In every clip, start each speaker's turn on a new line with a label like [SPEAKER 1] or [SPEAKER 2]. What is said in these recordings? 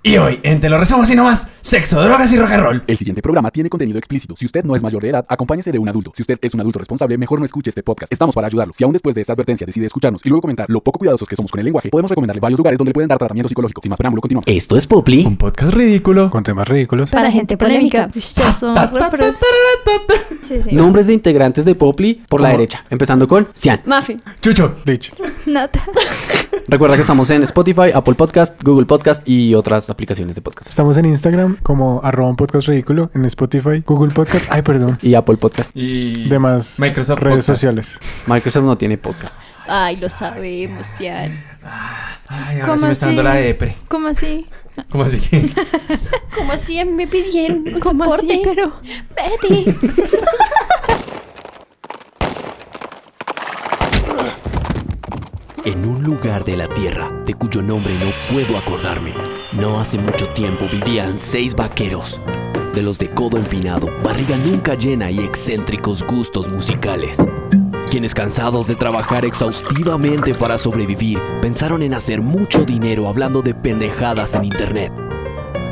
[SPEAKER 1] Y hoy, en Te lo resumo así nomás, sexo, drogas y rock and roll.
[SPEAKER 2] El siguiente programa tiene contenido explícito. Si usted no es mayor de edad, acompáñese de un adulto. Si usted es un adulto responsable, mejor no escuche este podcast. Estamos para ayudarlo. Si aún después de esta advertencia decide escucharnos y luego comentar lo poco cuidadosos que somos con el lenguaje, podemos recomendarle varios lugares donde le pueden dar tratamiento psicológico. Sin más preámbulo, continuamos.
[SPEAKER 3] Esto es Popli.
[SPEAKER 1] Un podcast ridículo.
[SPEAKER 4] con temas ridículos.
[SPEAKER 5] Para gente polémica. Ush, ya son
[SPEAKER 1] Ta, ta, ta,
[SPEAKER 5] repro-
[SPEAKER 1] ta, ta, ta, ta.
[SPEAKER 5] Sí, sí.
[SPEAKER 3] Nombres de integrantes de Popli por la derecha, empezando con Cian.
[SPEAKER 5] Mafi.
[SPEAKER 1] Chucho,
[SPEAKER 4] Lich.
[SPEAKER 5] Nata.
[SPEAKER 3] Recuerda que estamos en Spotify, Apple Podcast, Google Podcast y otras aplicaciones de podcast.
[SPEAKER 4] Estamos en Instagram como arroba un podcast ridículo, en Spotify, Google Podcast, ay perdón,
[SPEAKER 3] Y Apple Podcast.
[SPEAKER 1] y
[SPEAKER 4] demás
[SPEAKER 1] Microsoft Podcast.
[SPEAKER 4] redes sociales.
[SPEAKER 3] Microsoft no tiene podcast.
[SPEAKER 5] Ay, lo sabemos, ya.
[SPEAKER 1] Ay, ahora
[SPEAKER 5] ¿Cómo
[SPEAKER 1] sí me está dando
[SPEAKER 5] así?
[SPEAKER 1] la depre.
[SPEAKER 5] ¿Cómo así?
[SPEAKER 1] ¿Cómo así que?
[SPEAKER 6] Como así? A mí me pidieron un
[SPEAKER 5] ¿Cómo así?
[SPEAKER 6] soporte.
[SPEAKER 5] Pero.
[SPEAKER 6] Vete.
[SPEAKER 7] En un lugar de la Tierra, de cuyo nombre no puedo acordarme, no hace mucho tiempo vivían seis vaqueros, de los de codo empinado, barriga nunca llena y excéntricos gustos musicales, quienes cansados de trabajar exhaustivamente para sobrevivir, pensaron en hacer mucho dinero hablando de pendejadas en Internet.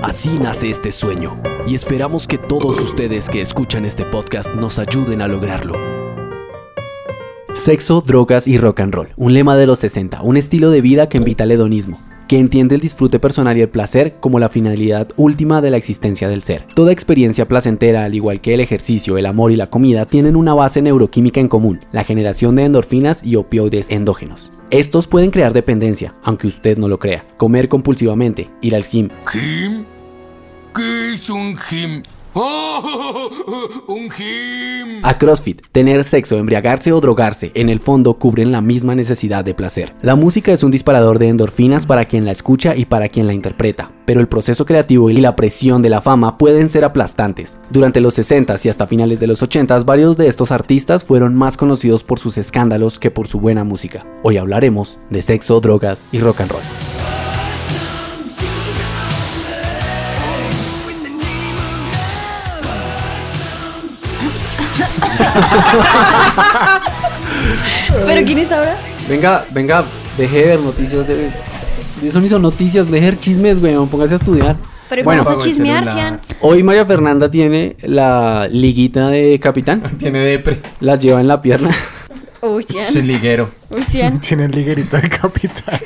[SPEAKER 7] Así nace este sueño, y esperamos que todos ustedes que escuchan este podcast nos ayuden a lograrlo.
[SPEAKER 3] Sexo, drogas y rock and roll. Un lema de los 60, un estilo de vida que invita al hedonismo, que entiende el disfrute personal y el placer como la finalidad última de la existencia del ser. Toda experiencia placentera, al igual que el ejercicio, el amor y la comida, tienen una base neuroquímica en común, la generación de endorfinas y opioides endógenos. Estos pueden crear dependencia, aunque usted no lo crea. Comer compulsivamente, ir al gym,
[SPEAKER 8] ¿Gym? ¿Qué es un gym? ¡Oh! ¡Un gym!
[SPEAKER 3] A CrossFit, tener sexo, embriagarse o drogarse, en el fondo cubren la misma necesidad de placer. La música es un disparador de endorfinas para quien la escucha y para quien la interpreta, pero el proceso creativo y la presión de la fama pueden ser aplastantes. Durante los 60s y hasta finales de los 80s, varios de estos artistas fueron más conocidos por sus escándalos que por su buena música. Hoy hablaremos de sexo, drogas y rock and roll.
[SPEAKER 6] ¿Pero quién es ahora?
[SPEAKER 3] Venga, venga, deje de ver noticias de... Eso ni son noticias, deje de ver chismes, weón, póngase a estudiar.
[SPEAKER 6] Pero
[SPEAKER 3] Bueno,
[SPEAKER 6] vamos a
[SPEAKER 1] apago el
[SPEAKER 6] chismear,
[SPEAKER 1] celular.
[SPEAKER 6] Cian.
[SPEAKER 3] Hoy María Fernanda tiene la liguita de capitán,
[SPEAKER 1] Tiene depre.
[SPEAKER 3] la lleva en la pierna.
[SPEAKER 5] Uy, Cian.
[SPEAKER 1] Es liguero.
[SPEAKER 5] Uy, Cian.
[SPEAKER 4] Tiene el liguerito de capital.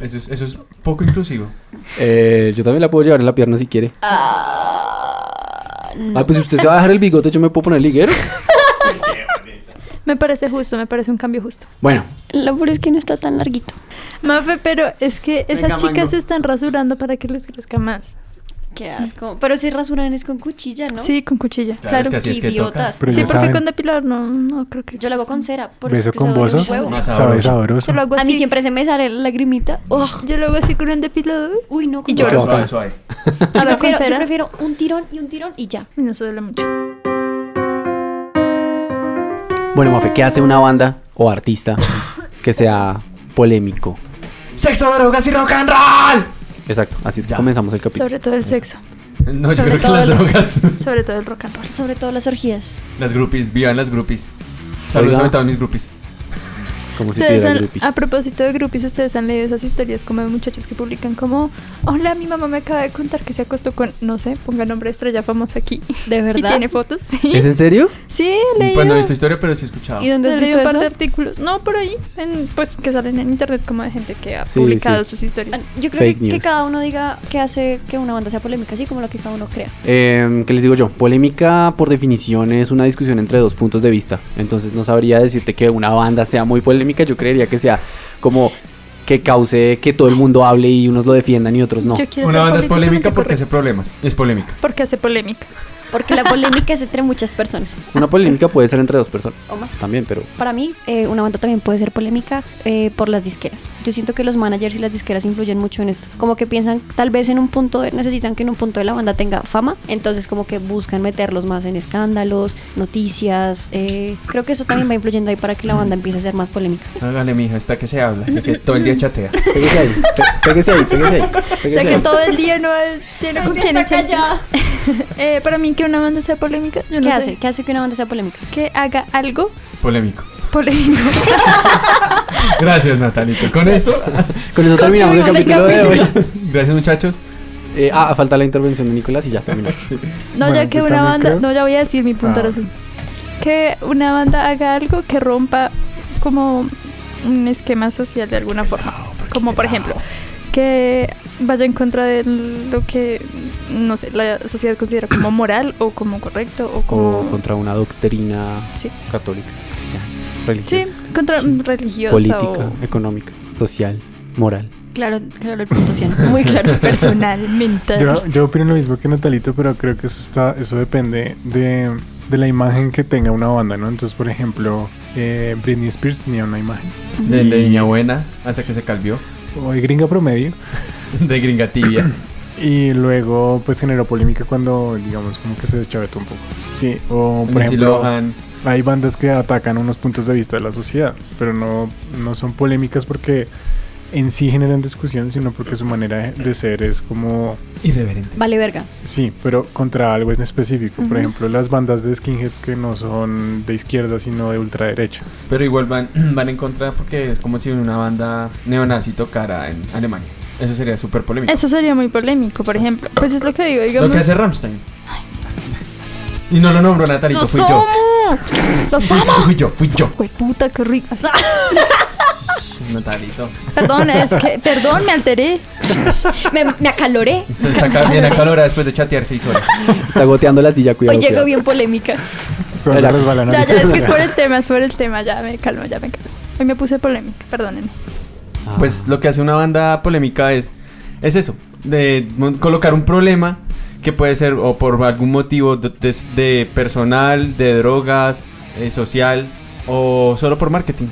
[SPEAKER 1] Eso es, eso es poco inclusivo.
[SPEAKER 3] Eh, yo también la puedo llevar en la pierna si quiere.
[SPEAKER 5] Ah, no.
[SPEAKER 3] Ah, pues si usted se va a dejar el bigote, yo me puedo poner liguero.
[SPEAKER 5] Me parece justo, me parece un cambio justo.
[SPEAKER 3] Bueno,
[SPEAKER 6] Lo peor es que no está tan larguito.
[SPEAKER 5] Mafe, pero es que esas
[SPEAKER 3] Venga,
[SPEAKER 5] chicas
[SPEAKER 3] mango.
[SPEAKER 5] se están rasurando para que les crezca más.
[SPEAKER 6] Qué asco. Pero si rasuran es con cuchilla, ¿no?
[SPEAKER 5] Sí, con cuchilla.
[SPEAKER 1] Claro,
[SPEAKER 5] Claro.
[SPEAKER 1] es que así
[SPEAKER 6] Qué
[SPEAKER 1] es que toca.
[SPEAKER 6] idiotas.
[SPEAKER 4] Pero
[SPEAKER 5] sí,
[SPEAKER 4] ya
[SPEAKER 5] porque
[SPEAKER 4] saben,
[SPEAKER 5] con depilar no, no creo que.
[SPEAKER 6] Yo lo hago con cera. Por eso
[SPEAKER 4] beso
[SPEAKER 6] es que se
[SPEAKER 4] con
[SPEAKER 6] duele
[SPEAKER 4] bozo,
[SPEAKER 6] un huevo.
[SPEAKER 1] Más
[SPEAKER 4] sabe
[SPEAKER 1] sabroso.
[SPEAKER 4] sabroso.
[SPEAKER 5] Yo lo hago así.
[SPEAKER 6] A mí siempre se me sale la lagrimita. Oh,
[SPEAKER 5] Yo lo hago así con un depilador.
[SPEAKER 6] uy, no.
[SPEAKER 5] Y
[SPEAKER 6] como-
[SPEAKER 5] yo-
[SPEAKER 1] Suave,
[SPEAKER 3] Lloro.
[SPEAKER 1] suave, suave.
[SPEAKER 6] Yo
[SPEAKER 5] A ver, con
[SPEAKER 6] prefiero, yo
[SPEAKER 5] cera.
[SPEAKER 6] prefiero un tirón y un tirón y ya.
[SPEAKER 5] Y no se duele mucho.
[SPEAKER 3] bueno, Mafe, ¿qué hace una banda o artista que sea polémico?
[SPEAKER 1] Sexo, drogas y rock and roll.
[SPEAKER 3] Exacto, así es que
[SPEAKER 1] Ya.
[SPEAKER 3] comenzamos el capítulo.
[SPEAKER 5] Sobre todo el sexo.
[SPEAKER 1] No, yo
[SPEAKER 5] Sobre
[SPEAKER 1] creo que
[SPEAKER 5] todo
[SPEAKER 1] las
[SPEAKER 5] el-
[SPEAKER 1] drogas.
[SPEAKER 5] Sobre todo el rock and roll.
[SPEAKER 6] Sobre todo las orgías.
[SPEAKER 1] Las groupies, vivan las groupies. Saludos
[SPEAKER 3] Oiga.
[SPEAKER 1] a todos mis groupies.
[SPEAKER 3] Como si
[SPEAKER 5] Ustedes
[SPEAKER 3] tuviera
[SPEAKER 5] han-
[SPEAKER 3] groupies.
[SPEAKER 5] a propósito de groupies, ustedes han leído esas historias como de muchachos que publican como, hola, mi mamá me acaba de contar que se acostó con, no sé, ponga nombre de estrella famosa aquí.
[SPEAKER 6] ¿De
[SPEAKER 5] Y tiene fotos, sí.
[SPEAKER 3] ¿Es en serio?
[SPEAKER 5] Sí, he leído.
[SPEAKER 1] Pues no he visto historia, pero sí he escuchado.
[SPEAKER 6] ¿Y dónde has
[SPEAKER 5] He leído
[SPEAKER 6] visto
[SPEAKER 5] un par de
[SPEAKER 6] eso?
[SPEAKER 5] artículos. No, por ahí, en- pues que salen en internet como de gente que ha
[SPEAKER 3] Sí,
[SPEAKER 5] publicado
[SPEAKER 3] sí.
[SPEAKER 5] sus historias.
[SPEAKER 6] Ah, Yo creo
[SPEAKER 3] Fake
[SPEAKER 6] que, que
[SPEAKER 3] news.
[SPEAKER 6] cada uno diga que hace que una banda sea polémica, así como lo que cada uno crea.
[SPEAKER 3] Eh, ¿Qué les digo yo? Polémica, por definición, es una discusión entre dos puntos de vista. Entonces no sabría decirte que una banda sea muy polémica. Yo creería que sea como que cause que todo el mundo hable y unos lo defiendan y otros no.
[SPEAKER 5] Yo quiero
[SPEAKER 1] Una
[SPEAKER 5] ser
[SPEAKER 1] banda es polémica
[SPEAKER 5] políticamente
[SPEAKER 1] porque hace
[SPEAKER 5] correcta.
[SPEAKER 1] problemas. Es polémica.
[SPEAKER 5] Porque hace polémica.
[SPEAKER 6] Porque la polémica es entre muchas personas.
[SPEAKER 3] Una polémica puede ser entre dos personas
[SPEAKER 6] O más.
[SPEAKER 3] también, pero
[SPEAKER 6] Para mí, eh, una banda también puede ser polémica eh, por las disqueras. Yo siento que los managers y las disqueras influyen mucho en esto. Como que piensan, tal vez en un punto, necesitan que en un punto de la banda tenga fama. Entonces, como que buscan meterlos más en escándalos, noticias. eh, creo que eso también va influyendo ahí para que la banda empiece a ser más polémica.
[SPEAKER 1] Hágale, mija, está que se habla, de que todo el día chatea.
[SPEAKER 3] pégese ahí, pe- pégese ahí, pégese ahí.
[SPEAKER 5] O
[SPEAKER 3] pégese
[SPEAKER 5] sea que
[SPEAKER 3] ahí.
[SPEAKER 5] todo el día no tiene con quién echar chisme. eh, Para mí que una banda sea polémica, yo
[SPEAKER 6] ¿Qué
[SPEAKER 5] no sé.
[SPEAKER 6] hace? ¿Qué hace que una banda sea polémica?
[SPEAKER 5] Que haga algo
[SPEAKER 1] Polémico.
[SPEAKER 6] polémico.
[SPEAKER 1] Gracias, Natalito. Con esto,
[SPEAKER 3] Con eso terminamos el
[SPEAKER 5] Concluimos
[SPEAKER 3] capítulo
[SPEAKER 5] el
[SPEAKER 3] de hoy.
[SPEAKER 1] gracias, muchachos.
[SPEAKER 3] Eh, ah, falta la intervención de Nicolás y ya terminamos.
[SPEAKER 5] No,
[SPEAKER 4] Bueno,
[SPEAKER 5] ya que
[SPEAKER 4] yo
[SPEAKER 5] una
[SPEAKER 4] también
[SPEAKER 5] banda.
[SPEAKER 4] creo.
[SPEAKER 5] No, ya voy a decir mi punto
[SPEAKER 1] Ah.
[SPEAKER 5] ahora sí. Que una banda haga algo que rompa como un esquema social de alguna forma. Como por ejemplo, que vaya en contra de lo que, no sé, la sociedad considera como moral o como correcto o
[SPEAKER 3] O
[SPEAKER 5] como.
[SPEAKER 3] contra una doctrina
[SPEAKER 5] Sí.
[SPEAKER 3] católica, cristiana,
[SPEAKER 5] sí,
[SPEAKER 3] religiosa,
[SPEAKER 5] contra religiosa
[SPEAKER 3] política,
[SPEAKER 5] o.
[SPEAKER 3] económica, social, moral.
[SPEAKER 6] Claro, claro, el punto sí, ¿no?
[SPEAKER 5] Muy claro, personal, mental.
[SPEAKER 4] Yo, yo opino lo mismo que Natalito, pero creo que eso está, eso depende de, de la imagen que tenga una banda, ¿no? Entonces, por ejemplo, eh, Britney Spears tenía una imagen.
[SPEAKER 1] De, de niña buena, hasta que se calvió.
[SPEAKER 4] O de gringa promedio.
[SPEAKER 1] De gringa tibia.
[SPEAKER 4] Y luego, pues generó polémica cuando, digamos, como que se deschavetó un poco. Sí, o por
[SPEAKER 1] Lindsay
[SPEAKER 4] ejemplo,
[SPEAKER 1] Lohan.
[SPEAKER 4] hay bandas que atacan unos puntos de vista de la sociedad, pero no, no son polémicas porque en sí generan discusión, sino porque su manera de ser es como
[SPEAKER 1] Irreverente.
[SPEAKER 6] Vale, verga.
[SPEAKER 4] Sí, pero contra algo en específico. Por
[SPEAKER 6] Ujú.
[SPEAKER 4] ejemplo, las bandas de skinheads que no son de izquierda, sino de ultraderecha.
[SPEAKER 1] Pero igual van, van en contra porque es como si una banda neonazi tocara en Alemania. Eso sería súper polémico.
[SPEAKER 5] Eso sería muy polémico, por ejemplo. Pues es lo que digo, digamos.
[SPEAKER 1] Lo que hace Rammstein. Y no lo nombró Natalito,
[SPEAKER 5] ¡Los
[SPEAKER 1] fui
[SPEAKER 5] amo!
[SPEAKER 1] yo.
[SPEAKER 5] ¡Los amo!
[SPEAKER 1] Fui yo, fui yo.
[SPEAKER 5] puta, qué rico. Así.
[SPEAKER 1] Natalito.
[SPEAKER 5] Perdón, es que, perdón, me alteré.
[SPEAKER 6] Me, me acaloré.
[SPEAKER 1] Se está ca- bien acalorada después de chatear seis horas.
[SPEAKER 3] Está goteando la silla,
[SPEAKER 6] Hoy
[SPEAKER 3] cuidado.
[SPEAKER 6] llego
[SPEAKER 3] cuidado.
[SPEAKER 6] bien polémica.
[SPEAKER 4] Pero se
[SPEAKER 3] Era-
[SPEAKER 4] resbalan
[SPEAKER 5] Ya,
[SPEAKER 4] ahorita.
[SPEAKER 5] ya, es que es por el tema, es por el tema. Ya me calmo, ya me calmo. Hoy me puse polémica, perdónenme.
[SPEAKER 3] Ah.
[SPEAKER 1] Pues lo que hace una banda polémica es, es eso, de mon- colocar un problema que puede ser o por algún motivo de, de- de personal, de drogas, eh, social o solo por marketing.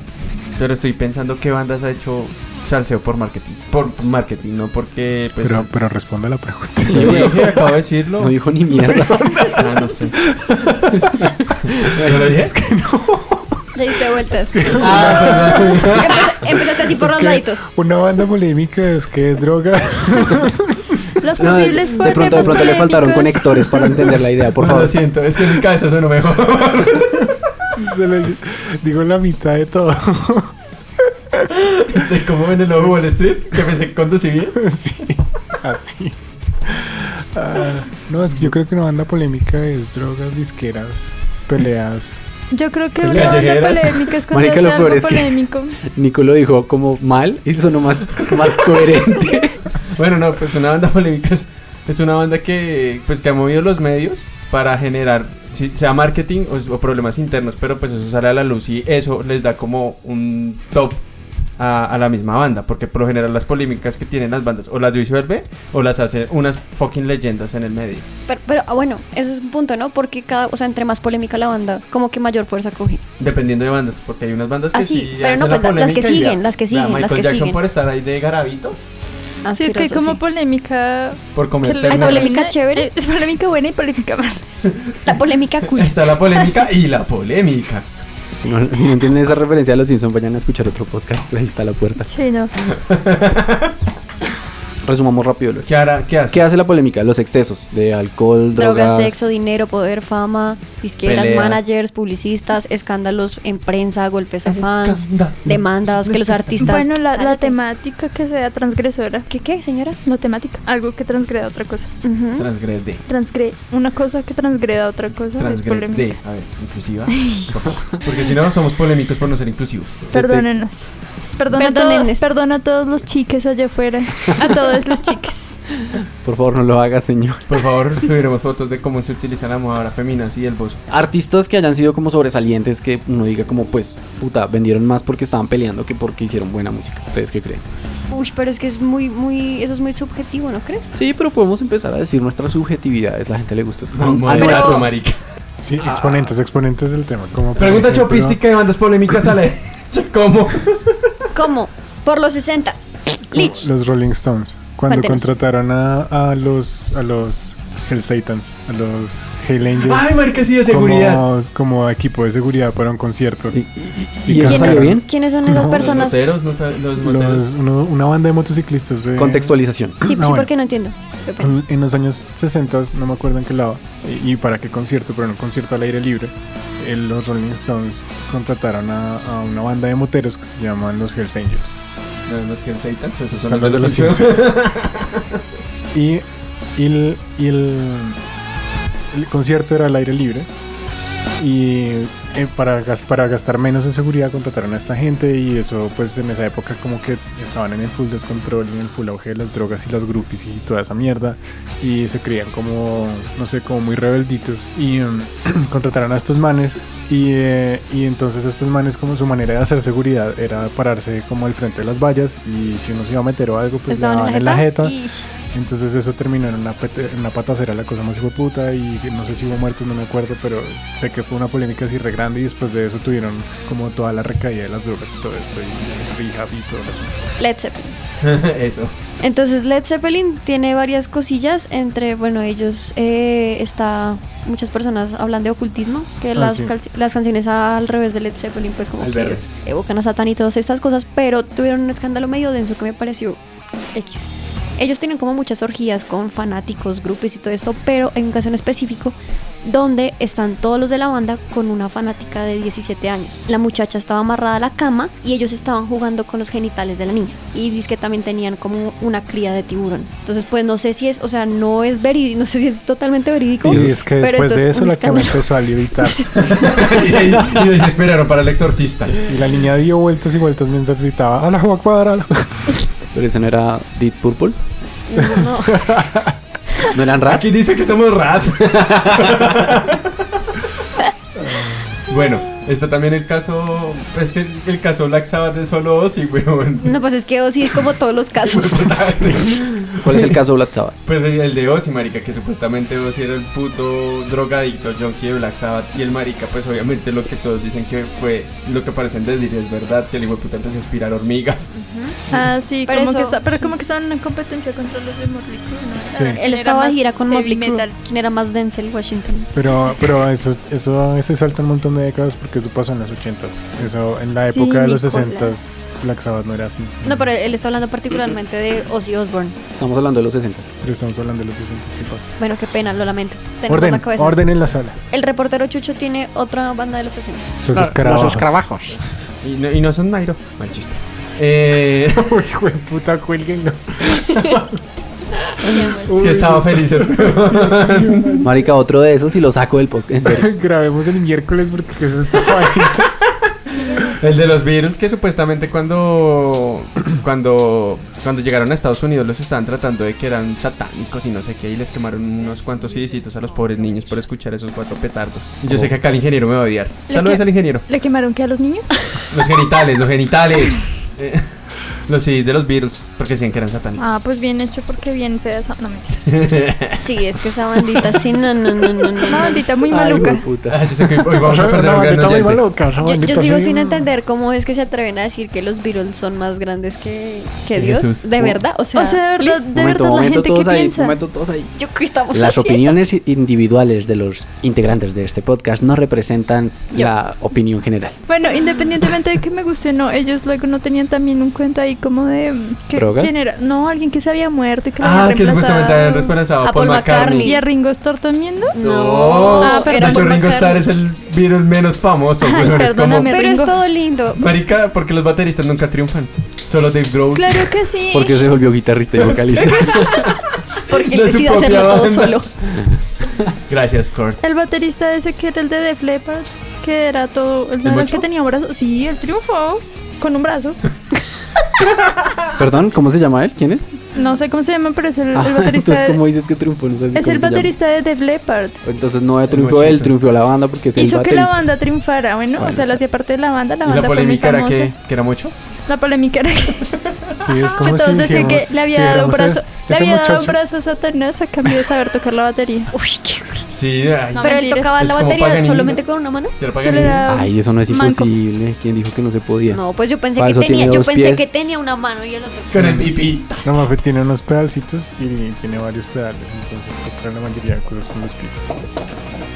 [SPEAKER 1] Pero estoy pensando qué bandas ha hecho salseo por marketing, por marketing, no porque pues,
[SPEAKER 4] Pero, pero responda a la pregunta.
[SPEAKER 1] Sí, dije, acabo de decirlo.
[SPEAKER 3] No dijo ni mierda.
[SPEAKER 1] Ah, no sé. ¿Yo lo dije?
[SPEAKER 6] Le diste vueltas.
[SPEAKER 1] Ah, perdón.
[SPEAKER 6] Empe- Empezaste así por
[SPEAKER 4] Es
[SPEAKER 6] los
[SPEAKER 4] que
[SPEAKER 6] laditos.
[SPEAKER 4] Una banda polémica es que drogas.
[SPEAKER 5] Los
[SPEAKER 3] No, de,
[SPEAKER 5] posibles
[SPEAKER 3] de
[SPEAKER 5] fue-
[SPEAKER 3] pronto, de
[SPEAKER 5] temas
[SPEAKER 3] pronto le faltaron
[SPEAKER 5] polémicos.
[SPEAKER 3] conectores para entender la idea, por
[SPEAKER 1] Lo
[SPEAKER 3] favor.
[SPEAKER 1] siento, es que en mi cabeza suena mejor.
[SPEAKER 4] se lo- digo la mitad de todo.
[SPEAKER 1] De cómo ven el logo Wall Street, que pensé que conducí bien.
[SPEAKER 4] sí, así. Ah, no, es que yo creo que una banda polémica es drogas, disqueras, peleas.
[SPEAKER 5] Yo creo que una
[SPEAKER 1] Callejeras.
[SPEAKER 5] banda polémica es cuando
[SPEAKER 3] Marica,
[SPEAKER 5] hace
[SPEAKER 3] lo peor
[SPEAKER 5] algo
[SPEAKER 3] es que-
[SPEAKER 5] polémico.
[SPEAKER 3] Nico lo dijo como mal y sonó más, más coherente.
[SPEAKER 1] Bueno, no, pues una banda polémica es, es una banda que, pues, que ha movido los medios para generar, si- sea marketing o, o problemas internos, pero pues eso sale a la luz y eso les da como un top a, a la misma banda, porque por lo general las polémicas que tienen las bandas o las disuelve o las hace unas fucking leyendas en el medio.
[SPEAKER 6] Pero, pero, ah, bueno, eso es un punto, ¿no? Porque cada, o sea, entre más polémica la banda, como que mayor fuerza coge.
[SPEAKER 1] Dependiendo de bandas, porque hay unas bandas que
[SPEAKER 6] Ah, sí,
[SPEAKER 1] sí,
[SPEAKER 6] pero no,
[SPEAKER 1] hacen la
[SPEAKER 6] pues, las que
[SPEAKER 1] polémica y
[SPEAKER 6] siguen,
[SPEAKER 1] ya.
[SPEAKER 6] las que
[SPEAKER 1] Vea,
[SPEAKER 6] siguen, las
[SPEAKER 1] Michael
[SPEAKER 6] que
[SPEAKER 1] Jackson
[SPEAKER 6] siguen.
[SPEAKER 1] por estar ahí de garabito,
[SPEAKER 5] Sí, es que hay
[SPEAKER 6] Asqueroso,
[SPEAKER 5] como
[SPEAKER 6] sí.
[SPEAKER 5] polémica.
[SPEAKER 1] por
[SPEAKER 5] que
[SPEAKER 1] comer
[SPEAKER 5] la-
[SPEAKER 6] Hay
[SPEAKER 1] ternera.
[SPEAKER 6] polémica chévere.
[SPEAKER 5] Eh, Es polémica buena y polémica mala.
[SPEAKER 6] La polémica cool.
[SPEAKER 1] Está la
[SPEAKER 6] Ah,
[SPEAKER 1] polémica y la polémica.
[SPEAKER 3] Si no, si no entienden esa referencia a los Simpsons, vayan a escuchar otro podcast. Ahí está la puerta.
[SPEAKER 5] Sí, no.
[SPEAKER 3] Resumamos rápido lo que-
[SPEAKER 1] ¿Qué, hará, qué hace?
[SPEAKER 3] ¿Qué hace la polémica? Los excesos de alcohol, drogas,
[SPEAKER 6] Drogas, sexo, dinero, poder, fama, disqueras,
[SPEAKER 1] Peleas.
[SPEAKER 6] managers, publicistas, escándalos en prensa, golpes a fans,
[SPEAKER 1] Escándalo.
[SPEAKER 6] demandas, que los artistas...
[SPEAKER 5] Bueno, la, la
[SPEAKER 6] Cállate.
[SPEAKER 5] temática que sea transgresora.
[SPEAKER 6] ¿Qué qué, señora?
[SPEAKER 5] No temática. Algo que transgreda otra cosa.
[SPEAKER 6] Ujú.
[SPEAKER 1] Transgrede.
[SPEAKER 5] Transgre una cosa que transgreda otra cosa es
[SPEAKER 1] Transgrede.
[SPEAKER 5] polémica.
[SPEAKER 1] A ver, inclusiva. por favor. Porque si no, somos polémicos por no ser inclusivos.
[SPEAKER 3] Se te-
[SPEAKER 5] Perdónenos. Perdona a,
[SPEAKER 6] Perdónenes.
[SPEAKER 5] todo- perdona a todos los chiques allá afuera. A todas las chiques.
[SPEAKER 3] Por favor, no lo haga, señor.
[SPEAKER 1] Por favor, subiremos fotos de cómo se utiliza la moda femina y el bozo.
[SPEAKER 3] Artistas que hayan sido como sobresalientes, que uno diga como, pues, puta, vendieron más porque estaban peleando que porque hicieron buena música. ¿Ustedes qué creen?
[SPEAKER 6] Uy, pero es que es muy, muy... Eso es muy subjetivo, ¿no crees?
[SPEAKER 3] Sí, pero podemos empezar a decir nuestras subjeditividades. La gente le gusta eso.
[SPEAKER 1] No,
[SPEAKER 3] A
[SPEAKER 1] modesto,
[SPEAKER 3] nuestro-
[SPEAKER 1] marica.
[SPEAKER 4] Sí, exponentes, exponentes del tema. Como por
[SPEAKER 1] Pregunta
[SPEAKER 4] ejemplo-
[SPEAKER 1] chopística de bandas polémicas a la derecha. ¿Cómo?
[SPEAKER 6] ¿Cómo? Por los 60.
[SPEAKER 4] como
[SPEAKER 6] Lich.
[SPEAKER 4] Los Rolling Stones. Cuando
[SPEAKER 6] Cuéntenos.
[SPEAKER 4] contrataron a, a los a los Hell Satans, a los Hell Angels.
[SPEAKER 1] Ay, marica, sí, de seguridad.
[SPEAKER 4] Como, como equipo de seguridad para un concierto.
[SPEAKER 3] ¿Y, y- y- y eso
[SPEAKER 4] ¿Quién
[SPEAKER 3] salió
[SPEAKER 4] es?
[SPEAKER 3] bien?
[SPEAKER 6] ¿Quiénes son esas
[SPEAKER 1] Los
[SPEAKER 6] personas? Sí,
[SPEAKER 1] moteros, no saben- los moteros.
[SPEAKER 4] Los- uno- una banda de motociclistas de
[SPEAKER 3] Contextualización.
[SPEAKER 6] sí,
[SPEAKER 4] Ah, bueno.
[SPEAKER 6] porque no entiendo. Pues Qué pena.
[SPEAKER 4] En, en los años 60, no me acuerdo en qué lado, eh, y, y para qué concierto, pero en un concierto al aire libre, eh, los Rolling Stones contrataron a, a una banda de moteros que se llaman los Hells Angels.
[SPEAKER 1] No, no es que Satan, esos
[SPEAKER 4] Son los de los Simpsons. Y, y el, y el- el concierto era al aire libre. Y eh, para, gas- para gastar menos en seguridad contrataron a esta gente y eso pues en esa época como que estaban en el full descontrol, en el full auge de las drogas y las groupies y toda esa mierda y se creían como, no sé, como muy rebelditos y mm, contrataron a estos manes y, eh, y entonces estos manes como su manera de hacer seguridad era pararse como al frente de las vallas y si uno se iba a meter o algo pues le
[SPEAKER 6] Estaban
[SPEAKER 4] daban en la jeta
[SPEAKER 6] y-
[SPEAKER 4] entonces eso terminó en una, pete- en una patacera, la cosa más hijueputa y no sé si hubo muertos, no me acuerdo, pero sé que fue una polémica así re grande y después de eso tuvieron como toda la recaída de las drogas y todo esto y rehab y todo el asunto.
[SPEAKER 6] Led Zeppelin.
[SPEAKER 1] Eso.
[SPEAKER 6] Entonces Led Zeppelin tiene varias cosillas entre, bueno, ellos eh, está, muchas personas hablan de ocultismo, que
[SPEAKER 4] Ah,
[SPEAKER 6] las,
[SPEAKER 4] sí.
[SPEAKER 6] calci- las canciones al revés de Led Zeppelin pues como
[SPEAKER 1] Al
[SPEAKER 6] que
[SPEAKER 1] revés.
[SPEAKER 6] evocan a Satán y todas estas cosas, pero tuvieron un escándalo medio denso que me pareció X. Ellos tienen como muchas orgías con fanáticos, grupos y todo esto, pero en un caso en específico donde están todos los de la banda con una fanática de 17 años. La muchacha estaba amarrada a la cama y ellos estaban jugando con los genitales de la niña. Y dice que también tenían como una cría de tiburón. Entonces, pues no sé si es, o sea, no es verídico, no sé si es totalmente verídico.
[SPEAKER 4] Y es que
[SPEAKER 6] pero
[SPEAKER 4] después
[SPEAKER 6] esto
[SPEAKER 4] de
[SPEAKER 6] es
[SPEAKER 4] eso
[SPEAKER 6] un
[SPEAKER 4] la cama
[SPEAKER 6] escándalo.
[SPEAKER 4] empezó a levitar
[SPEAKER 1] y, ahí- y desesperaron para el exorcista.
[SPEAKER 4] y la niña dio vueltas y vueltas mientras gritaba ¡A la Juacuadra!
[SPEAKER 3] Pero ese no era Deep Purple.
[SPEAKER 6] No, no.
[SPEAKER 3] No eran rap.
[SPEAKER 1] Aquí dice que somos rats. bueno, está también el caso. Es que el caso Black Sabbath es solo Ozzy, weón.
[SPEAKER 6] No, pues es que sí es como todos los casos.
[SPEAKER 3] ¿Cuál es el caso de Black Sabbath?
[SPEAKER 1] Pues el, el de Ozzy, marica, que supuestamente Ozzy era el puto drogadicto junkie de Black Sabbath y el marica, pues obviamente lo que todos dicen que fue lo que parecen decir es verdad, que el hijo puta empezó a aspirar hormigas.
[SPEAKER 5] Ah, sí,
[SPEAKER 6] Pero
[SPEAKER 5] como
[SPEAKER 6] eso-
[SPEAKER 5] que está, pero como que estaban en competencia contra los de Motley Crue, ¿no?
[SPEAKER 4] Sí.
[SPEAKER 5] Ah,
[SPEAKER 6] Él
[SPEAKER 5] era
[SPEAKER 6] estaba de
[SPEAKER 5] más
[SPEAKER 6] gira con
[SPEAKER 5] heavy
[SPEAKER 6] Motley Crue,
[SPEAKER 5] metal.
[SPEAKER 6] quien era más Denzel Washington.
[SPEAKER 4] Pero, pero eso, eso a veces salta un montón de décadas porque eso pasó en los 80s. Eso en la
[SPEAKER 6] Sí,
[SPEAKER 4] época de los
[SPEAKER 6] Nicolás.
[SPEAKER 4] 60s Black Sabbath no era así.
[SPEAKER 6] No, pero él está hablando particularmente de Ozzy Osbourne.
[SPEAKER 3] Estamos hablando de los 60.
[SPEAKER 4] Pero estamos hablando de los 60s, ¿qué pasa?
[SPEAKER 6] Bueno, qué pena, lo lamento. Tenemos
[SPEAKER 4] Orden,
[SPEAKER 6] la cabeza.
[SPEAKER 4] orden en la sala.
[SPEAKER 6] El reportero Chucho tiene otra banda de los 60.
[SPEAKER 4] Los escarabajos.
[SPEAKER 3] escarabajos.
[SPEAKER 1] Y no, y no son Nairo, mal chiste. Eh,
[SPEAKER 4] Uy, hijo de puta, cuélguenlo.
[SPEAKER 1] es que estaba feliz.
[SPEAKER 3] Marica, otro de esos y lo saco del podcast. En serio.
[SPEAKER 4] Grabemos el miércoles porque ¿qué es esta vaina?
[SPEAKER 1] El de los Beatles que supuestamente cuando cuando cuando llegaron a Estados Unidos los estaban tratando de que eran satánicos y no sé qué y les quemaron unos cuantos CDcitos a los pobres niños por escuchar esos cuatro petardos. Y Yo sé que acá el ingeniero me va a odiar.
[SPEAKER 5] Le
[SPEAKER 1] Saludos
[SPEAKER 5] que-
[SPEAKER 1] al ingeniero.
[SPEAKER 5] ¿Le quemaron qué a los niños?
[SPEAKER 1] Los genitales, los genitales. Eh, los CDs de los Beatles porque decían que eran satánicos.
[SPEAKER 5] Ah, pues bien hecho porque bien fea esa... No, mentiras.
[SPEAKER 6] Sí, es que esa bandita, sí, no, no, no, no. no,
[SPEAKER 5] Una
[SPEAKER 6] no.
[SPEAKER 5] bandita muy
[SPEAKER 3] Ay,
[SPEAKER 5] maluca.
[SPEAKER 1] Ah, yo sé que hoy vamos a perder
[SPEAKER 4] Una
[SPEAKER 1] un gran
[SPEAKER 4] bandita muy
[SPEAKER 1] oyente.
[SPEAKER 4] maluca, esa
[SPEAKER 6] Yo,
[SPEAKER 4] bandita
[SPEAKER 6] yo sigo
[SPEAKER 4] así,
[SPEAKER 6] sin
[SPEAKER 4] no.
[SPEAKER 6] entender cómo es que se atreven a decir que los Beatles son más grandes que, que
[SPEAKER 1] Que
[SPEAKER 6] Dios.
[SPEAKER 1] Jesús.
[SPEAKER 6] ¿De verdad? O sea,
[SPEAKER 5] O sea, de verdad, de
[SPEAKER 3] pues, Momento,
[SPEAKER 5] verdad, la
[SPEAKER 3] momento,
[SPEAKER 5] gente que
[SPEAKER 3] todos ahí.
[SPEAKER 5] piensa.
[SPEAKER 3] Momento, todos ahí.
[SPEAKER 6] yo qué estamos
[SPEAKER 3] Las
[SPEAKER 6] haciendo?
[SPEAKER 3] opiniones individuales de los integrantes de este podcast no representan
[SPEAKER 5] Yo.
[SPEAKER 3] la opinión general.
[SPEAKER 5] Bueno, independientemente de que me guste o no, ellos luego no tenían también un cuento ahí como de... mm, que-
[SPEAKER 3] ¿Drogas?
[SPEAKER 5] ¿Quién era? No, alguien que se había muerto y que lo
[SPEAKER 1] Ah,
[SPEAKER 5] había
[SPEAKER 1] que supuestamente habían reemplazado
[SPEAKER 5] reemplazado.
[SPEAKER 6] A
[SPEAKER 1] a Paul
[SPEAKER 6] Paul
[SPEAKER 1] McCartney.
[SPEAKER 5] ¿Y a Ringo Starr también, no?
[SPEAKER 6] No,
[SPEAKER 5] Ah,
[SPEAKER 1] de
[SPEAKER 5] pero
[SPEAKER 1] hecho,
[SPEAKER 5] Paul
[SPEAKER 1] Ringo Starr
[SPEAKER 5] McCartney.
[SPEAKER 1] es el virus menos famoso.
[SPEAKER 5] Ay,
[SPEAKER 1] weón, es como-
[SPEAKER 5] perdóname.
[SPEAKER 6] Pero es
[SPEAKER 5] Ringo.
[SPEAKER 6] todo lindo.
[SPEAKER 1] Marica, porque los bateristas nunca triunfan. Solo Dave Grohl.
[SPEAKER 5] Claro que sí.
[SPEAKER 3] Porque se volvió guitarrista y vocalista.
[SPEAKER 6] Porque él
[SPEAKER 1] de su
[SPEAKER 6] decide
[SPEAKER 1] propia
[SPEAKER 6] hacerlo todo
[SPEAKER 1] banda.
[SPEAKER 6] solo.
[SPEAKER 1] Gracias, Kurt.
[SPEAKER 5] El baterista ese que era el de Def Leppard, que era todo... ¿El,
[SPEAKER 1] ¿El
[SPEAKER 5] el
[SPEAKER 1] macho?
[SPEAKER 5] que tenía brazos? Sí, el triunfo. Con un brazo.
[SPEAKER 3] Perdón, ¿cómo se llama él? ¿Quién es?
[SPEAKER 5] No sé cómo se llama, pero es el, el
[SPEAKER 3] Ah,
[SPEAKER 5] baterista...
[SPEAKER 3] entonces,
[SPEAKER 5] de-
[SPEAKER 3] ¿cómo dices que triunfó? No sé ni
[SPEAKER 5] es
[SPEAKER 3] cómo
[SPEAKER 5] el
[SPEAKER 3] se llama.
[SPEAKER 5] baterista de Def Leppard.
[SPEAKER 3] Entonces no triunfó
[SPEAKER 1] Machito.
[SPEAKER 3] él, triunfó la banda porque es el
[SPEAKER 5] Hizo que
[SPEAKER 3] baterista.
[SPEAKER 5] la banda triunfara, bueno, o sea, la hacía parte de la banda, la
[SPEAKER 1] y
[SPEAKER 5] banda
[SPEAKER 1] la
[SPEAKER 5] fue muy
[SPEAKER 1] polémica era
[SPEAKER 5] famosa.
[SPEAKER 1] que, que era mucho.
[SPEAKER 5] La polémica era que
[SPEAKER 4] Sí, es como
[SPEAKER 5] todos
[SPEAKER 4] si
[SPEAKER 5] decían que
[SPEAKER 4] dijéramos-
[SPEAKER 5] le
[SPEAKER 4] si
[SPEAKER 5] había dado un
[SPEAKER 4] dijéramos,
[SPEAKER 5] brazo, le
[SPEAKER 4] ese
[SPEAKER 5] había dado un
[SPEAKER 4] muchacho-
[SPEAKER 5] brazo a Satanás a cambio de saber tocar la batería.
[SPEAKER 6] Uy, qué... Pues
[SPEAKER 1] Sí, ay,
[SPEAKER 5] No,
[SPEAKER 6] Pero él
[SPEAKER 5] mentiras.
[SPEAKER 6] tocaba
[SPEAKER 1] Es
[SPEAKER 6] la
[SPEAKER 1] como
[SPEAKER 6] batería
[SPEAKER 1] Paganini.
[SPEAKER 6] solamente con una mano.
[SPEAKER 1] se lo
[SPEAKER 5] Solo
[SPEAKER 1] pagan.
[SPEAKER 5] era-
[SPEAKER 3] Ay, eso no es
[SPEAKER 5] Manco.
[SPEAKER 3] imposible. ¿Quién dijo que no se podía?
[SPEAKER 6] No, pues yo pensé
[SPEAKER 3] Para
[SPEAKER 6] que
[SPEAKER 3] eso tiene
[SPEAKER 6] tenía, yo
[SPEAKER 3] dos
[SPEAKER 6] pensé
[SPEAKER 3] pies.
[SPEAKER 6] que tenía una mano y el otro.
[SPEAKER 1] Con el pipí.
[SPEAKER 4] La mafe tiene unos pedalcitos y tiene varios pedales, entonces toca la mayoría de cosas con los pies.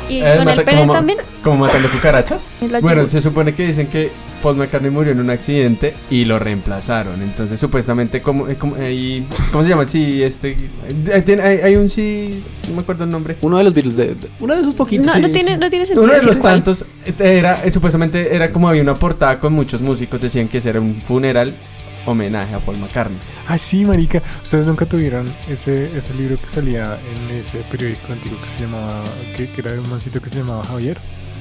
[SPEAKER 6] Y
[SPEAKER 1] Eh,
[SPEAKER 6] con
[SPEAKER 1] mata-
[SPEAKER 6] el pene
[SPEAKER 1] ma-
[SPEAKER 6] también.
[SPEAKER 1] como matando cucarachas.
[SPEAKER 5] Es la
[SPEAKER 1] Bueno,
[SPEAKER 5] yogurt.
[SPEAKER 1] se supone que dicen que Paul McCartney murió en un accidente y lo reemplazaron. Entonces, supuestamente, como, eh, como- eh, y- ¿cómo se llama el sí? Este, eh, tiene- hay, hay un sí, no me acuerdo el nombre.
[SPEAKER 3] Uno de los Beatles, de- de- uno de esos poquitos.
[SPEAKER 6] No,
[SPEAKER 1] Sí,
[SPEAKER 6] no,
[SPEAKER 1] sí.
[SPEAKER 6] tiene, no tiene sentido.
[SPEAKER 1] Uno de
[SPEAKER 6] decir
[SPEAKER 1] los
[SPEAKER 6] cuál.
[SPEAKER 1] tantos eh, era, eh, supuestamente, era como había una portada con muchos músicos, decían que ese era un funeral homenaje a Paul McCartney.
[SPEAKER 4] Ah, sí, marica. Ustedes nunca tuvieron ese, ese libro que salía en ese periódico antiguo que se llamaba, que, que era de un mancito que se llamaba Javier.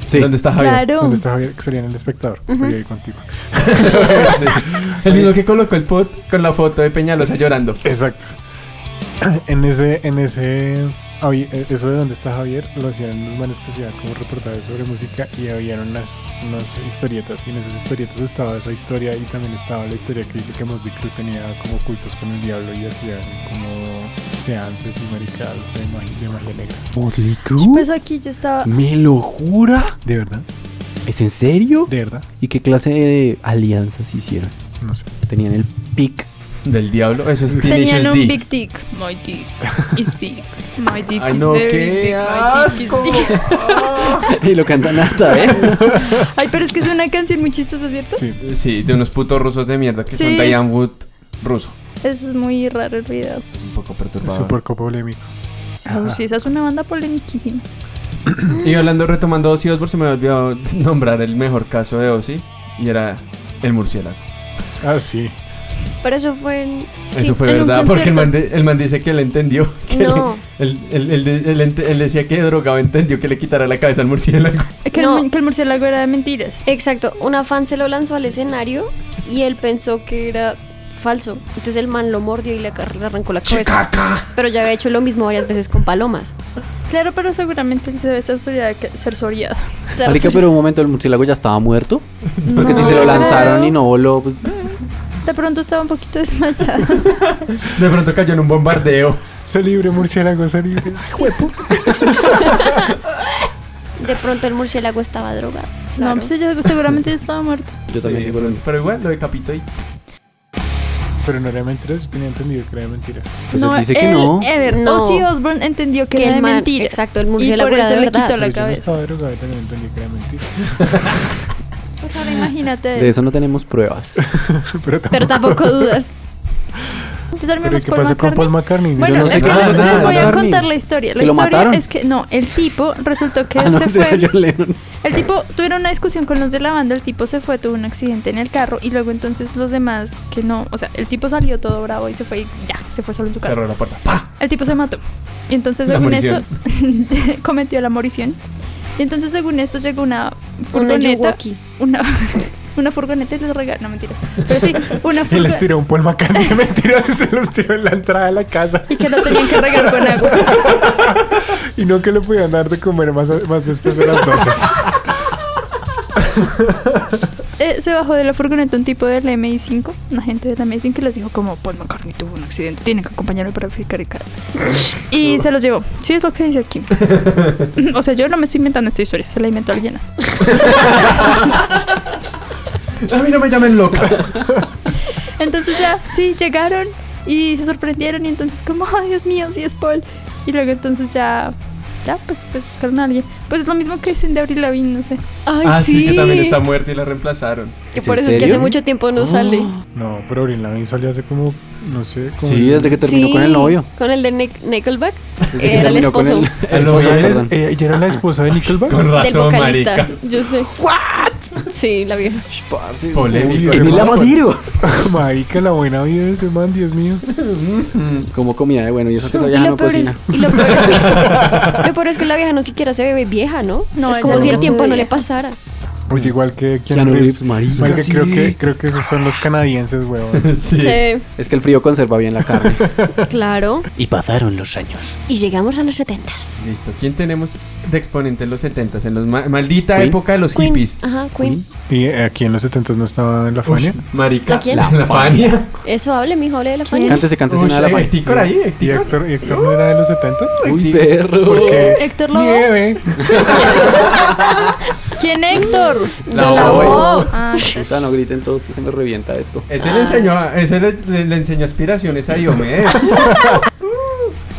[SPEAKER 3] Sí.
[SPEAKER 1] ¿Dónde está Javier?
[SPEAKER 5] Claro.
[SPEAKER 4] ¿Dónde está Javier? Que salía en El Espectador,
[SPEAKER 6] Ujú.
[SPEAKER 4] periódico antiguo.
[SPEAKER 1] Sí. El mismo que colocó el pot con la foto de Peñalosa llorando.
[SPEAKER 4] Exacto. En ese, en ese, había- eh, eso de dónde está Javier, lo hacían los manes que hacían como reportajes sobre música y habían unas, unas historietas y en esas historietas estaba esa historia y también estaba la historia que dice que Motley Crue tenía como cultos con el diablo y hacían como seances y maricadas de magia, de magia negra.
[SPEAKER 3] Motley
[SPEAKER 5] Pues
[SPEAKER 3] Uh.
[SPEAKER 5] aquí yo estaba.
[SPEAKER 3] ¿Me lo jura?
[SPEAKER 4] ¿De verdad?
[SPEAKER 3] ¿Es en serio?
[SPEAKER 4] ¿De verdad?
[SPEAKER 3] ¿Y qué clase de alianzas hicieron?
[SPEAKER 4] No sé.
[SPEAKER 3] Tenían el pic.
[SPEAKER 1] Del diablo, eso es Tenacious
[SPEAKER 5] Tenían un
[SPEAKER 1] D.
[SPEAKER 5] big dick. My dick is big. My dick
[SPEAKER 1] Ay,
[SPEAKER 5] is
[SPEAKER 1] no,
[SPEAKER 5] very
[SPEAKER 1] qué
[SPEAKER 5] big. My dick
[SPEAKER 1] asco.
[SPEAKER 5] is big.
[SPEAKER 3] y lo cantan hasta vez.
[SPEAKER 5] Ay, pero es que es una canción muy chistosa, ¿cierto?
[SPEAKER 4] Sí.
[SPEAKER 1] Sí, de unos putos rusos de mierda que
[SPEAKER 5] Sí.
[SPEAKER 1] son Diane Wood ruso.
[SPEAKER 5] Es muy raro el video.
[SPEAKER 1] Es un poco
[SPEAKER 4] Es
[SPEAKER 1] perturbador.
[SPEAKER 4] súper polémico.
[SPEAKER 3] Ah.
[SPEAKER 5] Oh, sí, esa es una banda polemiquísima.
[SPEAKER 1] Y hablando, retomando Ozzy Osbourne, se me había olvidado nombrar el mejor caso de Ozzy y era el murciélago.
[SPEAKER 4] Ah, sí.
[SPEAKER 6] Pero eso fue en. sí,
[SPEAKER 1] Eso fue
[SPEAKER 6] en un
[SPEAKER 1] verdad, porque el man,
[SPEAKER 6] concierto.
[SPEAKER 1] de- el man dice que él entendió. Que le-
[SPEAKER 6] No.
[SPEAKER 1] él, él- él de- él ente- él decía que drogado entendió que le quitara la cabeza al murciélago.
[SPEAKER 5] Que,
[SPEAKER 6] No.
[SPEAKER 5] el, mu- que el murciélago era de mentiras.
[SPEAKER 6] Exacto, una fan se lo lanzó al escenario y él pensó que era falso. Entonces el man lo mordió y le, acar- le arrancó la cabeza. Pero ya había hecho lo mismo varias veces con palomas.
[SPEAKER 5] Claro, pero seguramente él se debe censurar- que- censoriado.
[SPEAKER 3] Marica, pero un momento, el murciélago ya estaba muerto.
[SPEAKER 5] No,
[SPEAKER 3] Porque si se lo lanzaron
[SPEAKER 5] creo.
[SPEAKER 3] y no voló, pues.
[SPEAKER 5] De pronto estaba un poquito desmayado.
[SPEAKER 1] De pronto cayó en un bombardeo.
[SPEAKER 4] Se libre, murciélago, se libre.
[SPEAKER 6] De pronto el murciélago estaba drogado.
[SPEAKER 5] No, pues ella seguramente ya estaba muerta.
[SPEAKER 3] Yo también
[SPEAKER 1] Sí,
[SPEAKER 3] digo lo mismo.
[SPEAKER 1] Pero igual lo decapitó y
[SPEAKER 4] Pero no era mentira, yo tenía entendido que era mentira.
[SPEAKER 3] Pues él dice que no.
[SPEAKER 5] A ver,
[SPEAKER 6] No.
[SPEAKER 5] Ozzy Osbourne entendió que,
[SPEAKER 6] Que
[SPEAKER 5] era
[SPEAKER 6] el
[SPEAKER 5] de
[SPEAKER 6] man-
[SPEAKER 5] mentiras.
[SPEAKER 6] exacto, el
[SPEAKER 5] y
[SPEAKER 6] murciélago
[SPEAKER 5] por
[SPEAKER 6] era
[SPEAKER 5] eso
[SPEAKER 6] de
[SPEAKER 5] le
[SPEAKER 6] verdad.
[SPEAKER 5] quitó la
[SPEAKER 4] Pero yo no
[SPEAKER 5] cabeza.
[SPEAKER 4] estaba drogado, también entendí que era mentira.
[SPEAKER 5] Pues ahora imagínate.
[SPEAKER 3] De eso no tenemos pruebas.
[SPEAKER 4] Pero tampoco.
[SPEAKER 6] Pero tampoco dudas.
[SPEAKER 5] Entonces,
[SPEAKER 4] Pero ¿y
[SPEAKER 5] terminamos
[SPEAKER 4] ¿qué
[SPEAKER 5] Paul
[SPEAKER 4] pasó con Paul
[SPEAKER 5] McCartney.
[SPEAKER 4] McCartney?
[SPEAKER 5] Bueno,
[SPEAKER 3] Yo no sé
[SPEAKER 5] es que
[SPEAKER 1] qué
[SPEAKER 5] les,
[SPEAKER 1] pasó con
[SPEAKER 5] les
[SPEAKER 1] Paul
[SPEAKER 5] voy a
[SPEAKER 3] McCartney.
[SPEAKER 5] contar la historia. La
[SPEAKER 3] ¿Que lo
[SPEAKER 5] historia
[SPEAKER 3] mataron?
[SPEAKER 5] es que no, el tipo resultó que
[SPEAKER 3] Ah, no,
[SPEAKER 5] se
[SPEAKER 3] será
[SPEAKER 5] fue.
[SPEAKER 3] John Lennon.
[SPEAKER 5] El tipo, tuvieron una discusión con los de la banda, el tipo se fue, tuvo un accidente en el carro y luego entonces los demás que no, o sea, el tipo salió todo bravo y se fue y ya, se fue solo en su carro.
[SPEAKER 1] cerró la puerta. ¡Pah!
[SPEAKER 5] El tipo se mató. Y entonces,
[SPEAKER 1] La
[SPEAKER 5] según esto, cometió la morición. Y entonces, según esto, llegó una
[SPEAKER 6] Una
[SPEAKER 5] furgoneta.
[SPEAKER 6] yuguaki.
[SPEAKER 5] Una, una furgoneta y les regaló. No, mentiras. Pero sí, una
[SPEAKER 4] Y les
[SPEAKER 5] furgoneta.
[SPEAKER 4] tiró un Paul McCartney de mentiras y se los tiró en la entrada de la casa.
[SPEAKER 5] Y que no tenían que regar con agua.
[SPEAKER 4] Y no que le podían dar de comer más, más después de las 12.
[SPEAKER 5] Eh, se bajó de la furgoneta un tipo del MI5, un agente del MI5, que les dijo como, Paul McCartney tuvo un accidente, tienen que acompañarme para verificar el carro. Y se los llevó. Sí, es lo que dice aquí. o sea, yo no me estoy inventando esta historia, se la inventó alguien más.
[SPEAKER 1] A mí no me llamen loca.
[SPEAKER 5] Entonces ya, sí, llegaron y se sorprendieron y entonces como, ay Dios mío, sí es Paul. Y luego entonces ya, ya, pues, pues buscaron a alguien. Pues es lo mismo que dicen de Abril Lavigne, no sé.
[SPEAKER 6] Ay,
[SPEAKER 1] Ah, sí, que también está muerta y la reemplazaron.
[SPEAKER 6] Que
[SPEAKER 3] ¿Es
[SPEAKER 6] por
[SPEAKER 3] en
[SPEAKER 6] eso es que
[SPEAKER 3] serio?
[SPEAKER 6] hace mucho tiempo no sale.
[SPEAKER 5] Ah.
[SPEAKER 4] No, pero Brin Lavigne salió hace como, no sé, como.
[SPEAKER 3] Sí, desde que terminó con el novio.
[SPEAKER 6] Con el de Nic- Nickelback. Eh,
[SPEAKER 3] Desde que
[SPEAKER 6] Era el
[SPEAKER 3] terminó con
[SPEAKER 6] esposo.
[SPEAKER 3] el
[SPEAKER 1] El
[SPEAKER 3] esposo,
[SPEAKER 1] novio es-
[SPEAKER 3] perdón.
[SPEAKER 4] Eh, ¿Ella era la esposa de
[SPEAKER 1] Con
[SPEAKER 4] Nickelback?
[SPEAKER 6] Del
[SPEAKER 1] razón,
[SPEAKER 6] vocalista.
[SPEAKER 1] marica.
[SPEAKER 6] Yo sé. ¿What? Sí, la vieja.
[SPEAKER 1] Polémico.
[SPEAKER 4] Uy,
[SPEAKER 3] Emil
[SPEAKER 4] hermano,
[SPEAKER 3] Lavadiro.
[SPEAKER 4] Marica, la buena vida de ese man, Dios mío.
[SPEAKER 3] Como comida de bueno, y eso que esa
[SPEAKER 6] Y
[SPEAKER 3] vieja
[SPEAKER 6] lo,
[SPEAKER 3] no
[SPEAKER 6] peor es,
[SPEAKER 3] cocina.
[SPEAKER 6] y lo peor es que, lo peor es que la vieja no siquiera se ve vieja, ¿no?
[SPEAKER 5] No,
[SPEAKER 6] es
[SPEAKER 5] ella
[SPEAKER 6] como si
[SPEAKER 5] nunca
[SPEAKER 6] el
[SPEAKER 5] se
[SPEAKER 6] tiempo
[SPEAKER 5] ve
[SPEAKER 6] no le
[SPEAKER 5] vieja.
[SPEAKER 6] pasara.
[SPEAKER 4] Pues igual que Keanu
[SPEAKER 3] Keanu
[SPEAKER 4] Reeves.
[SPEAKER 3] Reeves, marica,
[SPEAKER 4] Marica,
[SPEAKER 3] sí.
[SPEAKER 4] creo, que, creo que esos son los canadienses, weón.
[SPEAKER 1] Sí.
[SPEAKER 3] Es que el frío conserva bien la carne.
[SPEAKER 6] claro.
[SPEAKER 7] Y pasaron los años.
[SPEAKER 6] Y llegamos a los setentas.
[SPEAKER 1] Listo. ¿Quién tenemos de exponente en los 70s? En los ma- maldita
[SPEAKER 3] Queen.
[SPEAKER 1] época de los
[SPEAKER 6] Queen. Ah.
[SPEAKER 1] hippies.
[SPEAKER 6] Ajá, Queen.
[SPEAKER 4] Y eh, aquí en los 70 no estaba en la
[SPEAKER 1] Ush,
[SPEAKER 4] Fania.
[SPEAKER 1] marica.
[SPEAKER 6] ¿La quién?
[SPEAKER 1] La, Fania.
[SPEAKER 6] Eso hable, mijo, hable de la Fania.
[SPEAKER 3] Cántese, cántese una de la
[SPEAKER 1] Ush, eh,
[SPEAKER 3] fan.
[SPEAKER 1] Héctor ahí,
[SPEAKER 4] ¿Y
[SPEAKER 1] Héctor.
[SPEAKER 4] Héctor, y Héctor no era de los 70?
[SPEAKER 3] Uy, perro.
[SPEAKER 4] Porque.
[SPEAKER 5] Héctor Lavoe.
[SPEAKER 4] Nieve.
[SPEAKER 5] ¿Quién Héctor?
[SPEAKER 1] La
[SPEAKER 5] De
[SPEAKER 1] Lavoe.
[SPEAKER 5] Lavoe. Ah, gracias.
[SPEAKER 3] Puta, no griten todos que se me revienta esto.
[SPEAKER 6] Ah.
[SPEAKER 1] Ese, le enseñó, a- ese le, le- le enseñó aspiraciones a Diomedes.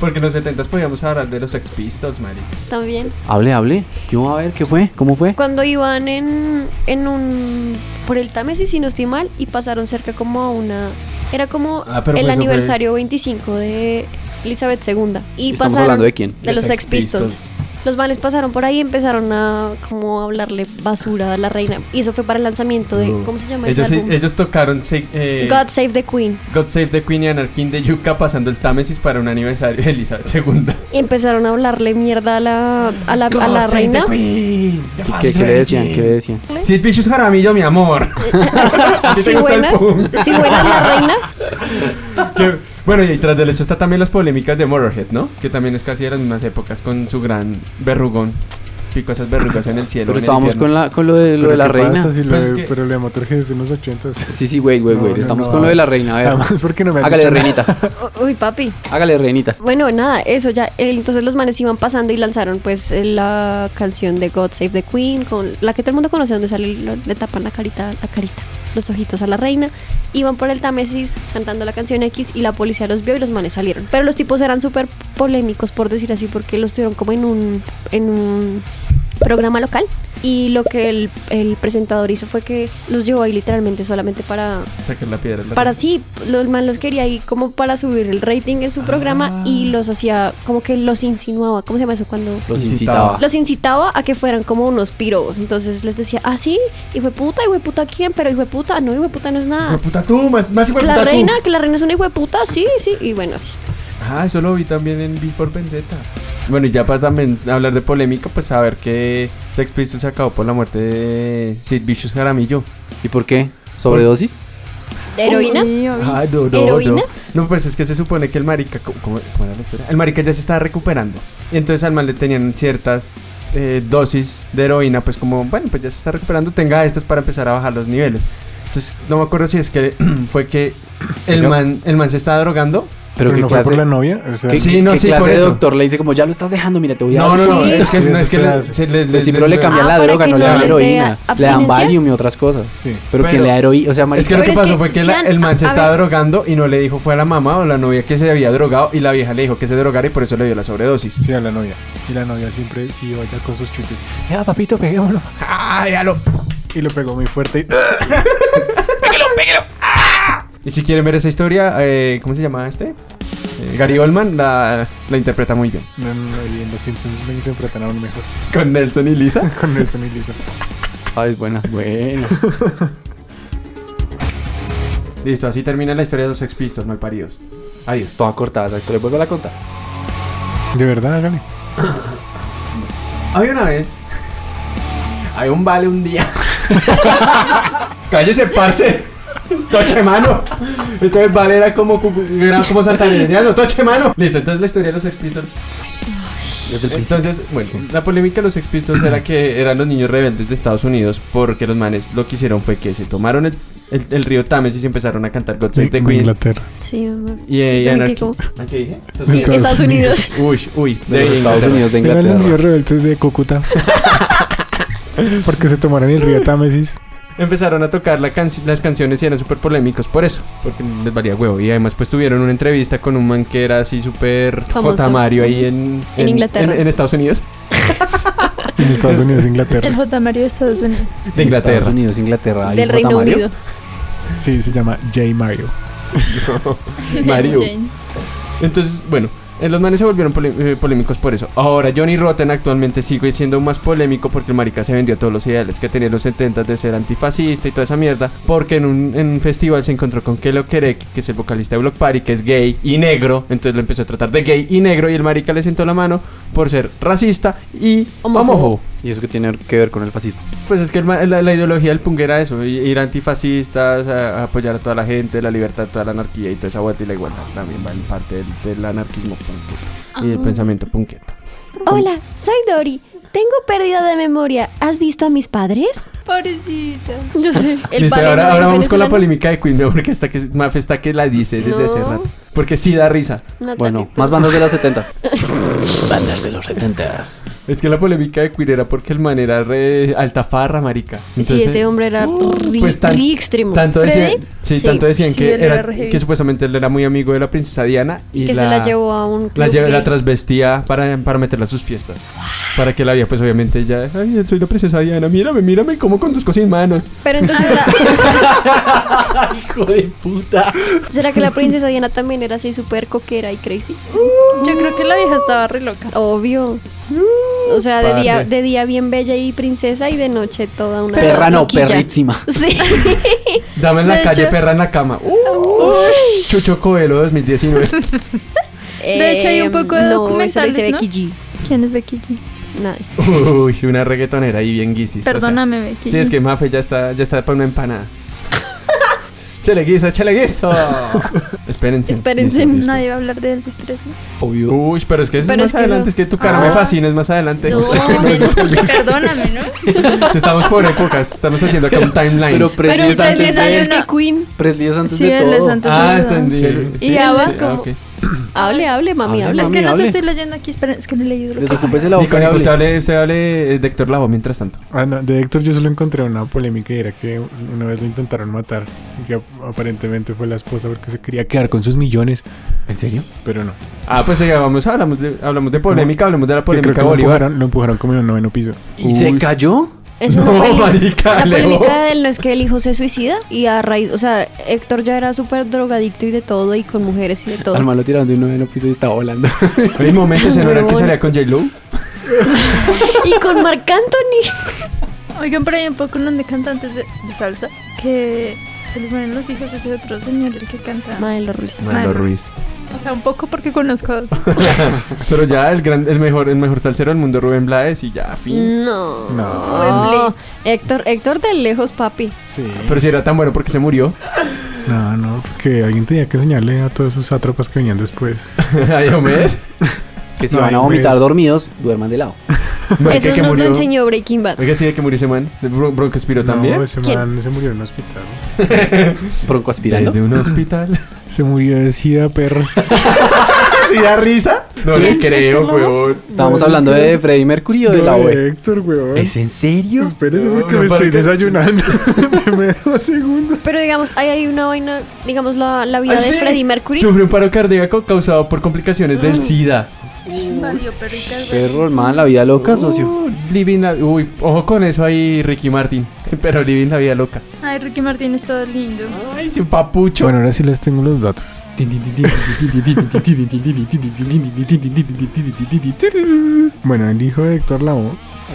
[SPEAKER 1] Porque en los 70 podíamos hablar de los Sex Pistols, marica.
[SPEAKER 6] También.
[SPEAKER 3] Hable, hable. Yo a ver qué fue, cómo fue.
[SPEAKER 6] Cuando iban en, en un. por el Támesis, si no estoy mal, y pasaron cerca como a una. Era como
[SPEAKER 1] Ah, pero pues eso
[SPEAKER 6] el
[SPEAKER 1] fue-
[SPEAKER 6] aniversario 25 de Elizabeth II. Y
[SPEAKER 3] Estamos
[SPEAKER 6] pasaron
[SPEAKER 3] hablando de quién?
[SPEAKER 6] De los Sex Pistols. Los males pasaron por ahí y empezaron a como hablarle basura a la reina. Y eso fue para el lanzamiento de. ¿Cómo se llama
[SPEAKER 1] Ellos,
[SPEAKER 6] ese álbum?
[SPEAKER 1] ellos tocaron se- eh,
[SPEAKER 6] God Save the Queen.
[SPEAKER 1] God Save the Queen y Anarquín de Yuka pasando el Támesis para un aniversario de Elizabeth II.
[SPEAKER 6] Y empezaron a hablarle mierda a la, a la, a la reina.
[SPEAKER 3] ¿Qué, qué le decían? ¿Qué le decían?
[SPEAKER 1] Sid Vicious Jaramillo, mi amor. ¿A ti te
[SPEAKER 6] Si
[SPEAKER 1] gusta el
[SPEAKER 6] buenas,
[SPEAKER 1] punk?
[SPEAKER 6] si buenas la reina.
[SPEAKER 1] Que- bueno, y tras del hecho está también las polémicas de Motorhead, ¿no? Que también es casi de las mismas épocas con su gran verrugón. Pico esas verrugas en el cielo. en
[SPEAKER 3] Pero
[SPEAKER 1] el
[SPEAKER 3] estábamos
[SPEAKER 1] infierno.
[SPEAKER 3] con, la, con lo de, lo de la
[SPEAKER 4] ¿qué pasa
[SPEAKER 3] reina.
[SPEAKER 4] si lo
[SPEAKER 1] Pues
[SPEAKER 4] de-
[SPEAKER 1] es que-
[SPEAKER 4] Pero lo de Motorhead es de los 80.
[SPEAKER 3] Sí, sí, güey, güey,
[SPEAKER 4] No,
[SPEAKER 3] güey.
[SPEAKER 4] no,
[SPEAKER 3] Estamos
[SPEAKER 4] no,
[SPEAKER 3] con
[SPEAKER 4] no.
[SPEAKER 3] lo de la reina. A ver,
[SPEAKER 4] Además, ¿por qué no me han
[SPEAKER 3] hágale
[SPEAKER 4] dicho nada?
[SPEAKER 3] reinita.
[SPEAKER 6] Uy, papi.
[SPEAKER 3] Hágale reinita.
[SPEAKER 6] Bueno, nada, eso ya. eh, Entonces los manes iban pasando y lanzaron pues eh, la canción de God Save the Queen, con la que todo el mundo conoce, donde sale, lo- le tapan la carita, la carita, los ojitos a la reina. Iban por el Támesis cantando la canción X y la policía los vio y los manes salieron. Pero los tipos eran súper polémicos, por decir así, porque los tuvieron como en un, en un programa local. Y lo que el, el presentador hizo fue que los llevó ahí literalmente solamente para
[SPEAKER 1] Sacar la piedra. la-
[SPEAKER 6] para sí, los man los quería ahí como para subir el rating en su programa
[SPEAKER 1] Ah.
[SPEAKER 6] y los hacía como que los insinuaba, ¿cómo se llama eso? Cuando
[SPEAKER 3] Los
[SPEAKER 1] Incitaba.
[SPEAKER 3] incitaba.
[SPEAKER 6] los incitaba a que fueran como unos pirobos. Entonces les decía, ah, sí, hijo de puta, hijo de puta, ¿quién? Pero hijo de puta, no, hijo de puta no es
[SPEAKER 1] Hijo de
[SPEAKER 6] nada.
[SPEAKER 1] puta tú, más, más hijo
[SPEAKER 6] Que
[SPEAKER 1] de
[SPEAKER 6] la
[SPEAKER 1] puta tú.
[SPEAKER 6] reina, que la reina es una hijo de puta, sí, sí. Y bueno, así.
[SPEAKER 1] Ah, eso lo vi también en Before Vendetta. Bueno, y ya para también hablar de polémica, pues saber que Sex Pistols se acabó por la muerte de Sid Vicious Jaramillo.
[SPEAKER 3] ¿Y por qué? ¿Sobredosis?
[SPEAKER 6] ¿De heroína?
[SPEAKER 5] Sí, obvio.
[SPEAKER 1] Ah, no, no,
[SPEAKER 6] ¿Heroína?
[SPEAKER 1] No. No, pues es que se supone que el marica, ¿cómo, cómo- cómo era la historia? El marica ya se estaba recuperando. Y entonces al mal le tenían ciertas eh, dosis de heroína, pues como, bueno, pues ya se está recuperando, tenga estas para empezar a bajar los niveles. Entonces, no me acuerdo si es que fue que el
[SPEAKER 3] Oiga.
[SPEAKER 1] man, el man se estaba drogando.
[SPEAKER 3] ¿Pero
[SPEAKER 4] ¿Pero
[SPEAKER 3] qué
[SPEAKER 4] no fue
[SPEAKER 3] clase?
[SPEAKER 4] por la novia? O sea,
[SPEAKER 3] ¿Qué,
[SPEAKER 1] Sí,
[SPEAKER 3] qué-
[SPEAKER 1] no,
[SPEAKER 3] qué
[SPEAKER 1] sí, por
[SPEAKER 3] clase de
[SPEAKER 1] eso.
[SPEAKER 3] doctor le dice como ya lo estás dejando? Mira, te voy a
[SPEAKER 1] No, no, no,
[SPEAKER 6] Sí.
[SPEAKER 1] es que
[SPEAKER 4] Sí,
[SPEAKER 1] no es
[SPEAKER 4] eso
[SPEAKER 1] que
[SPEAKER 4] se
[SPEAKER 1] le,
[SPEAKER 4] hace.
[SPEAKER 1] se le- le-
[SPEAKER 3] Pues sí, pero
[SPEAKER 1] le-
[SPEAKER 3] le cambian la
[SPEAKER 6] Ah, para
[SPEAKER 3] droga,
[SPEAKER 6] que
[SPEAKER 3] no le
[SPEAKER 6] no
[SPEAKER 3] dan
[SPEAKER 6] les dé
[SPEAKER 3] heroína. Le dan
[SPEAKER 6] abstinencia.
[SPEAKER 3] Valium y otras cosas.
[SPEAKER 4] sí.
[SPEAKER 3] Pero,
[SPEAKER 1] Pero-
[SPEAKER 3] quien le da heroína, o sea,
[SPEAKER 1] Es
[SPEAKER 3] marica,
[SPEAKER 1] que lo que
[SPEAKER 6] Pero es
[SPEAKER 1] pasó
[SPEAKER 6] que
[SPEAKER 1] fue que
[SPEAKER 6] si
[SPEAKER 1] la-
[SPEAKER 6] han-
[SPEAKER 1] el man se
[SPEAKER 6] a
[SPEAKER 1] estaba
[SPEAKER 6] ver.
[SPEAKER 1] drogando y no le dijo fue a la mamá o la novia que se había drogado y la vieja le dijo que se drogara y por eso le dio la sobredosis.
[SPEAKER 4] Sí, a la novia. Y la novia siempre sí vaya con sus chutes. Ya, papito, peguémoslo. ¡Ah, ya lo! Y lo pegó muy fuerte. Y... ¡ah!
[SPEAKER 1] Y si quieren ver esa historia, eh, ¿cómo se llama este? Eh, Gary Oldman la, la interpreta muy bien.
[SPEAKER 4] No, no, no, y en los Simpsons me interpretan aún mejor.
[SPEAKER 1] Con Nelson y Lisa.
[SPEAKER 4] Con Nelson y Lisa.
[SPEAKER 3] Ay, buenas, bueno.
[SPEAKER 1] Listo, así termina la historia de los Sex Pistols, mal paridos. Adiós.
[SPEAKER 3] Toda cortada la historia, vuelvo a la contar.
[SPEAKER 4] De verdad, hágale.
[SPEAKER 1] Había una vez. Hay un vale un día. Cállese, parce. Toche mano. Entonces vale era como, era como santandereano. Toche mano. Listo, entonces la historia de los Sex Pistols.
[SPEAKER 3] Desde el principio.
[SPEAKER 1] Entonces, bueno, la polémica de los Sex Pistols era que eran los niños rebeldes de Estados Unidos porque los manes lo que hicieron fue que se tomaron el, el- el río Támesis y empezaron a cantar God Save the
[SPEAKER 4] De
[SPEAKER 1] Queen
[SPEAKER 4] Inglaterra.
[SPEAKER 6] Sí, mi amor.
[SPEAKER 1] y, y
[SPEAKER 6] También
[SPEAKER 1] Anarchy.
[SPEAKER 6] digo,
[SPEAKER 1] ¿Ah, ¿Qué dije?
[SPEAKER 4] Estados
[SPEAKER 6] Estados Unidos.
[SPEAKER 1] Uy, uy,
[SPEAKER 3] De los Pues Estados
[SPEAKER 1] Inglaterra.
[SPEAKER 3] Unidos, de
[SPEAKER 4] Eran los niños
[SPEAKER 3] Inglaterra.
[SPEAKER 4] rebeldes de Cúcuta. Porque se tomaron el río Támesis.
[SPEAKER 1] Empezaron a tocar la canci- las canciones y eran súper polémicos por eso, porque les valía huevo. Y además, pues tuvieron una entrevista con un man que era así súper
[SPEAKER 6] Famoso.
[SPEAKER 1] J. Mario ahí en,
[SPEAKER 6] En Inglaterra.
[SPEAKER 1] en- en Estados Unidos,
[SPEAKER 4] En Estados Unidos,
[SPEAKER 5] El
[SPEAKER 4] Inglaterra.
[SPEAKER 5] J. Mario de Estados Unidos.
[SPEAKER 1] de Inglaterra.
[SPEAKER 3] Estados Unidos, Inglaterra. ¿Hay
[SPEAKER 6] Del
[SPEAKER 3] un
[SPEAKER 6] Reino
[SPEAKER 3] J-Mario?
[SPEAKER 6] Unido.
[SPEAKER 4] Sí, se llama J. Mario.
[SPEAKER 1] Mario.
[SPEAKER 5] Jane.
[SPEAKER 1] Entonces, bueno, eh, los manes se volvieron polé- eh, polémicos por eso. Ahora, Johnny Rotten actualmente sigue siendo más polémico porque el marica se vendió a todos los ideales que tenía en los 70 de ser antifascista y toda esa mierda. Porque en un, en un festival se encontró con Kelo Kerek, que es el vocalista de Block Party, que es gay y negro. Entonces lo empezó a tratar de gay y negro y el marica le sentó la mano por ser racista y
[SPEAKER 6] Homófobo.
[SPEAKER 1] homófobo.
[SPEAKER 3] ¿Y eso que tiene que ver con el fascismo?
[SPEAKER 1] Pues es que el ma- la, la ideología del punk era eso, i- ir antifascistas, a, a apoyar a toda la gente, la libertad, toda la anarquía y toda esa vuelta y la igualdad también va en parte del, del anarquismo punk y
[SPEAKER 6] Ah.
[SPEAKER 1] del pensamiento punketo.
[SPEAKER 6] Hola, soy Dory. Tengo pérdida de memoria. ¿Has visto a mis padres?
[SPEAKER 5] Pobrecita.
[SPEAKER 6] Yo sé.
[SPEAKER 1] Listo, ahora, ahora vamos con la polémica de Queen, ¿no? porque hasta que Maf está que la dice desde hace
[SPEAKER 6] No.
[SPEAKER 1] rato. Porque sí da risa.
[SPEAKER 6] pues.
[SPEAKER 3] Bueno, más bandas de los 70.
[SPEAKER 7] Bandas de los 70.
[SPEAKER 1] Es que la polémica de Queer era porque el man era re altafarra, marica.
[SPEAKER 6] sí, ese hombre era ri,
[SPEAKER 1] pues tan-
[SPEAKER 6] ri extremo.
[SPEAKER 1] Tanto decían,
[SPEAKER 5] ¿Freddy?
[SPEAKER 1] sí,
[SPEAKER 6] Sí.
[SPEAKER 1] tanto decían
[SPEAKER 5] Sí,
[SPEAKER 1] que,
[SPEAKER 5] él era
[SPEAKER 1] era-
[SPEAKER 5] re heavy.
[SPEAKER 1] que supuestamente él era muy amigo de la princesa Diana y
[SPEAKER 6] que
[SPEAKER 1] la,
[SPEAKER 6] se la llevó a un club
[SPEAKER 1] la, lle-
[SPEAKER 6] de-
[SPEAKER 1] la transvestía para, para meterla a sus fiestas. Para que la vieja, pues obviamente ella, ay, soy la princesa Diana, mírame, mírame como con tus cosas en manos.
[SPEAKER 6] Pero entonces, la-
[SPEAKER 3] Hijo de puta.
[SPEAKER 6] ¿será que la princesa Diana también era así súper coquera y crazy?
[SPEAKER 5] Yo creo que la vieja estaba re loca.
[SPEAKER 6] Obvio. O sea, de día,
[SPEAKER 1] Parce.
[SPEAKER 6] de día bien bella y princesa y de noche toda una...
[SPEAKER 3] Perra no,
[SPEAKER 6] loquilla.
[SPEAKER 3] perrísima.
[SPEAKER 6] Sí.
[SPEAKER 1] Dame en la
[SPEAKER 5] De
[SPEAKER 1] calle,
[SPEAKER 5] hecho-
[SPEAKER 1] perra en la cama. Uh, Chucho Coelho 2019.
[SPEAKER 5] De hecho, hay un
[SPEAKER 6] Em,
[SPEAKER 5] poco de documentales,
[SPEAKER 6] No, eso lo
[SPEAKER 5] ¿no?
[SPEAKER 6] dice Becky
[SPEAKER 5] ¿Quién es Becky G?
[SPEAKER 6] G. Nada.
[SPEAKER 1] Uy, una reggaetonera ahí bien guisis. o sea.
[SPEAKER 5] Perdóname, Becky
[SPEAKER 1] sí,
[SPEAKER 5] G.
[SPEAKER 1] es que Mafe ya está, ya está para una empanada. chale guiso, chale guiso. Espérense.
[SPEAKER 6] Espérense,
[SPEAKER 1] Listo, listo.
[SPEAKER 5] Nadie va a hablar de Elvis Presley.
[SPEAKER 3] Obvio.
[SPEAKER 1] Uy, pero es que es
[SPEAKER 6] Pero
[SPEAKER 1] más
[SPEAKER 6] es que
[SPEAKER 1] adelante,
[SPEAKER 6] no.
[SPEAKER 1] es que tu cara me
[SPEAKER 6] Ah.
[SPEAKER 1] fascina, es más adelante.
[SPEAKER 6] No,
[SPEAKER 1] Pues
[SPEAKER 5] menos- perdóname, ¿no?
[SPEAKER 1] Estamos por épocas, estamos haciendo acá un timeline.
[SPEAKER 3] Pero Presley
[SPEAKER 5] Pero
[SPEAKER 3] es antes
[SPEAKER 5] ustedes
[SPEAKER 3] de...
[SPEAKER 5] hay
[SPEAKER 6] Es que Queen...
[SPEAKER 3] Presley es antes
[SPEAKER 5] Sí,
[SPEAKER 3] de
[SPEAKER 5] él
[SPEAKER 3] todo.
[SPEAKER 5] es antes
[SPEAKER 1] ah,
[SPEAKER 5] de verdad.
[SPEAKER 1] entendí.
[SPEAKER 4] Sí.
[SPEAKER 5] Y Abba es
[SPEAKER 1] ah,
[SPEAKER 5] como-
[SPEAKER 1] ok.
[SPEAKER 6] Hable, hable, mami,
[SPEAKER 3] Hable,
[SPEAKER 6] hable.
[SPEAKER 5] Es que no
[SPEAKER 3] hable.
[SPEAKER 5] se estoy leyendo aquí, esperen, es que no he leído lo que
[SPEAKER 3] Desocúpese la
[SPEAKER 1] Nico,
[SPEAKER 3] boca y
[SPEAKER 1] Nico,
[SPEAKER 3] hable.
[SPEAKER 1] usted hable, usted hable eh, de Héctor Lavo mientras tanto.
[SPEAKER 4] Ah, no, de Héctor yo solo encontré una polémica y era que una vez lo intentaron matar y que ap- aparentemente fue la esposa porque se quería quedar con sus millones,
[SPEAKER 3] ¿En serio?
[SPEAKER 4] pero no.
[SPEAKER 1] Ah, pues ya vamos, hablamos de, hablamos de polémica, hablamos de la
[SPEAKER 4] Yo creo que
[SPEAKER 1] polémica de
[SPEAKER 4] lo
[SPEAKER 1] Bolívar.
[SPEAKER 4] empujaron, lo empujaron como de un noveno piso.
[SPEAKER 3] ¿Y se
[SPEAKER 1] Uy.
[SPEAKER 3] cayó?
[SPEAKER 6] Eso no, fue-
[SPEAKER 1] marica,
[SPEAKER 6] La
[SPEAKER 1] Leo.
[SPEAKER 6] polémica de él no es que el hijo se suicida y a raíz, o sea, Héctor ya era súper drogadicto y de todo y con mujeres y de todo.
[SPEAKER 3] Al malo tiraron de un noveno piso y estaba volando.
[SPEAKER 1] Hay momentos en el que
[SPEAKER 6] Huevón.
[SPEAKER 1] salía con J-Lo.
[SPEAKER 6] Y con Marc Anthony.
[SPEAKER 5] Oigan, pero hay un poco de cantantes de, de salsa que se les mueren los hijos a ese otro señor el que canta.
[SPEAKER 6] Maelo Ruiz.
[SPEAKER 1] Mando Ruiz.
[SPEAKER 5] O sea, un poco porque conozco a
[SPEAKER 1] Pero ya el gran, el mejor, el mejor salsero del mundo, Rubén Blades, y ya,
[SPEAKER 6] Mm.
[SPEAKER 1] fin.
[SPEAKER 6] No.
[SPEAKER 5] No.
[SPEAKER 6] Héctor, Héctor de lejos, papi.
[SPEAKER 4] Sí.
[SPEAKER 1] Pero si era tan bueno porque se murió.
[SPEAKER 4] No, no, porque alguien tenía que enseñarle a todos esos sátrapas que venían después.
[SPEAKER 1] Ay, hombre.
[SPEAKER 3] Que si
[SPEAKER 4] Ay,
[SPEAKER 3] van a vomitar
[SPEAKER 4] pues.
[SPEAKER 3] dormidos, duerman de lado.
[SPEAKER 1] Marica,
[SPEAKER 6] Eso
[SPEAKER 1] que
[SPEAKER 6] nos
[SPEAKER 1] murió.
[SPEAKER 6] lo enseñó Breaking Bad.
[SPEAKER 1] Oiga, sí, de que murió ese man. De bron- broncoaspiró
[SPEAKER 4] No,
[SPEAKER 1] también.
[SPEAKER 4] ese
[SPEAKER 6] ¿Quién?
[SPEAKER 4] man se murió en un hospital.
[SPEAKER 3] Bronco aspirando.
[SPEAKER 4] Pues,
[SPEAKER 1] Desde un hospital.
[SPEAKER 4] Se murió de sida, perros.
[SPEAKER 1] ¿Sí da risa? No le creo, weón.
[SPEAKER 3] Estábamos hablando de Freddie Mercury o de
[SPEAKER 4] No,
[SPEAKER 3] la OE.
[SPEAKER 4] de Héctor, weón.
[SPEAKER 3] ¿Es en serio?
[SPEAKER 4] Espérese
[SPEAKER 1] No,
[SPEAKER 4] porque
[SPEAKER 1] no,
[SPEAKER 4] me
[SPEAKER 1] ¿para
[SPEAKER 4] estoy
[SPEAKER 1] qué?
[SPEAKER 4] desayunando. Deme dos segundos.
[SPEAKER 6] Pero digamos, ahí hay una vaina, digamos, la, la vida
[SPEAKER 1] Ay,
[SPEAKER 6] de
[SPEAKER 1] sí.
[SPEAKER 6] Freddie Mercury.
[SPEAKER 1] Sufrió un paro cardíaco causado por complicaciones
[SPEAKER 6] Mm.
[SPEAKER 1] del SIDA.
[SPEAKER 3] Perro, hermano, la vida loca, socio.
[SPEAKER 1] Uh, living la... Uy, ojo con eso ahí, Ricky Martin. Pero Living la vida loca.
[SPEAKER 5] Ay, Ricky Martín es todo lindo.
[SPEAKER 1] Ay, sin papucho.
[SPEAKER 4] Bueno, ahora sí les tengo los datos. Bueno, el hijo de Héctor Lavoe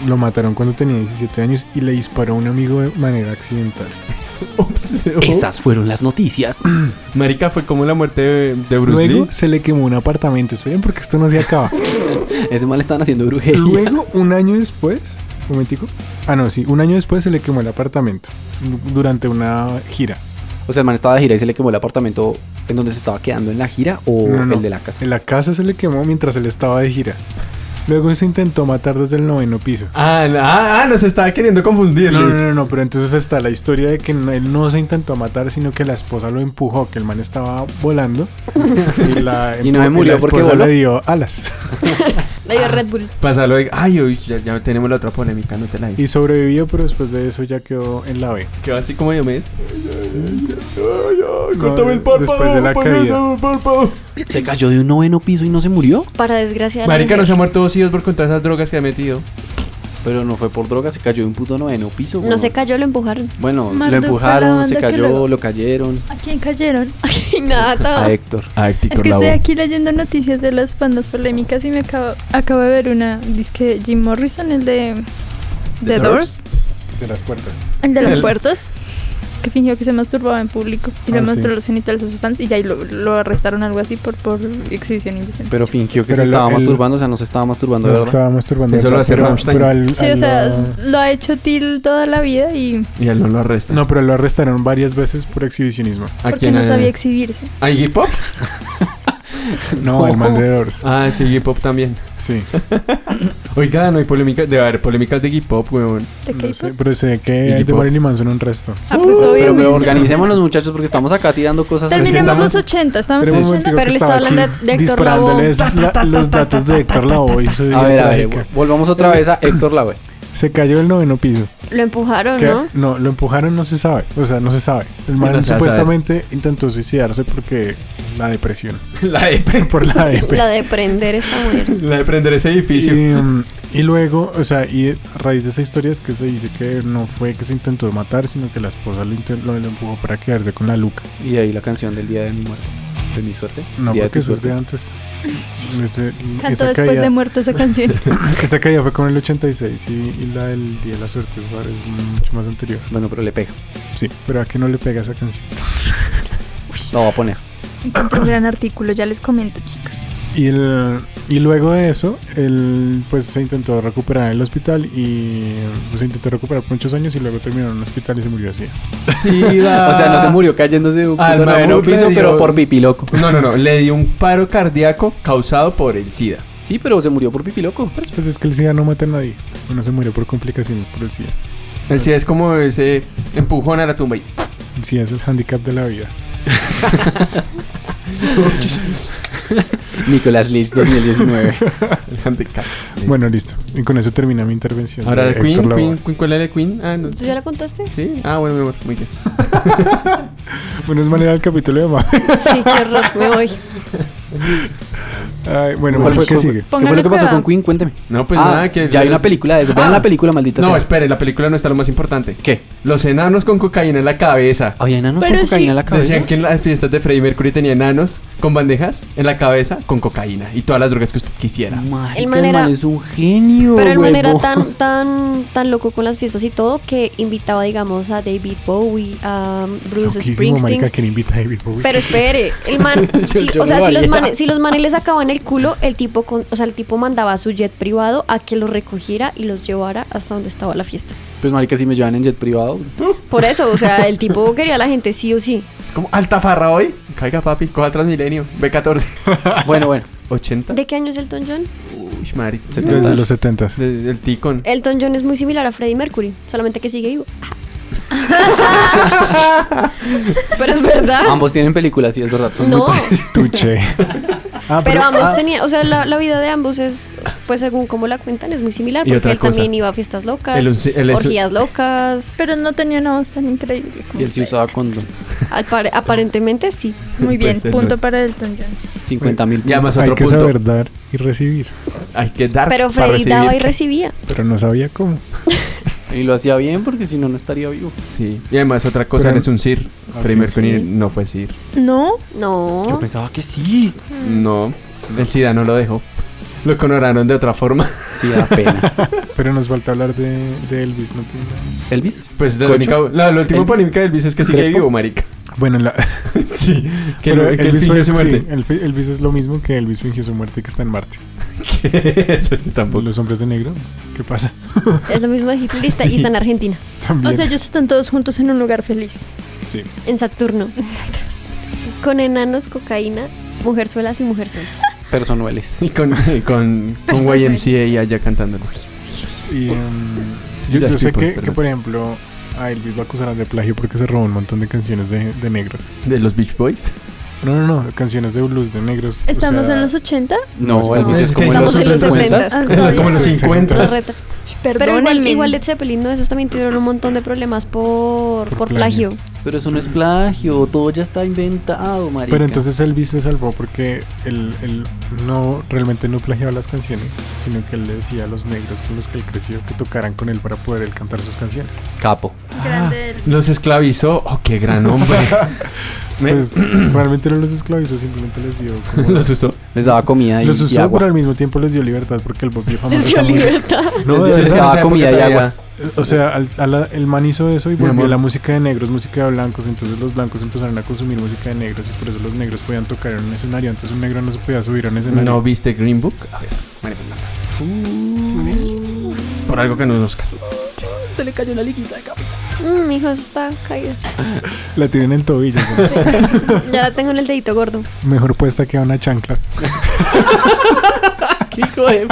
[SPEAKER 4] lo mataron cuando tenía 17 años y le disparó a un amigo de manera accidental.
[SPEAKER 1] Ups.
[SPEAKER 3] Esas fueron las noticias.
[SPEAKER 1] Marica fue como la muerte de, de Bruce
[SPEAKER 4] Luego
[SPEAKER 1] Lee.
[SPEAKER 4] se le quemó un apartamento. Esperen porque esto no se acaba.
[SPEAKER 3] Ese mal estaban haciendo brujería.
[SPEAKER 4] Luego, un año después, un momentico. Ah, no, sí, un año después se le quemó el apartamento du- durante una gira.
[SPEAKER 3] O sea, el man estaba de gira y se le quemó el apartamento en donde se estaba quedando en la gira o
[SPEAKER 4] No, no.
[SPEAKER 3] el de la casa.
[SPEAKER 4] En la casa se le quemó mientras él estaba de gira. Luego se intentó matar desde el noveno piso.
[SPEAKER 1] Ah, no, ah, ah, nos estaba queriendo confundir.
[SPEAKER 4] No, no,
[SPEAKER 1] Luis.
[SPEAKER 4] no, no, pero entonces está la historia de que no- él no se intentó matar, sino que la esposa lo empujó, que el man estaba volando. Y, la,
[SPEAKER 3] Y no se
[SPEAKER 4] la
[SPEAKER 3] murió porque
[SPEAKER 4] esposa
[SPEAKER 3] voló.
[SPEAKER 4] le dio alas.
[SPEAKER 6] Le dio Red Bull.
[SPEAKER 1] Pásalo. de- Ay, uy, ya, ya tenemos la otra polémica, no te la digo.
[SPEAKER 4] Y sobrevivió, pero después de eso ya quedó en la B.
[SPEAKER 1] Que va así como yo me es.
[SPEAKER 4] No, después de la caída.
[SPEAKER 3] Se cayó de un noveno piso y no se murió.
[SPEAKER 6] Para desgracia de la
[SPEAKER 1] Marica no
[SPEAKER 6] mujer.
[SPEAKER 1] se ha muerto dos hijos por contar esas drogas que ha metido.
[SPEAKER 3] Pero no fue por droga, se cayó de un puto noveno piso.
[SPEAKER 6] No
[SPEAKER 3] weón.
[SPEAKER 6] se cayó, lo empujaron.
[SPEAKER 3] Bueno, lo
[SPEAKER 5] Marduk fue la
[SPEAKER 3] empujaron, se
[SPEAKER 5] banda que
[SPEAKER 3] cayó,
[SPEAKER 5] lo-
[SPEAKER 3] lo cayeron.
[SPEAKER 5] ¿A quién cayeron?
[SPEAKER 6] Y nada.
[SPEAKER 3] A Héctor.
[SPEAKER 1] Ah,
[SPEAKER 5] Es que estoy
[SPEAKER 4] E.
[SPEAKER 5] aquí leyendo noticias de las bandas polémicas y me acabo, acabo de ver una. Dice que Jim Morrison, el de The Doors,
[SPEAKER 4] De las puertas.
[SPEAKER 5] el de las
[SPEAKER 1] El-
[SPEAKER 5] puertas, que fingió que se masturbaba en público y le
[SPEAKER 4] Ah, sí.
[SPEAKER 5] mostró los genitales a sus fans y ya ahí lo, lo arrestaron algo así por, por exhibición indecente.
[SPEAKER 3] Pero fingió que
[SPEAKER 4] Pero
[SPEAKER 3] se
[SPEAKER 4] lo-
[SPEAKER 3] estaba
[SPEAKER 4] el-
[SPEAKER 3] masturbando, o sea, no se estaba masturbando.
[SPEAKER 4] No
[SPEAKER 3] de verdad.
[SPEAKER 4] estaba masturbando.
[SPEAKER 1] Eso lo
[SPEAKER 4] ¿verdad?
[SPEAKER 1] hace
[SPEAKER 4] Pero-
[SPEAKER 1] Rammstein.
[SPEAKER 4] pero al-
[SPEAKER 5] Sí,
[SPEAKER 4] al-
[SPEAKER 5] o sea,
[SPEAKER 4] lo-
[SPEAKER 5] lo ha hecho Till toda la vida y
[SPEAKER 1] Y él no lo arresta.
[SPEAKER 4] No, pero lo arrestaron varias veces por exhibicionismo.
[SPEAKER 1] ¿A
[SPEAKER 5] porque
[SPEAKER 1] quién?
[SPEAKER 5] no
[SPEAKER 1] eh?
[SPEAKER 5] sabía exhibirse.
[SPEAKER 1] ¿A Iggy Pop?
[SPEAKER 4] No, el man de Doors.
[SPEAKER 1] Ah, es que Iggy Pop también.
[SPEAKER 4] Sí.
[SPEAKER 1] Oiga, no hay polémica. Debe haber polémicas de Iggy Pop, weón.
[SPEAKER 5] ¿De
[SPEAKER 4] No
[SPEAKER 5] K-pop?
[SPEAKER 6] pues.
[SPEAKER 4] sé, Uh, pero sé que
[SPEAKER 1] Iggy
[SPEAKER 4] hay de
[SPEAKER 1] Pop.
[SPEAKER 4] Marilyn Manson un resto.
[SPEAKER 5] Ah, pues
[SPEAKER 3] Pero,
[SPEAKER 5] obviamente.
[SPEAKER 3] pero organicémonos muchachos porque estamos acá tirando cosas. al
[SPEAKER 5] Terminemos
[SPEAKER 4] estamos-
[SPEAKER 5] los 80, estamos
[SPEAKER 4] Pero
[SPEAKER 5] en
[SPEAKER 4] un
[SPEAKER 5] 80.
[SPEAKER 4] momentico
[SPEAKER 6] Pero
[SPEAKER 4] que
[SPEAKER 6] le
[SPEAKER 4] estaba
[SPEAKER 6] estaba
[SPEAKER 4] aquí
[SPEAKER 6] hablando de- de Héctor
[SPEAKER 4] disparándoles la- los datos de Héctor Lavoe y su
[SPEAKER 3] A
[SPEAKER 4] vida
[SPEAKER 3] ver, a ver,
[SPEAKER 4] trágica.
[SPEAKER 3] volvamos otra vez a Héctor Lavoe.
[SPEAKER 4] Se cayó del noveno piso.
[SPEAKER 6] Lo empujaron,
[SPEAKER 4] Que-
[SPEAKER 6] ¿no?
[SPEAKER 4] ¿no? lo empujaron, no se sabe. O sea, no se sabe. El man
[SPEAKER 1] no se va a
[SPEAKER 4] supuestamente intentó suicidarse porque la depresión.
[SPEAKER 1] La de,
[SPEAKER 4] Por la depresión.
[SPEAKER 6] La de prender esta mujer.
[SPEAKER 1] la de prender ese edificio.
[SPEAKER 4] Y, um, y luego, o sea, y a raíz de esa historia es que se dice que no fue que se intentó matar, sino que la esposa lo, inten- lo, lo empujó para quedarse con la Luca.
[SPEAKER 3] Y ahí la canción del día de mi muerte. De mi suerte.
[SPEAKER 4] No,
[SPEAKER 3] Día de
[SPEAKER 4] porque
[SPEAKER 3] tu
[SPEAKER 4] eso es de
[SPEAKER 3] suerte.
[SPEAKER 4] antes. Ese-
[SPEAKER 5] Cantó
[SPEAKER 4] esa,
[SPEAKER 5] después
[SPEAKER 4] caída,
[SPEAKER 5] de muerto esa canción.
[SPEAKER 4] esa caída fue con el 86 y, y la del Día de la Suerte esa es mucho más anterior.
[SPEAKER 3] Bueno, pero le pega.
[SPEAKER 4] Sí, pero a qué no le pega esa canción.
[SPEAKER 3] Lo voy a poner.
[SPEAKER 5] Encontré un gran artículo, ya les comento, chicos.
[SPEAKER 4] Y, el- y luego de eso, él pues se intentó recuperar en el hospital y pues, se intentó recuperar por muchos años y luego terminó en un hospital y se murió así.
[SPEAKER 1] Sí, da.
[SPEAKER 3] O sea,
[SPEAKER 6] Ah.
[SPEAKER 3] no se murió cayéndose de un
[SPEAKER 1] Al
[SPEAKER 3] puto noveno
[SPEAKER 1] mamut le
[SPEAKER 3] piso,
[SPEAKER 1] dio-
[SPEAKER 3] pero por pipiloco.
[SPEAKER 1] No, no, no. Le dio un paro cardíaco causado por el SIDA.
[SPEAKER 3] Sí, pero se murió por pipiloco.
[SPEAKER 4] Pues es que el SIDA no mata a nadie. Uno se murió por complicaciones por el SIDA.
[SPEAKER 1] El SIDA es como ese empujón a la tumba y...
[SPEAKER 4] El SIDA es el handicap de la vida.
[SPEAKER 3] Nicolás Lich 2019.
[SPEAKER 1] El handicap.
[SPEAKER 4] Bueno, listo. Y con eso termina mi intervención.
[SPEAKER 1] Ahora
[SPEAKER 3] eh,
[SPEAKER 1] de Queen,
[SPEAKER 4] Héctor Lavoe.
[SPEAKER 1] Queen, Queen, ¿cuál era de Queen? Ah, no.
[SPEAKER 6] ¿Tú ya la contaste?
[SPEAKER 1] Sí, ah, bueno, mi amor, muy bien.
[SPEAKER 4] Bueno, es manera del capítulo de más.
[SPEAKER 6] Sí, qué horror, me voy.
[SPEAKER 4] bueno,
[SPEAKER 3] ¿Cuál
[SPEAKER 4] ¿por
[SPEAKER 3] fue-
[SPEAKER 4] ¿qué
[SPEAKER 3] fue-
[SPEAKER 4] sigue?
[SPEAKER 3] ¿Qué fue
[SPEAKER 5] Póngale
[SPEAKER 3] lo que pasó
[SPEAKER 5] cuidado.
[SPEAKER 3] con Queen? Cuénteme.
[SPEAKER 1] No, pues
[SPEAKER 3] Ah,
[SPEAKER 1] nada, que...
[SPEAKER 3] ya hay una película de eso. Vean
[SPEAKER 1] Ah.
[SPEAKER 3] la película, maldita
[SPEAKER 1] No,
[SPEAKER 3] sea.
[SPEAKER 1] espere, la película no está lo más importante.
[SPEAKER 3] ¿Qué? Ah,
[SPEAKER 1] Los enanos con cocaína en la cabeza.
[SPEAKER 3] Había enanos
[SPEAKER 6] Pero
[SPEAKER 3] con cocaína
[SPEAKER 6] sí.
[SPEAKER 3] en la cabeza.
[SPEAKER 1] Decían que en las fiestas de Freddie Mercury tenía enanos con bandejas en la cabeza con cocaína y todas las drogas que usted quisiera.
[SPEAKER 3] Marica,
[SPEAKER 6] El
[SPEAKER 3] el
[SPEAKER 6] man era-
[SPEAKER 3] man es un genio.
[SPEAKER 6] Pero el man era
[SPEAKER 3] huevo.
[SPEAKER 6] tan, tan, tan loco con las fiestas y todo que invitaba, digamos, a David Bowie, a Bruce
[SPEAKER 4] Loquísimo,
[SPEAKER 6] Springsteen.
[SPEAKER 4] marica, que le invita a David Bowie.
[SPEAKER 6] Pero espere, el man, si-
[SPEAKER 3] yo
[SPEAKER 6] o sea,
[SPEAKER 3] no
[SPEAKER 6] si los,
[SPEAKER 3] haría.
[SPEAKER 6] manes, si los manes le sacaban el culo, el tipo, con, o sea, el tipo mandaba a su jet privado a que los recogiera y los llevara hasta donde estaba la fiesta.
[SPEAKER 3] Pues marica, si me llevan en jet privado.
[SPEAKER 6] Por eso, o sea, el tipo quería a la gente sí o sí.
[SPEAKER 1] Es como alta farra hoy. Caiga, papi, coja Transmilenio. B14.
[SPEAKER 3] Bueno, bueno.
[SPEAKER 1] 80.
[SPEAKER 6] ¿De qué año es Elton John?
[SPEAKER 1] Uy, marica.
[SPEAKER 4] Desde los 70
[SPEAKER 1] Desde el ticón.
[SPEAKER 6] Elton John es muy similar a Freddie Mercury, solamente que sigue vivo. Pero es verdad.
[SPEAKER 3] Ambos tienen películas, sí, es verdad. Son
[SPEAKER 6] No,
[SPEAKER 3] muy parecidos.
[SPEAKER 4] Tuche. Ah,
[SPEAKER 6] pero ambos
[SPEAKER 4] ah,
[SPEAKER 6] tenían, o sea, la, la vida de ambos es, pues según cómo la cuentan, es muy similar,
[SPEAKER 1] Y
[SPEAKER 6] porque
[SPEAKER 1] otra
[SPEAKER 6] él
[SPEAKER 1] cosa.
[SPEAKER 6] también iba a fiestas locas,
[SPEAKER 1] El unci- el es-
[SPEAKER 6] orgías locas.
[SPEAKER 5] Pero no tenía una voz tan increíble. como
[SPEAKER 3] Y él sí
[SPEAKER 5] Freddie.
[SPEAKER 3] usaba condón.
[SPEAKER 6] Apare- aparentemente sí.
[SPEAKER 5] Muy bien,
[SPEAKER 1] Pues, el-
[SPEAKER 5] punto para Elton John.
[SPEAKER 3] 50 mil.
[SPEAKER 1] Ya más
[SPEAKER 4] Hay
[SPEAKER 1] otro
[SPEAKER 4] que
[SPEAKER 1] punto.
[SPEAKER 4] saber dar y recibir.
[SPEAKER 1] Hay que dar
[SPEAKER 6] Pero
[SPEAKER 1] para
[SPEAKER 6] Freddy
[SPEAKER 1] recibir.
[SPEAKER 6] daba y recibía.
[SPEAKER 4] Pero no sabía cómo.
[SPEAKER 3] Y lo hacía bien porque si no, no estaría vivo.
[SPEAKER 1] Sí. Y además otra cosa,
[SPEAKER 4] Pero-
[SPEAKER 1] eres un Sir.
[SPEAKER 4] Ah,
[SPEAKER 1] Freddie
[SPEAKER 4] sí,
[SPEAKER 1] Mercury
[SPEAKER 4] sí.
[SPEAKER 1] no fue Sir.
[SPEAKER 5] No,
[SPEAKER 3] Yo
[SPEAKER 6] No.
[SPEAKER 3] pensaba que sí.
[SPEAKER 6] Mm.
[SPEAKER 1] No. El SIDA no lo dejó. Lo conoraron de otra forma.
[SPEAKER 3] Sí, da pena.
[SPEAKER 4] Pero nos falta hablar de, de Elvis, ¿no? tiene nada.
[SPEAKER 3] ¿Elvis?
[SPEAKER 1] Pues la
[SPEAKER 3] ¿Cocho?
[SPEAKER 1] única... La, la última
[SPEAKER 3] Elvis.
[SPEAKER 1] polémica del Elvis es que sigue
[SPEAKER 3] ¿Crespo?
[SPEAKER 1] vivo, marica.
[SPEAKER 4] Bueno, la,
[SPEAKER 1] Sí. Que,
[SPEAKER 4] pero
[SPEAKER 1] no- que él
[SPEAKER 4] Elvis,
[SPEAKER 1] fingió
[SPEAKER 4] fue-
[SPEAKER 1] su
[SPEAKER 4] sí,
[SPEAKER 1] muerte.
[SPEAKER 4] el fi- Elvis es lo mismo que Elvis fingió su muerte y que está en Marte.
[SPEAKER 1] Que Eso sí tampoco.
[SPEAKER 4] Los hombres de negro, ¿qué pasa?
[SPEAKER 6] Es lo mismo de Hitler y está, y está en Argentina,
[SPEAKER 4] También.
[SPEAKER 5] o sea, ellos están todos juntos en un lugar feliz.
[SPEAKER 4] sí.
[SPEAKER 6] en Saturno. Con enanos, cocaína, mujerzuelas y mujerzuelas.
[SPEAKER 3] Personueles.
[SPEAKER 1] Y con, y con, con YMCA y allá cantando.
[SPEAKER 4] Y, em, yo,
[SPEAKER 1] Ya
[SPEAKER 4] yo sé
[SPEAKER 1] estoy por-
[SPEAKER 4] que, que,
[SPEAKER 1] perdón.
[SPEAKER 4] por ejemplo, a Elvis lo acusarán de plagio porque se robó un montón de canciones de, de negros.
[SPEAKER 1] De los Beach Boys.
[SPEAKER 4] No, no, no, canciones de blues de negros. o
[SPEAKER 5] ¿Estamos
[SPEAKER 4] sea,
[SPEAKER 5] en los 80?
[SPEAKER 3] No,
[SPEAKER 4] No,
[SPEAKER 3] Elvis pues, es
[SPEAKER 1] es que
[SPEAKER 3] como en los
[SPEAKER 6] estamos en los
[SPEAKER 3] 50.
[SPEAKER 6] 70s.
[SPEAKER 5] Ah,
[SPEAKER 1] Como
[SPEAKER 5] sorry.
[SPEAKER 1] los
[SPEAKER 4] Sí,
[SPEAKER 1] 50.
[SPEAKER 6] Los
[SPEAKER 1] s
[SPEAKER 6] reta. Pero igual,
[SPEAKER 5] Perdónenme.
[SPEAKER 6] igual Led Zeppelin, no, esos también tuvieron un montón de problemas por,
[SPEAKER 4] Por
[SPEAKER 6] por
[SPEAKER 4] plagio.
[SPEAKER 6] plagio.
[SPEAKER 3] Pero eso no es plagio. Todo ya está inventado, marica.
[SPEAKER 4] Pero entonces Elvis se salvó porque él, él no realmente no plagiaba las canciones, sino que él le decía a los negros con los que él creció que tocaran con él para poder él cantar sus canciones.
[SPEAKER 3] Capo.
[SPEAKER 5] Grande Elvis.
[SPEAKER 1] Los esclavizó. Oh, qué gran hombre. Me-
[SPEAKER 4] Pues realmente no los esclavizó, simplemente les dio como-
[SPEAKER 1] los usó.
[SPEAKER 3] Les daba comida y,
[SPEAKER 4] Los
[SPEAKER 3] y
[SPEAKER 4] usó,
[SPEAKER 3] agua.
[SPEAKER 4] pero al mismo tiempo les dio libertad porque el Bob Dylan
[SPEAKER 1] pues,
[SPEAKER 4] famoso
[SPEAKER 6] Les dio
[SPEAKER 4] esa música.
[SPEAKER 6] libertad.
[SPEAKER 4] No,
[SPEAKER 3] Les-
[SPEAKER 4] de
[SPEAKER 3] les
[SPEAKER 4] verdad.
[SPEAKER 3] daba comida y agua.
[SPEAKER 4] O sea, al- a la- el man hizo eso y
[SPEAKER 1] Mi
[SPEAKER 4] volvió
[SPEAKER 1] amor.
[SPEAKER 4] la música de negros, música de blancos. Entonces los blancos empezaron a consumir música de negros y por eso los negros podían tocar en un escenario. Antes un negro no se podía subir a un escenario.
[SPEAKER 1] ¿No viste Green Book? Por algo que pues, no nos
[SPEAKER 3] Se le cayó la liguita de capitán.
[SPEAKER 6] Mm, hijo, eso está caído.
[SPEAKER 4] La tienen en el tobillo. güey.
[SPEAKER 6] Ya la tengo en el dedito gordo.
[SPEAKER 4] Mejor puesta que una chancla.
[SPEAKER 3] ¿Qué hijo de-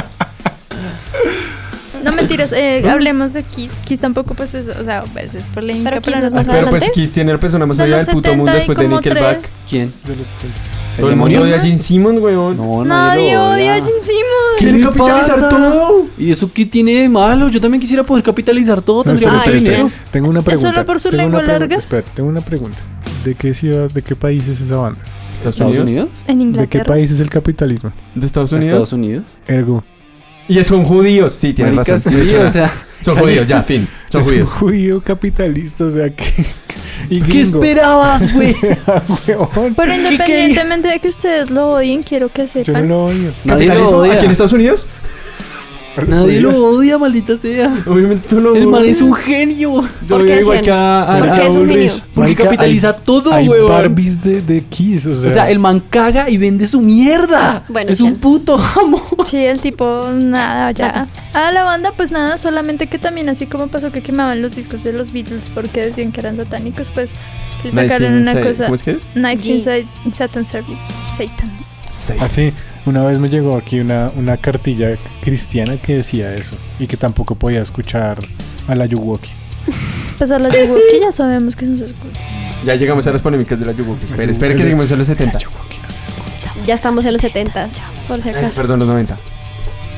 [SPEAKER 5] No mentiras, eh, hablemos de Kiss. Kiss tampoco, pues es, o sea, pues es polémica,
[SPEAKER 6] Pero
[SPEAKER 5] pero,
[SPEAKER 6] Kiss
[SPEAKER 5] no es
[SPEAKER 6] no es más
[SPEAKER 5] más
[SPEAKER 1] Pero pues
[SPEAKER 6] adelante.
[SPEAKER 1] Kiss tiene la persona más odiada del puto mundo después de Nickelback.
[SPEAKER 3] ¿Quién?
[SPEAKER 4] De los 70.
[SPEAKER 1] Todo el mundo odia a Gene Simmons, weón.
[SPEAKER 3] No, nadie
[SPEAKER 5] Nadie
[SPEAKER 3] lo
[SPEAKER 5] odia a
[SPEAKER 3] odia.
[SPEAKER 5] Jim Simmons.
[SPEAKER 3] ¿Quiere
[SPEAKER 1] Quieren capitalizar todo.
[SPEAKER 3] ¿Y eso qué tiene de malo? Yo también quisiera poder capitalizar todo.
[SPEAKER 4] No,
[SPEAKER 3] tendría
[SPEAKER 4] espera,
[SPEAKER 3] mucho
[SPEAKER 4] espera, espera.
[SPEAKER 3] dinero.
[SPEAKER 4] Tengo una pregunta.
[SPEAKER 5] solo por su
[SPEAKER 4] tengo
[SPEAKER 5] lengua
[SPEAKER 4] una pregu-
[SPEAKER 5] larga?
[SPEAKER 4] Espérate, tengo una pregunta. ¿De qué ciudad, de qué país es esa banda?
[SPEAKER 1] ¿Estados
[SPEAKER 3] ¿Estados
[SPEAKER 1] Unidos?
[SPEAKER 3] Unidos?
[SPEAKER 5] En
[SPEAKER 4] ¿De qué
[SPEAKER 5] Inglaterra.
[SPEAKER 4] país es el capitalismo?
[SPEAKER 1] ¿De Estados Unidos?
[SPEAKER 3] Estados Unidos.
[SPEAKER 4] Ergo.
[SPEAKER 1] Y son judíos. Sí, tienes
[SPEAKER 3] Marica,
[SPEAKER 1] razón.
[SPEAKER 3] sí, o sea.
[SPEAKER 1] Son judíos, ya, fin. Son
[SPEAKER 4] es un
[SPEAKER 1] judíos.
[SPEAKER 4] judío capitalista, o sea que. y
[SPEAKER 3] ¿Qué
[SPEAKER 4] gringo.
[SPEAKER 3] esperabas, güey?
[SPEAKER 4] Huevón,
[SPEAKER 5] Pero independientemente de que ustedes lo odien, quiero que
[SPEAKER 4] Yo no
[SPEAKER 5] sepan.
[SPEAKER 4] lo odio.
[SPEAKER 3] Nadie lo
[SPEAKER 1] ¿Capitalismo
[SPEAKER 3] odia.
[SPEAKER 1] aquí en Estados Unidos?
[SPEAKER 4] A los
[SPEAKER 3] Nadie lo
[SPEAKER 4] judíos.
[SPEAKER 3] odia, maldita sea.
[SPEAKER 1] Obviamente tú lo
[SPEAKER 3] El man es un genio.
[SPEAKER 1] Yo
[SPEAKER 6] ¿Por qué
[SPEAKER 1] odio
[SPEAKER 6] es
[SPEAKER 1] igual
[SPEAKER 6] genio?
[SPEAKER 1] que a, a,
[SPEAKER 6] ¿Por qué
[SPEAKER 1] a
[SPEAKER 6] es un
[SPEAKER 1] Ulrich.
[SPEAKER 6] genio?
[SPEAKER 3] Porque
[SPEAKER 4] Marica,
[SPEAKER 3] capitaliza todo,
[SPEAKER 4] Hay
[SPEAKER 3] weón.
[SPEAKER 4] Barbies de, de Kiss, o sea.
[SPEAKER 3] O sea, el man caga y vende su mierda.
[SPEAKER 6] Bueno,
[SPEAKER 3] es
[SPEAKER 6] ya.
[SPEAKER 3] un puto amo.
[SPEAKER 5] Sí, el tipo, nada, ya. A la banda, pues nada, solamente que también así como pasó que quemaban los discos de los Beatles porque decían que eran satánicos, pues le
[SPEAKER 1] Nice
[SPEAKER 5] sacaron una
[SPEAKER 1] Inside. pues.
[SPEAKER 5] cosa.
[SPEAKER 1] ¿Cómo es que es?
[SPEAKER 5] Nights
[SPEAKER 6] G.
[SPEAKER 5] Inside Satan Service. Satans.
[SPEAKER 4] Así, ah, una vez me llegó aquí una, una cartilla cristiana que decía eso y que tampoco podía escuchar a la Yuwoki.
[SPEAKER 5] Pues a los de Wookiee ya sabemos que son sus culpas.
[SPEAKER 1] Ya llegamos a las polémicas de la Yugo. Espera, espera que lleguemos a los 70.
[SPEAKER 6] Ya estamos en los 70. Por si acaso.
[SPEAKER 1] Perdón, los 90.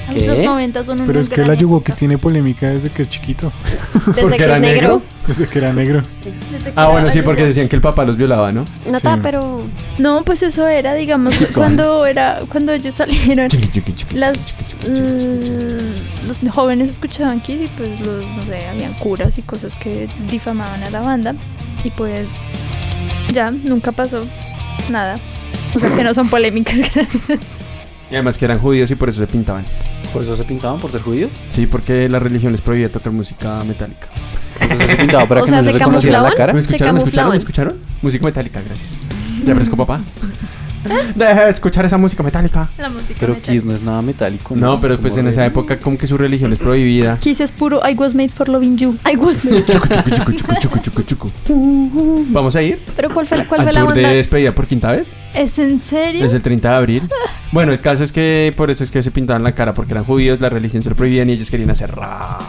[SPEAKER 5] A
[SPEAKER 3] ¿Qué?
[SPEAKER 5] Los 90 son unos
[SPEAKER 4] Pero es que la
[SPEAKER 5] gran
[SPEAKER 4] Yuwoki
[SPEAKER 5] época.
[SPEAKER 4] tiene polémica desde que es chiquito,
[SPEAKER 1] ¿Porque
[SPEAKER 6] Desde que
[SPEAKER 1] era
[SPEAKER 6] es negro.
[SPEAKER 4] desde que era negro.
[SPEAKER 5] Desde que
[SPEAKER 1] Ah, bueno,
[SPEAKER 5] era
[SPEAKER 1] sí,
[SPEAKER 5] la
[SPEAKER 1] porque
[SPEAKER 5] Yuwoki.
[SPEAKER 1] decían que el papá los violaba, ¿no?
[SPEAKER 6] No
[SPEAKER 4] Sí.
[SPEAKER 6] está, pero.
[SPEAKER 5] No, pues eso era, digamos, cuando era cuando ellos salieron las mm, los jóvenes escuchaban Kiss y pues los no sé, habían curas y cosas que difamaban a la banda y pues ya nunca pasó nada. O sea, que no son polémicas.
[SPEAKER 1] Y además que eran judíos y por eso se pintaban.
[SPEAKER 3] Por eso se pintaban, por ser judíos.
[SPEAKER 1] Sí, porque la religión les prohibía tocar música metálica.
[SPEAKER 3] Por eso se pintaban para
[SPEAKER 6] O
[SPEAKER 3] que
[SPEAKER 6] sea,
[SPEAKER 3] no
[SPEAKER 6] ¿se
[SPEAKER 3] les reconociera la
[SPEAKER 6] camuflaban?
[SPEAKER 3] cara.
[SPEAKER 1] ¿Me
[SPEAKER 6] Se
[SPEAKER 1] escucharon? ¿Me escucharon?
[SPEAKER 6] camuflaban.
[SPEAKER 1] ¿Me escucharon? Música metálica, gracias. Ya fresco, papá. Deja de escuchar esa música metálica.
[SPEAKER 5] La música
[SPEAKER 3] Pero
[SPEAKER 5] metal.
[SPEAKER 3] Kiss no es nada metálico.
[SPEAKER 1] No, pero
[SPEAKER 3] Es
[SPEAKER 1] pues
[SPEAKER 3] como
[SPEAKER 1] en
[SPEAKER 3] re-
[SPEAKER 1] esa época como que su religión es prohibida.
[SPEAKER 5] Kiss es puro I was made for loving you. I was made.
[SPEAKER 1] Chucu, chucu, chucu, chucu, chucu, chucu, chucu. Vamos a ir
[SPEAKER 6] Pero ¿cuál fue, cuál fue
[SPEAKER 1] al
[SPEAKER 6] la
[SPEAKER 1] tour de
[SPEAKER 6] banda?
[SPEAKER 1] despedida por quinta vez.
[SPEAKER 5] ¿Es en serio?
[SPEAKER 1] Es el 30 de abril. Bueno, el caso es que por eso es que se pintaban la cara, porque eran judíos, la religión se lo prohibían y ellos querían hacer rap.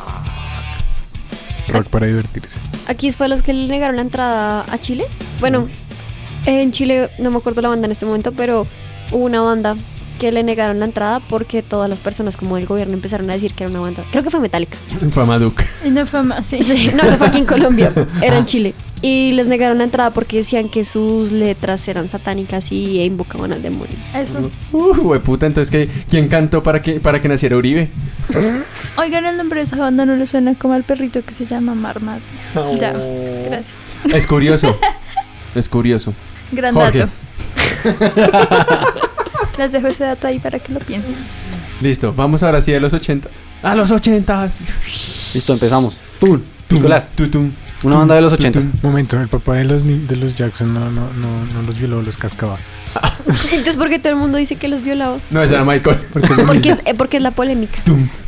[SPEAKER 4] Rock para divertirse.
[SPEAKER 6] Aquí fue los que le negaron la entrada a Chile. Bueno, en Chile no me acuerdo la banda en este momento, pero hubo una banda que le negaron la entrada porque todas las personas como del gobierno empezaron a decir que era una banda. Creo que fue Metallica.
[SPEAKER 1] Fue a Maduc.
[SPEAKER 5] Y no fue más, sí.
[SPEAKER 6] Sí, no, eso fue aquí en Colombia, era en Chile. Y les negaron la entrada porque decían que sus letras eran satánicas y e invocaban al demonio.
[SPEAKER 5] Eso.
[SPEAKER 1] Uh, hueputa, entonces ¿qué- ¿quién cantó para que, para que naciera Uribe?
[SPEAKER 5] Oigan, el nombre de esa banda no le suena como al perrito que se llama Marmad. Ya, gracias.
[SPEAKER 1] Es curioso. Es curioso.
[SPEAKER 5] Gran
[SPEAKER 1] Jorge.
[SPEAKER 5] dato. Les dejo ese dato ahí para que lo piensen.
[SPEAKER 1] Listo, vamos ahora sí a los ochentas. ¡A los ochentas!
[SPEAKER 3] Listo, empezamos. Tú, Nicolás,
[SPEAKER 1] Tutum.
[SPEAKER 3] una banda de los ochentas.
[SPEAKER 4] Momento, el papá de los, ni- de los Jackson no, no, no, no los violó, los cascaba.
[SPEAKER 6] Entonces, ¿por qué todo el mundo dice que los violaba?
[SPEAKER 1] No, ese era Michael.
[SPEAKER 4] Porque es lo
[SPEAKER 6] Porque,
[SPEAKER 4] mismo.
[SPEAKER 6] eh, porque es la polémica.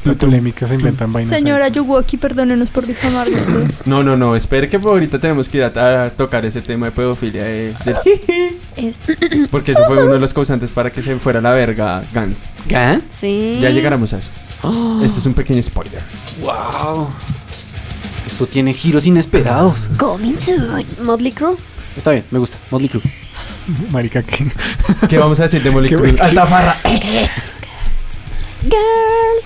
[SPEAKER 4] La polémica se inventan vainas. ahí.
[SPEAKER 5] Señora Yuwoki, perdónenos por difamarle a usted.
[SPEAKER 1] No, no, no. Espere que por ahorita tenemos que ir a, a tocar ese tema de pedofilia. de- de-
[SPEAKER 6] Es,
[SPEAKER 1] porque eso fue uno de los causantes para que se fuera a la verga Gans.
[SPEAKER 3] ¿Qué?
[SPEAKER 6] sí.
[SPEAKER 1] Ya llegaremos a eso. Este es un pequeño spoiler.
[SPEAKER 3] ¡Wow! Esto tiene giros inesperados.
[SPEAKER 6] Coming soon. Motley Crue.
[SPEAKER 3] Está bien, me gusta. Motley Crue.
[SPEAKER 4] Marica, que
[SPEAKER 1] ¿Qué vamos a decir de Molly
[SPEAKER 4] Qué
[SPEAKER 1] Crue?
[SPEAKER 4] bueno.
[SPEAKER 1] Altafarra.
[SPEAKER 6] Girls,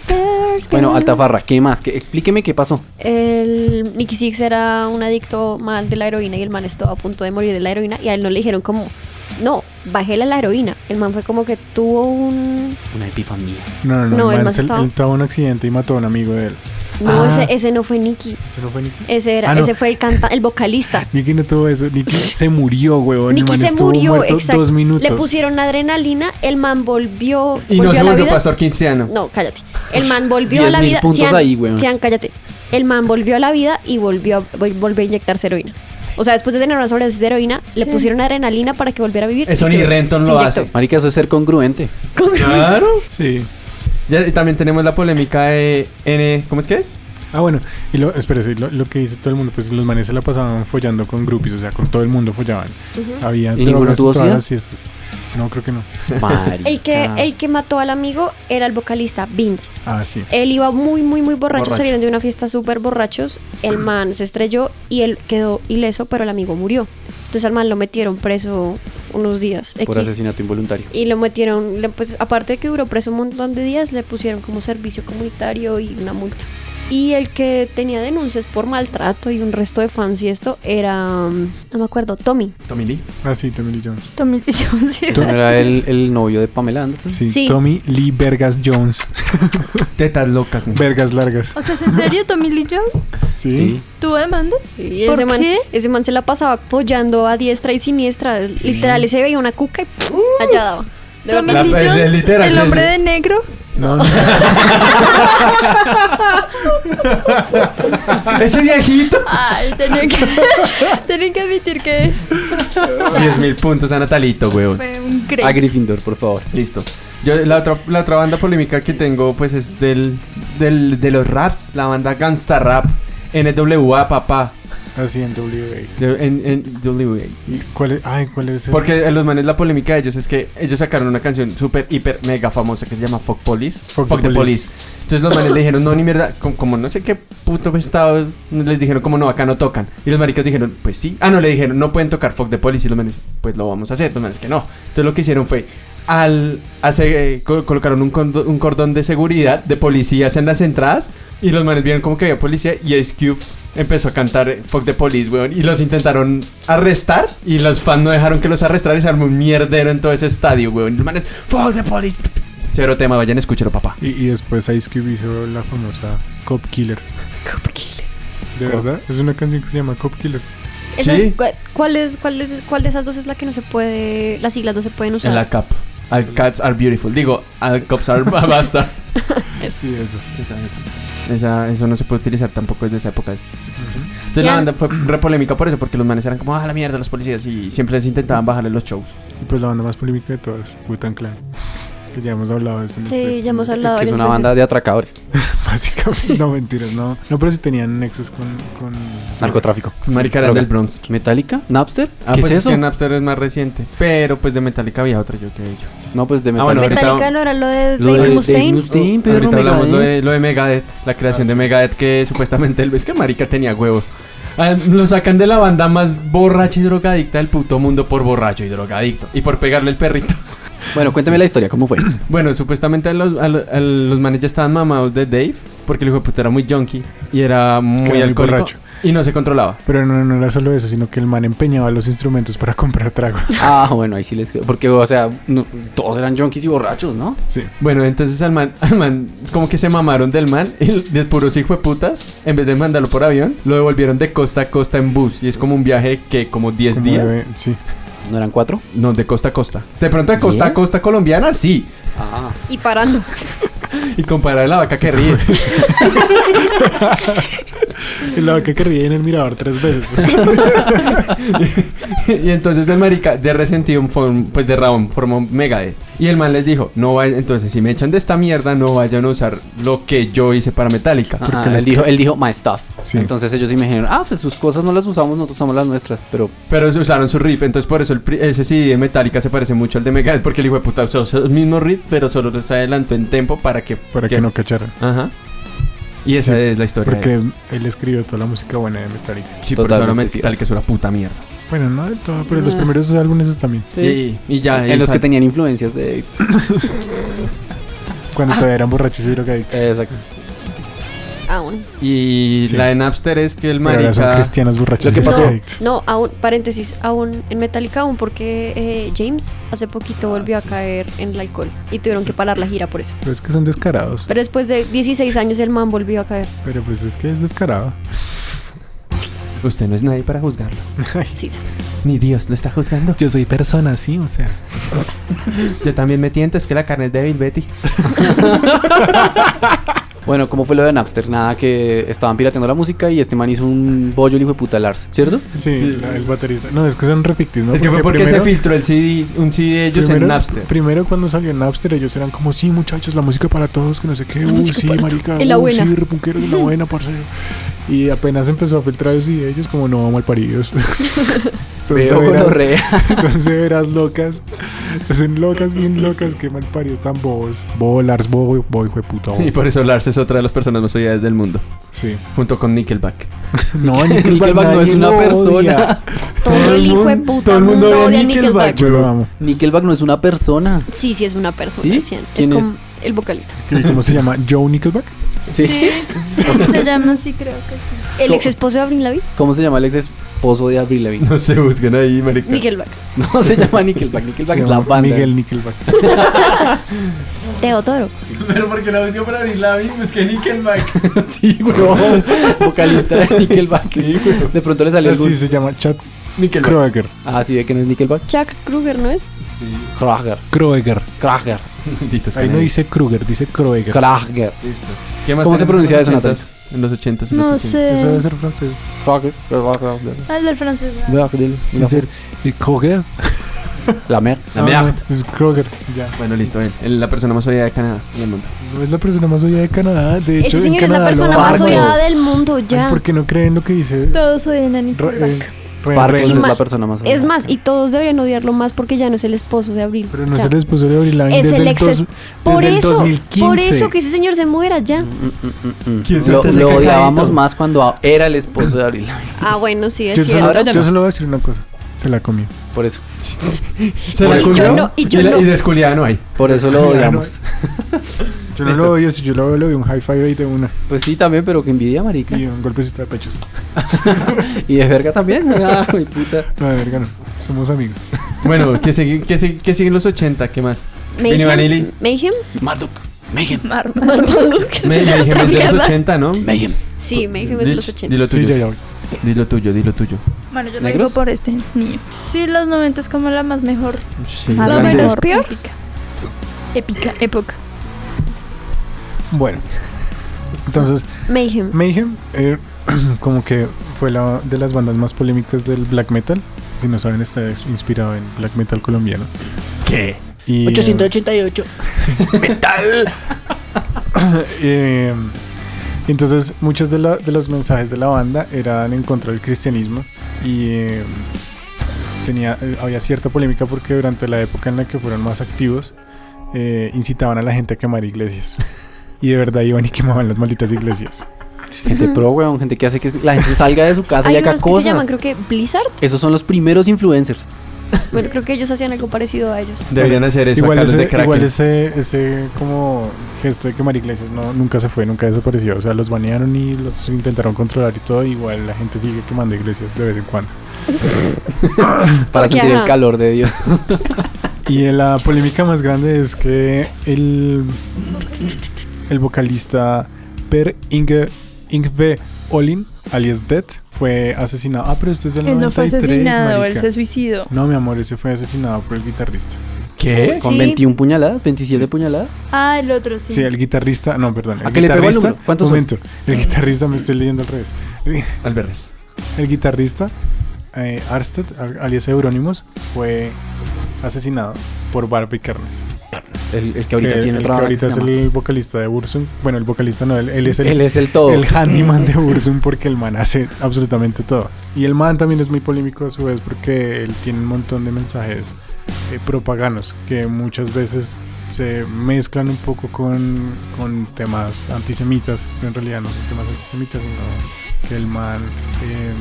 [SPEAKER 6] girls,
[SPEAKER 3] Bueno,
[SPEAKER 6] girls.
[SPEAKER 3] Altafarra, ¿qué más? ¿Qué- Explíqueme qué pasó.
[SPEAKER 6] El Nicky Six era un adicto mal de la heroína y el man estaba a punto de morir de la heroína y a él no le dijeron como, no, bájela la heroína. El man fue como que tuvo un...
[SPEAKER 3] Una epifanía.
[SPEAKER 4] No, no, no.
[SPEAKER 6] No,
[SPEAKER 4] el
[SPEAKER 6] el
[SPEAKER 4] man
[SPEAKER 6] man
[SPEAKER 4] se-
[SPEAKER 6] estaba-
[SPEAKER 4] él tuvo un accidente y mató a un amigo de él.
[SPEAKER 6] No,
[SPEAKER 3] Ah.
[SPEAKER 6] ese, ese no fue Nicky.
[SPEAKER 4] ¿Ese no fue Nicky?
[SPEAKER 6] Ese era,
[SPEAKER 4] Ah, no.
[SPEAKER 6] ese fue el canta, el vocalista.
[SPEAKER 4] Nicky no tuvo eso. Nicky se murió, huevón. el
[SPEAKER 6] Nicky
[SPEAKER 4] man
[SPEAKER 6] se
[SPEAKER 4] estuvo
[SPEAKER 6] murió,
[SPEAKER 4] muerto
[SPEAKER 6] exacto.
[SPEAKER 4] dos minutos.
[SPEAKER 6] Le pusieron adrenalina, el man volvió,
[SPEAKER 1] Y no
[SPEAKER 6] volvió
[SPEAKER 1] se
[SPEAKER 6] a la
[SPEAKER 1] volvió
[SPEAKER 6] vida.
[SPEAKER 1] pastor quinceano.
[SPEAKER 6] No, cállate. El man volvió a la
[SPEAKER 3] 10.000
[SPEAKER 6] vida.
[SPEAKER 3] puntos
[SPEAKER 6] Sean,
[SPEAKER 3] ahí, weón.
[SPEAKER 6] Sean, cállate. El man volvió a la vida y volvió a, vol- volvió a inyectarse heroína. O sea, después de tener una sobredosis de heroína, le
[SPEAKER 5] Sí.
[SPEAKER 6] pusieron adrenalina para que volviera a vivir.
[SPEAKER 1] Eso
[SPEAKER 6] y
[SPEAKER 1] ni
[SPEAKER 6] se-
[SPEAKER 1] Renton
[SPEAKER 6] se
[SPEAKER 1] lo
[SPEAKER 6] inyectó.
[SPEAKER 1] hace.
[SPEAKER 3] Marica, eso es ser congruente.
[SPEAKER 1] Claro.
[SPEAKER 4] Sí.
[SPEAKER 1] Ya, y también tenemos la polémica de N. ¿Cómo es que es?
[SPEAKER 4] Ah, bueno, y lo, espérese, lo, lo que dice todo el mundo, pues los manes se la pasaban follando con groupies, o sea, con todo el mundo follaban. Había
[SPEAKER 3] ¿Y ninguno
[SPEAKER 4] drogas en
[SPEAKER 3] tuvo
[SPEAKER 4] todas
[SPEAKER 3] sida?
[SPEAKER 4] las fiestas. No, creo que no.
[SPEAKER 3] Marica.
[SPEAKER 6] El que, el que mató al amigo era el vocalista, Vince.
[SPEAKER 4] Ah, sí.
[SPEAKER 6] Él iba muy, muy, muy borracho.
[SPEAKER 1] Borracho.
[SPEAKER 6] Salieron de una fiesta súper borrachos. El man se estrelló y él quedó ileso, pero el amigo murió. Entonces al man lo metieron preso unos días.
[SPEAKER 3] Por
[SPEAKER 6] X.
[SPEAKER 3] asesinato involuntario.
[SPEAKER 6] Y lo metieron, le- pues aparte de que duró preso un montón de días, le pusieron como servicio comunitario y una multa. Y el que tenía denuncias por maltrato y un resto de fans y esto era, mm, no me acuerdo, Tommy.
[SPEAKER 1] Tommy Lee.
[SPEAKER 4] Ah, sí, Tommy Lee Jones.
[SPEAKER 5] Tommy Lee Jones. sí.
[SPEAKER 3] ¿No era el, el novio de Pamela Anderson?
[SPEAKER 4] Sí,
[SPEAKER 6] Sí.
[SPEAKER 4] Tommy Lee Vergas Jones.
[SPEAKER 1] Tetas locas. ¿no?
[SPEAKER 4] Vergas largas.
[SPEAKER 5] O sea, ¿es en serio Tommy Lee Jones?
[SPEAKER 4] Sí.
[SPEAKER 5] ¿Tú demandas?
[SPEAKER 6] Y
[SPEAKER 5] ¿Por
[SPEAKER 6] ese, man,
[SPEAKER 5] qué?
[SPEAKER 6] ese man se la pasaba follando a diestra y siniestra. Literal, se veía una cuca y ¡pum! allá daba. De
[SPEAKER 5] Tommy
[SPEAKER 1] La-
[SPEAKER 6] verdad.
[SPEAKER 5] Lee
[SPEAKER 1] es- es
[SPEAKER 5] Jones,
[SPEAKER 1] literal,
[SPEAKER 5] el
[SPEAKER 1] es-
[SPEAKER 5] hombre de negro.
[SPEAKER 4] No, no.
[SPEAKER 1] Ese viejito.
[SPEAKER 5] Ay, tenía que, tenía que admitir que
[SPEAKER 1] 10 mil puntos a Natalito, weón.
[SPEAKER 5] fue un
[SPEAKER 3] A
[SPEAKER 5] great.
[SPEAKER 3] Ah, Gryffindor, por favor.
[SPEAKER 1] Listo. Yo, la, otra, la otra banda polémica que tengo, pues es del, del- de los raps, la banda Gangsta Rap, NWA, papá,
[SPEAKER 4] Así en WA.
[SPEAKER 1] de- en- en NWA.
[SPEAKER 4] ¿Y cuál es? Ay, ¿cuál es el?
[SPEAKER 1] Porque en los manes la polémica de ellos es que ellos sacaron una canción súper, hiper, mega famosa que se llama Fuck Police.
[SPEAKER 4] Fuck
[SPEAKER 1] Fuck,
[SPEAKER 4] the
[SPEAKER 1] the
[SPEAKER 4] Police.
[SPEAKER 1] Police. Entonces los manes le dijeron, no, ni mierda, como, como no sé qué puto estado, les dijeron como no, acá no tocan. Y los maricas dijeron, pues sí. Ah, no, le dijeron, no pueden tocar Fuck the Police. Y los manes, pues lo vamos a hacer. Los manes que no. Entonces lo que hicieron fue, al hacer, eh, col- colocaron un, condo- un cordón de seguridad de policías en las entradas y los manes vieron como que había policía y Ice Cube empezó a cantar eh, Fuck the Police, weón, y los intentaron arrestar y los fans no dejaron que los arrestaran y se armó un mierdero en todo ese estadio, weón. Y los manes, Fuck the Police. Cero tema, vayan, escúchelo, papá.
[SPEAKER 4] Y, y después Ice Cube hizo la famosa Cop Killer.
[SPEAKER 6] Cuca, qué
[SPEAKER 4] ¿De
[SPEAKER 1] Cop.
[SPEAKER 4] verdad? Es una canción que se llama Cop Killer.
[SPEAKER 6] Esa
[SPEAKER 1] Sí.
[SPEAKER 6] es- cu- ¿cuál, es, cuál, es, ¿Cuál de esas dos es la que no se puede, las siglas no se pueden usar?
[SPEAKER 1] En la cap. Al cats are beautiful. Digo, al cops are basta.
[SPEAKER 4] Sí, eso.
[SPEAKER 1] Esa- esa. Esa- eso no se puede utilizar tampoco desde esa época. Entonces
[SPEAKER 6] Sí,
[SPEAKER 1] la
[SPEAKER 6] han-
[SPEAKER 1] banda fue re polémica por eso, porque los manes eran como, ah, la mierda, los policías, y siempre les intentaban bajarle los shows.
[SPEAKER 4] Y pues la banda más polémica de todas, Butan Clan. Que ya hemos hablado de eso en
[SPEAKER 6] Sí,
[SPEAKER 4] este-
[SPEAKER 6] ya hemos
[SPEAKER 4] en este-
[SPEAKER 6] hablado
[SPEAKER 3] Que es
[SPEAKER 6] varias
[SPEAKER 3] una
[SPEAKER 6] veces.
[SPEAKER 3] banda de atracadores.
[SPEAKER 4] Básicamente, no mentiras, no. No, pero sí tenían nexos con. con
[SPEAKER 3] Narcotráfico.
[SPEAKER 1] Marica era
[SPEAKER 3] drogas.
[SPEAKER 1] del Bronx.
[SPEAKER 3] ¿Metallica? ¿Napster?
[SPEAKER 1] Ah,
[SPEAKER 3] ¿Qué
[SPEAKER 1] pues
[SPEAKER 3] es eso?
[SPEAKER 1] que Napster es más reciente. Pero pues de Metallica había otra yo que he hecho.
[SPEAKER 3] No, pues de
[SPEAKER 1] Ah, bueno,
[SPEAKER 3] Metallica.
[SPEAKER 1] ahorita-
[SPEAKER 6] Metallica no era lo de
[SPEAKER 3] Lo de
[SPEAKER 6] Dave
[SPEAKER 3] Dave
[SPEAKER 6] Mustaine.
[SPEAKER 3] Mustaine, perro,
[SPEAKER 1] Ahorita hablamos lo
[SPEAKER 3] Megadeth.
[SPEAKER 1] de, lo de Megadeth, la creación
[SPEAKER 4] Ah,
[SPEAKER 1] de
[SPEAKER 4] sí.
[SPEAKER 1] Megadeth que supuestamente el, es que Marica tenía huevos. Ah, Lo sacan de la banda más borracha y drogadicta del puto mundo por borracho y drogadicto. Y por pegarle el perrito.
[SPEAKER 3] Bueno, cuéntame la historia, ¿cómo fue?
[SPEAKER 1] Bueno, supuestamente a los, a los, a los manes ya estaban mamados de Dave porque el hijo de puta era muy junkie y era
[SPEAKER 4] Que
[SPEAKER 1] muy
[SPEAKER 4] era muy
[SPEAKER 1] alcohólico
[SPEAKER 4] borracho.
[SPEAKER 1] y no se controlaba.
[SPEAKER 4] Pero no, no era solo eso, sino que el man empeñaba los instrumentos para comprar trago.
[SPEAKER 3] ah, bueno, ahí sí les quedó. Porque, o sea, no- todos eran junkies y borrachos, ¿no?
[SPEAKER 4] Sí.
[SPEAKER 1] Bueno, entonces al man, al man, como que se mamaron del man y de puros hijo de putas, en vez de mandarlo por avión, lo devolvieron de costa a costa en bus y es como un viaje que como 10
[SPEAKER 4] como
[SPEAKER 1] días.
[SPEAKER 4] debe- sí.
[SPEAKER 3] ¿No eran cuatro?
[SPEAKER 1] No, de costa a costa. De pronto de costa a
[SPEAKER 3] ¿Diez?
[SPEAKER 1] costa colombiana, sí.
[SPEAKER 3] Ah,
[SPEAKER 6] Y parando.
[SPEAKER 1] Y comparar la vaca que ríe.
[SPEAKER 4] Y la vaca que ríe en el mirador tres veces.
[SPEAKER 1] y entonces el marica de resentido form- pues de Rabón formó Megadeth. Y el man les dijo, no vayan, entonces si me echan de esta mierda, no vayan a usar lo que yo hice para Metallica.
[SPEAKER 3] ah,
[SPEAKER 4] les
[SPEAKER 3] él, dijo, él dijo my stuff.
[SPEAKER 4] Sí.
[SPEAKER 3] Entonces ellos se dijeron, ah, pues sus cosas no las usamos, nosotros usamos las nuestras. Pero
[SPEAKER 1] Pero se usaron su riff, entonces por eso el pri- ese CD de Metallica se parece mucho al de Megadeth, porque el hijo de puta usó el mismo riff, pero solo los adelantó en tempo para que...
[SPEAKER 4] Para que no cacharan.
[SPEAKER 1] Ajá. Y esa
[SPEAKER 4] Sí,
[SPEAKER 1] es la historia. de-
[SPEAKER 4] Porque él escribió toda la música buena de Metallica.
[SPEAKER 1] Sí, por eso ahora
[SPEAKER 3] Totalmente
[SPEAKER 1] Metallica es una puta mierda.
[SPEAKER 4] Bueno, no del todo, pero los
[SPEAKER 3] Ah.
[SPEAKER 4] primeros álbumes están bien.
[SPEAKER 1] Y, y ya... y
[SPEAKER 3] en los que
[SPEAKER 1] sal-
[SPEAKER 3] tenían influencias de...
[SPEAKER 4] Cuando
[SPEAKER 6] Ah.
[SPEAKER 4] todavía eran borrachos y drogadictos.
[SPEAKER 3] Exacto.
[SPEAKER 6] Aún.
[SPEAKER 1] Y
[SPEAKER 4] Sí.
[SPEAKER 1] la de Napster es que el
[SPEAKER 4] pero ahora son
[SPEAKER 1] marica...
[SPEAKER 4] cristianos borrachos
[SPEAKER 3] Lo que
[SPEAKER 4] y
[SPEAKER 3] pasó-
[SPEAKER 4] drogadictos.
[SPEAKER 6] No, aún, paréntesis, aún en Metallica aún porque eh, James hace poquito volvió a caer en el alcohol y tuvieron que parar la gira por eso.
[SPEAKER 4] Pero es que son descarados.
[SPEAKER 6] Pero después de 16 años el man volvió a caer.
[SPEAKER 4] Pero pues es que es descarado.
[SPEAKER 1] Usted no es nadie para juzgarlo.
[SPEAKER 6] Sí,
[SPEAKER 1] Ni Dios lo está juzgando.
[SPEAKER 4] Yo soy persona, sí, o sea.
[SPEAKER 1] Yo también me tiento, es que la carne es débil, Betty.
[SPEAKER 3] Bueno, ¿cómo fue lo de Napster? Nada, que estaban pirateando la música y este man hizo un bollo el hijo de puta Lars, ¿cierto?
[SPEAKER 4] Sí, la- el baterista. No, es que son refictis, ¿no?
[SPEAKER 1] es que fue porque
[SPEAKER 4] primero-
[SPEAKER 1] se filtró el CD, un CD de ellos
[SPEAKER 4] primero-
[SPEAKER 1] en Napster.
[SPEAKER 4] Primero cuando salió Napster ellos eran como, sí muchachos, la música para todos, que no sé qué, uh,
[SPEAKER 6] música
[SPEAKER 4] sí,
[SPEAKER 6] para
[SPEAKER 4] marica,
[SPEAKER 6] todos. Es la
[SPEAKER 4] uh,
[SPEAKER 6] buena.
[SPEAKER 4] sí, repunqueros, es la buena, parcero. Y apenas empezó a filtrar el CD ellos como, no, malparidos. son,
[SPEAKER 3] Pero
[SPEAKER 4] severas,
[SPEAKER 3] gonorrea.
[SPEAKER 4] son severas locas, son locas, bien locas, que malparidos tan bobos. Bobo, Lars, bobo, bobo, hijo de puta, bobo.
[SPEAKER 1] Y por eso Lars es otra de las personas más odiadas del mundo,
[SPEAKER 4] Sí.
[SPEAKER 1] junto con Nickelback.
[SPEAKER 4] No,
[SPEAKER 3] Nickelback no es
[SPEAKER 4] nadie
[SPEAKER 3] una
[SPEAKER 4] lo
[SPEAKER 3] persona.
[SPEAKER 4] odia.
[SPEAKER 6] Todo el hijo de puta mundo odia Nickelback.
[SPEAKER 4] Yo lo amo.
[SPEAKER 3] Nickelback no es una persona.
[SPEAKER 6] Sí, sí, es una persona.
[SPEAKER 3] ¿Sí?
[SPEAKER 6] sí, Es
[SPEAKER 3] ¿Quién
[SPEAKER 6] como el vocalista.
[SPEAKER 4] ¿Y ¿Cómo se llama? Joe Nickelback.
[SPEAKER 3] Sí.
[SPEAKER 5] Se llama así, creo que sí.
[SPEAKER 6] El ex esposo de Avril Lavigne,
[SPEAKER 3] ¿Cómo se llama el ex esposo de Avril Lavigne?
[SPEAKER 1] No se buscan ahí, marica.
[SPEAKER 6] Nickelback.
[SPEAKER 3] No se llama Nickelback. Nickelback
[SPEAKER 4] Se
[SPEAKER 3] es la
[SPEAKER 4] llama
[SPEAKER 3] banda.
[SPEAKER 4] Miguel Nickelback.
[SPEAKER 6] Teodoro.
[SPEAKER 1] Pero porque la buscó para abrir la busqué Nickelback.
[SPEAKER 3] sí, weón. Vocalista de Nickelback. De pronto le salió el
[SPEAKER 4] Así
[SPEAKER 3] sí,
[SPEAKER 4] se llama Chad
[SPEAKER 1] Nickelback.
[SPEAKER 4] Kroeger.
[SPEAKER 3] Ah, sí, ve que no es Nickelback.
[SPEAKER 6] Chuck Kruger, ¿no es?
[SPEAKER 1] Sí.
[SPEAKER 3] Krager.
[SPEAKER 4] Kroeger.
[SPEAKER 3] Krager.
[SPEAKER 1] Malditos
[SPEAKER 4] Ahí no
[SPEAKER 1] canallas.
[SPEAKER 4] dice Kruger, dice Kroeger.
[SPEAKER 3] Krager.
[SPEAKER 1] Listo. ¿Qué más
[SPEAKER 3] ¿Cómo se
[SPEAKER 1] tenemos
[SPEAKER 3] pronuncia
[SPEAKER 1] en
[SPEAKER 3] eso,
[SPEAKER 1] los ochentas? En los 80
[SPEAKER 5] No sé.
[SPEAKER 4] Eso debe ser francés.
[SPEAKER 3] Krager.
[SPEAKER 5] Ah, el del francés. ah.
[SPEAKER 4] Debe ser eh, Kroger.
[SPEAKER 3] La mer.
[SPEAKER 1] La
[SPEAKER 4] Ah,
[SPEAKER 1] mierda.
[SPEAKER 4] no, es Kroger. Ya.
[SPEAKER 1] Bueno, listo. bien. El- La persona más odiada de Canadá. en el mundo.
[SPEAKER 4] No es la persona más odiada de Canadá. De
[SPEAKER 6] Ese
[SPEAKER 4] hecho, en
[SPEAKER 6] señor es la
[SPEAKER 4] Canadá
[SPEAKER 6] persona
[SPEAKER 4] lo
[SPEAKER 6] más
[SPEAKER 4] aman.
[SPEAKER 6] odiada del mundo
[SPEAKER 4] Ay,
[SPEAKER 6] ya.
[SPEAKER 4] ¿Por qué no creen lo que dice?
[SPEAKER 5] Todos odian a
[SPEAKER 4] Re- eh,
[SPEAKER 5] Nickelback.
[SPEAKER 4] Re-
[SPEAKER 3] Sparkles
[SPEAKER 4] Re-
[SPEAKER 3] es
[SPEAKER 6] más-
[SPEAKER 3] la persona más
[SPEAKER 6] Es
[SPEAKER 3] odiada.
[SPEAKER 6] más, y todos deberían odiarlo más porque ya no es el esposo de Abril.
[SPEAKER 4] Pero no se les puso de Avril Lavigne
[SPEAKER 6] Es
[SPEAKER 4] desde
[SPEAKER 6] el
[SPEAKER 4] el,
[SPEAKER 6] ex-
[SPEAKER 4] dos-
[SPEAKER 6] por
[SPEAKER 4] desde el
[SPEAKER 6] eso,
[SPEAKER 4] 2015.
[SPEAKER 6] por eso que ese señor se muera ya.
[SPEAKER 3] Mm, mm, mm.
[SPEAKER 1] ¿Quién
[SPEAKER 3] Lo,
[SPEAKER 1] suelta ese
[SPEAKER 3] lo
[SPEAKER 1] cacaíto?
[SPEAKER 3] odiábamos más cuando a- era el esposo de Avril Lavigne.
[SPEAKER 6] Ah, bueno, sí, es
[SPEAKER 4] Yo, solo,
[SPEAKER 6] cierto.
[SPEAKER 3] Ahora ya
[SPEAKER 4] yo
[SPEAKER 3] no.
[SPEAKER 4] solo voy a decir una cosa. Se la comió.
[SPEAKER 3] Por eso.
[SPEAKER 1] ¿Se
[SPEAKER 6] Y yo
[SPEAKER 1] comió?
[SPEAKER 6] no, y yo
[SPEAKER 1] la-
[SPEAKER 6] no.
[SPEAKER 1] y desculiada no hay.
[SPEAKER 3] Por eso lo odiamos.
[SPEAKER 4] Ah, Yo no
[SPEAKER 1] Listo.
[SPEAKER 4] lo odio, si yo lo veo, le doy un high five ahí de una
[SPEAKER 3] Pues sí, también, pero que envidia, marica.
[SPEAKER 4] y un golpecito de pechos.
[SPEAKER 3] Y de verga también. Ah, mi puta.
[SPEAKER 4] No, de verga no. Somos amigos.
[SPEAKER 1] Bueno, ¿qué sigue, qué sigue- qué sigue en los 80? ¿Qué más? Vinny Vanilli.
[SPEAKER 6] Mayhem. Mayhem.
[SPEAKER 7] Marduk, Mayhem,
[SPEAKER 1] Me, me dije más de los
[SPEAKER 6] mierda.
[SPEAKER 1] 80, ¿no?
[SPEAKER 7] Mayhem.
[SPEAKER 6] Sí, Mayhem es de los
[SPEAKER 1] Dich,
[SPEAKER 6] 80.
[SPEAKER 1] Dilo
[SPEAKER 4] Sí,
[SPEAKER 1] tuyo,
[SPEAKER 4] ya, ya voy.
[SPEAKER 1] dilo tuyo, dilo tuyo.
[SPEAKER 5] Bueno, yo lo
[SPEAKER 3] ¿Negros?
[SPEAKER 5] digo por este niño. Sí, los 90 es como la más mejor.
[SPEAKER 1] Sí,
[SPEAKER 5] La
[SPEAKER 6] lo
[SPEAKER 1] grande.
[SPEAKER 6] menos peor.
[SPEAKER 5] Épica. Épica, época.
[SPEAKER 4] Bueno. Entonces,
[SPEAKER 6] Mayhem.
[SPEAKER 4] Mayhem eh, como que fue la de las bandas más polémicas del black metal. Si no saben, está es- inspirado en black metal colombiano.
[SPEAKER 7] ¿Qué?
[SPEAKER 4] Y, eh,
[SPEAKER 7] 888. Metal.
[SPEAKER 4] eh, entonces, muchos de, la- de los mensajes de la banda eran en contra del cristianismo y eh, tenía, eh, había cierta polémica porque durante la época en la que fueron más activos, eh, incitaban a la gente a quemar iglesias. Y de verdad iban y quemaban las malditas iglesias.
[SPEAKER 3] Gente pro, weón. Gente que hace que la gente salga de su casa y
[SPEAKER 6] Hay
[SPEAKER 3] haga
[SPEAKER 6] unos que se
[SPEAKER 3] cosas.
[SPEAKER 6] llaman, creo que Blizzard.
[SPEAKER 3] Esos son los primeros influencers.
[SPEAKER 6] Bueno, creo que ellos hacían algo parecido a ellos.
[SPEAKER 1] Deberían hacer eso
[SPEAKER 4] igual
[SPEAKER 1] acá los
[SPEAKER 4] ese,
[SPEAKER 1] de Kraken.
[SPEAKER 4] igual ese, ese como gesto de quemar iglesias no, nunca se fue, nunca desapareció. O sea, los banearon y los intentaron controlar y todo. Igual la gente sigue quemando iglesias de vez en cuando.
[SPEAKER 3] Para
[SPEAKER 6] Porque,
[SPEAKER 3] sentir el
[SPEAKER 6] ajá.
[SPEAKER 3] calor de Dios.
[SPEAKER 4] Y la polémica más grande es que el, el vocalista Per Inge, Ingve Olin, alias Dead, fue asesinado. Ah, pero esto es del
[SPEAKER 5] Él no fue
[SPEAKER 4] 93,
[SPEAKER 5] asesinado, él
[SPEAKER 4] marica.
[SPEAKER 5] se suicidó.
[SPEAKER 4] No, mi amor, ese fue asesinado por el guitarrista.
[SPEAKER 1] ¿Qué?
[SPEAKER 3] Con
[SPEAKER 5] Sí.
[SPEAKER 3] 21 puñaladas, 27 puñaladas.
[SPEAKER 5] Ah, el otro sí.
[SPEAKER 4] Sí, el guitarrista, no, perdón. El
[SPEAKER 3] ¿A qué le pegó el
[SPEAKER 4] guitarrista,
[SPEAKER 3] número? ¿Cuántos son? Ah.
[SPEAKER 4] momento, el guitarrista, me estoy leyendo al revés. El,
[SPEAKER 1] Alberres.
[SPEAKER 4] el guitarrista, eh, Arsted, al- alias Eurónimos, fue asesinado por Barbie Carnes.
[SPEAKER 3] El, el que ahorita
[SPEAKER 4] que
[SPEAKER 3] tiene
[SPEAKER 4] el que
[SPEAKER 3] otra banda que
[SPEAKER 4] ahorita
[SPEAKER 3] se
[SPEAKER 4] es
[SPEAKER 3] llama-
[SPEAKER 4] el vocalista de Bursum. Bueno, el vocalista no, él, él es el,
[SPEAKER 3] Él es el todo.
[SPEAKER 4] el handyman de Bursum porque el man hace absolutamente todo. Y el man también es muy polémico a su vez porque él tiene un montón de mensajes eh, propaganos que muchas veces se mezclan un poco con, con temas antisemitas. pero En realidad no son temas antisemitas, sino que el man eh,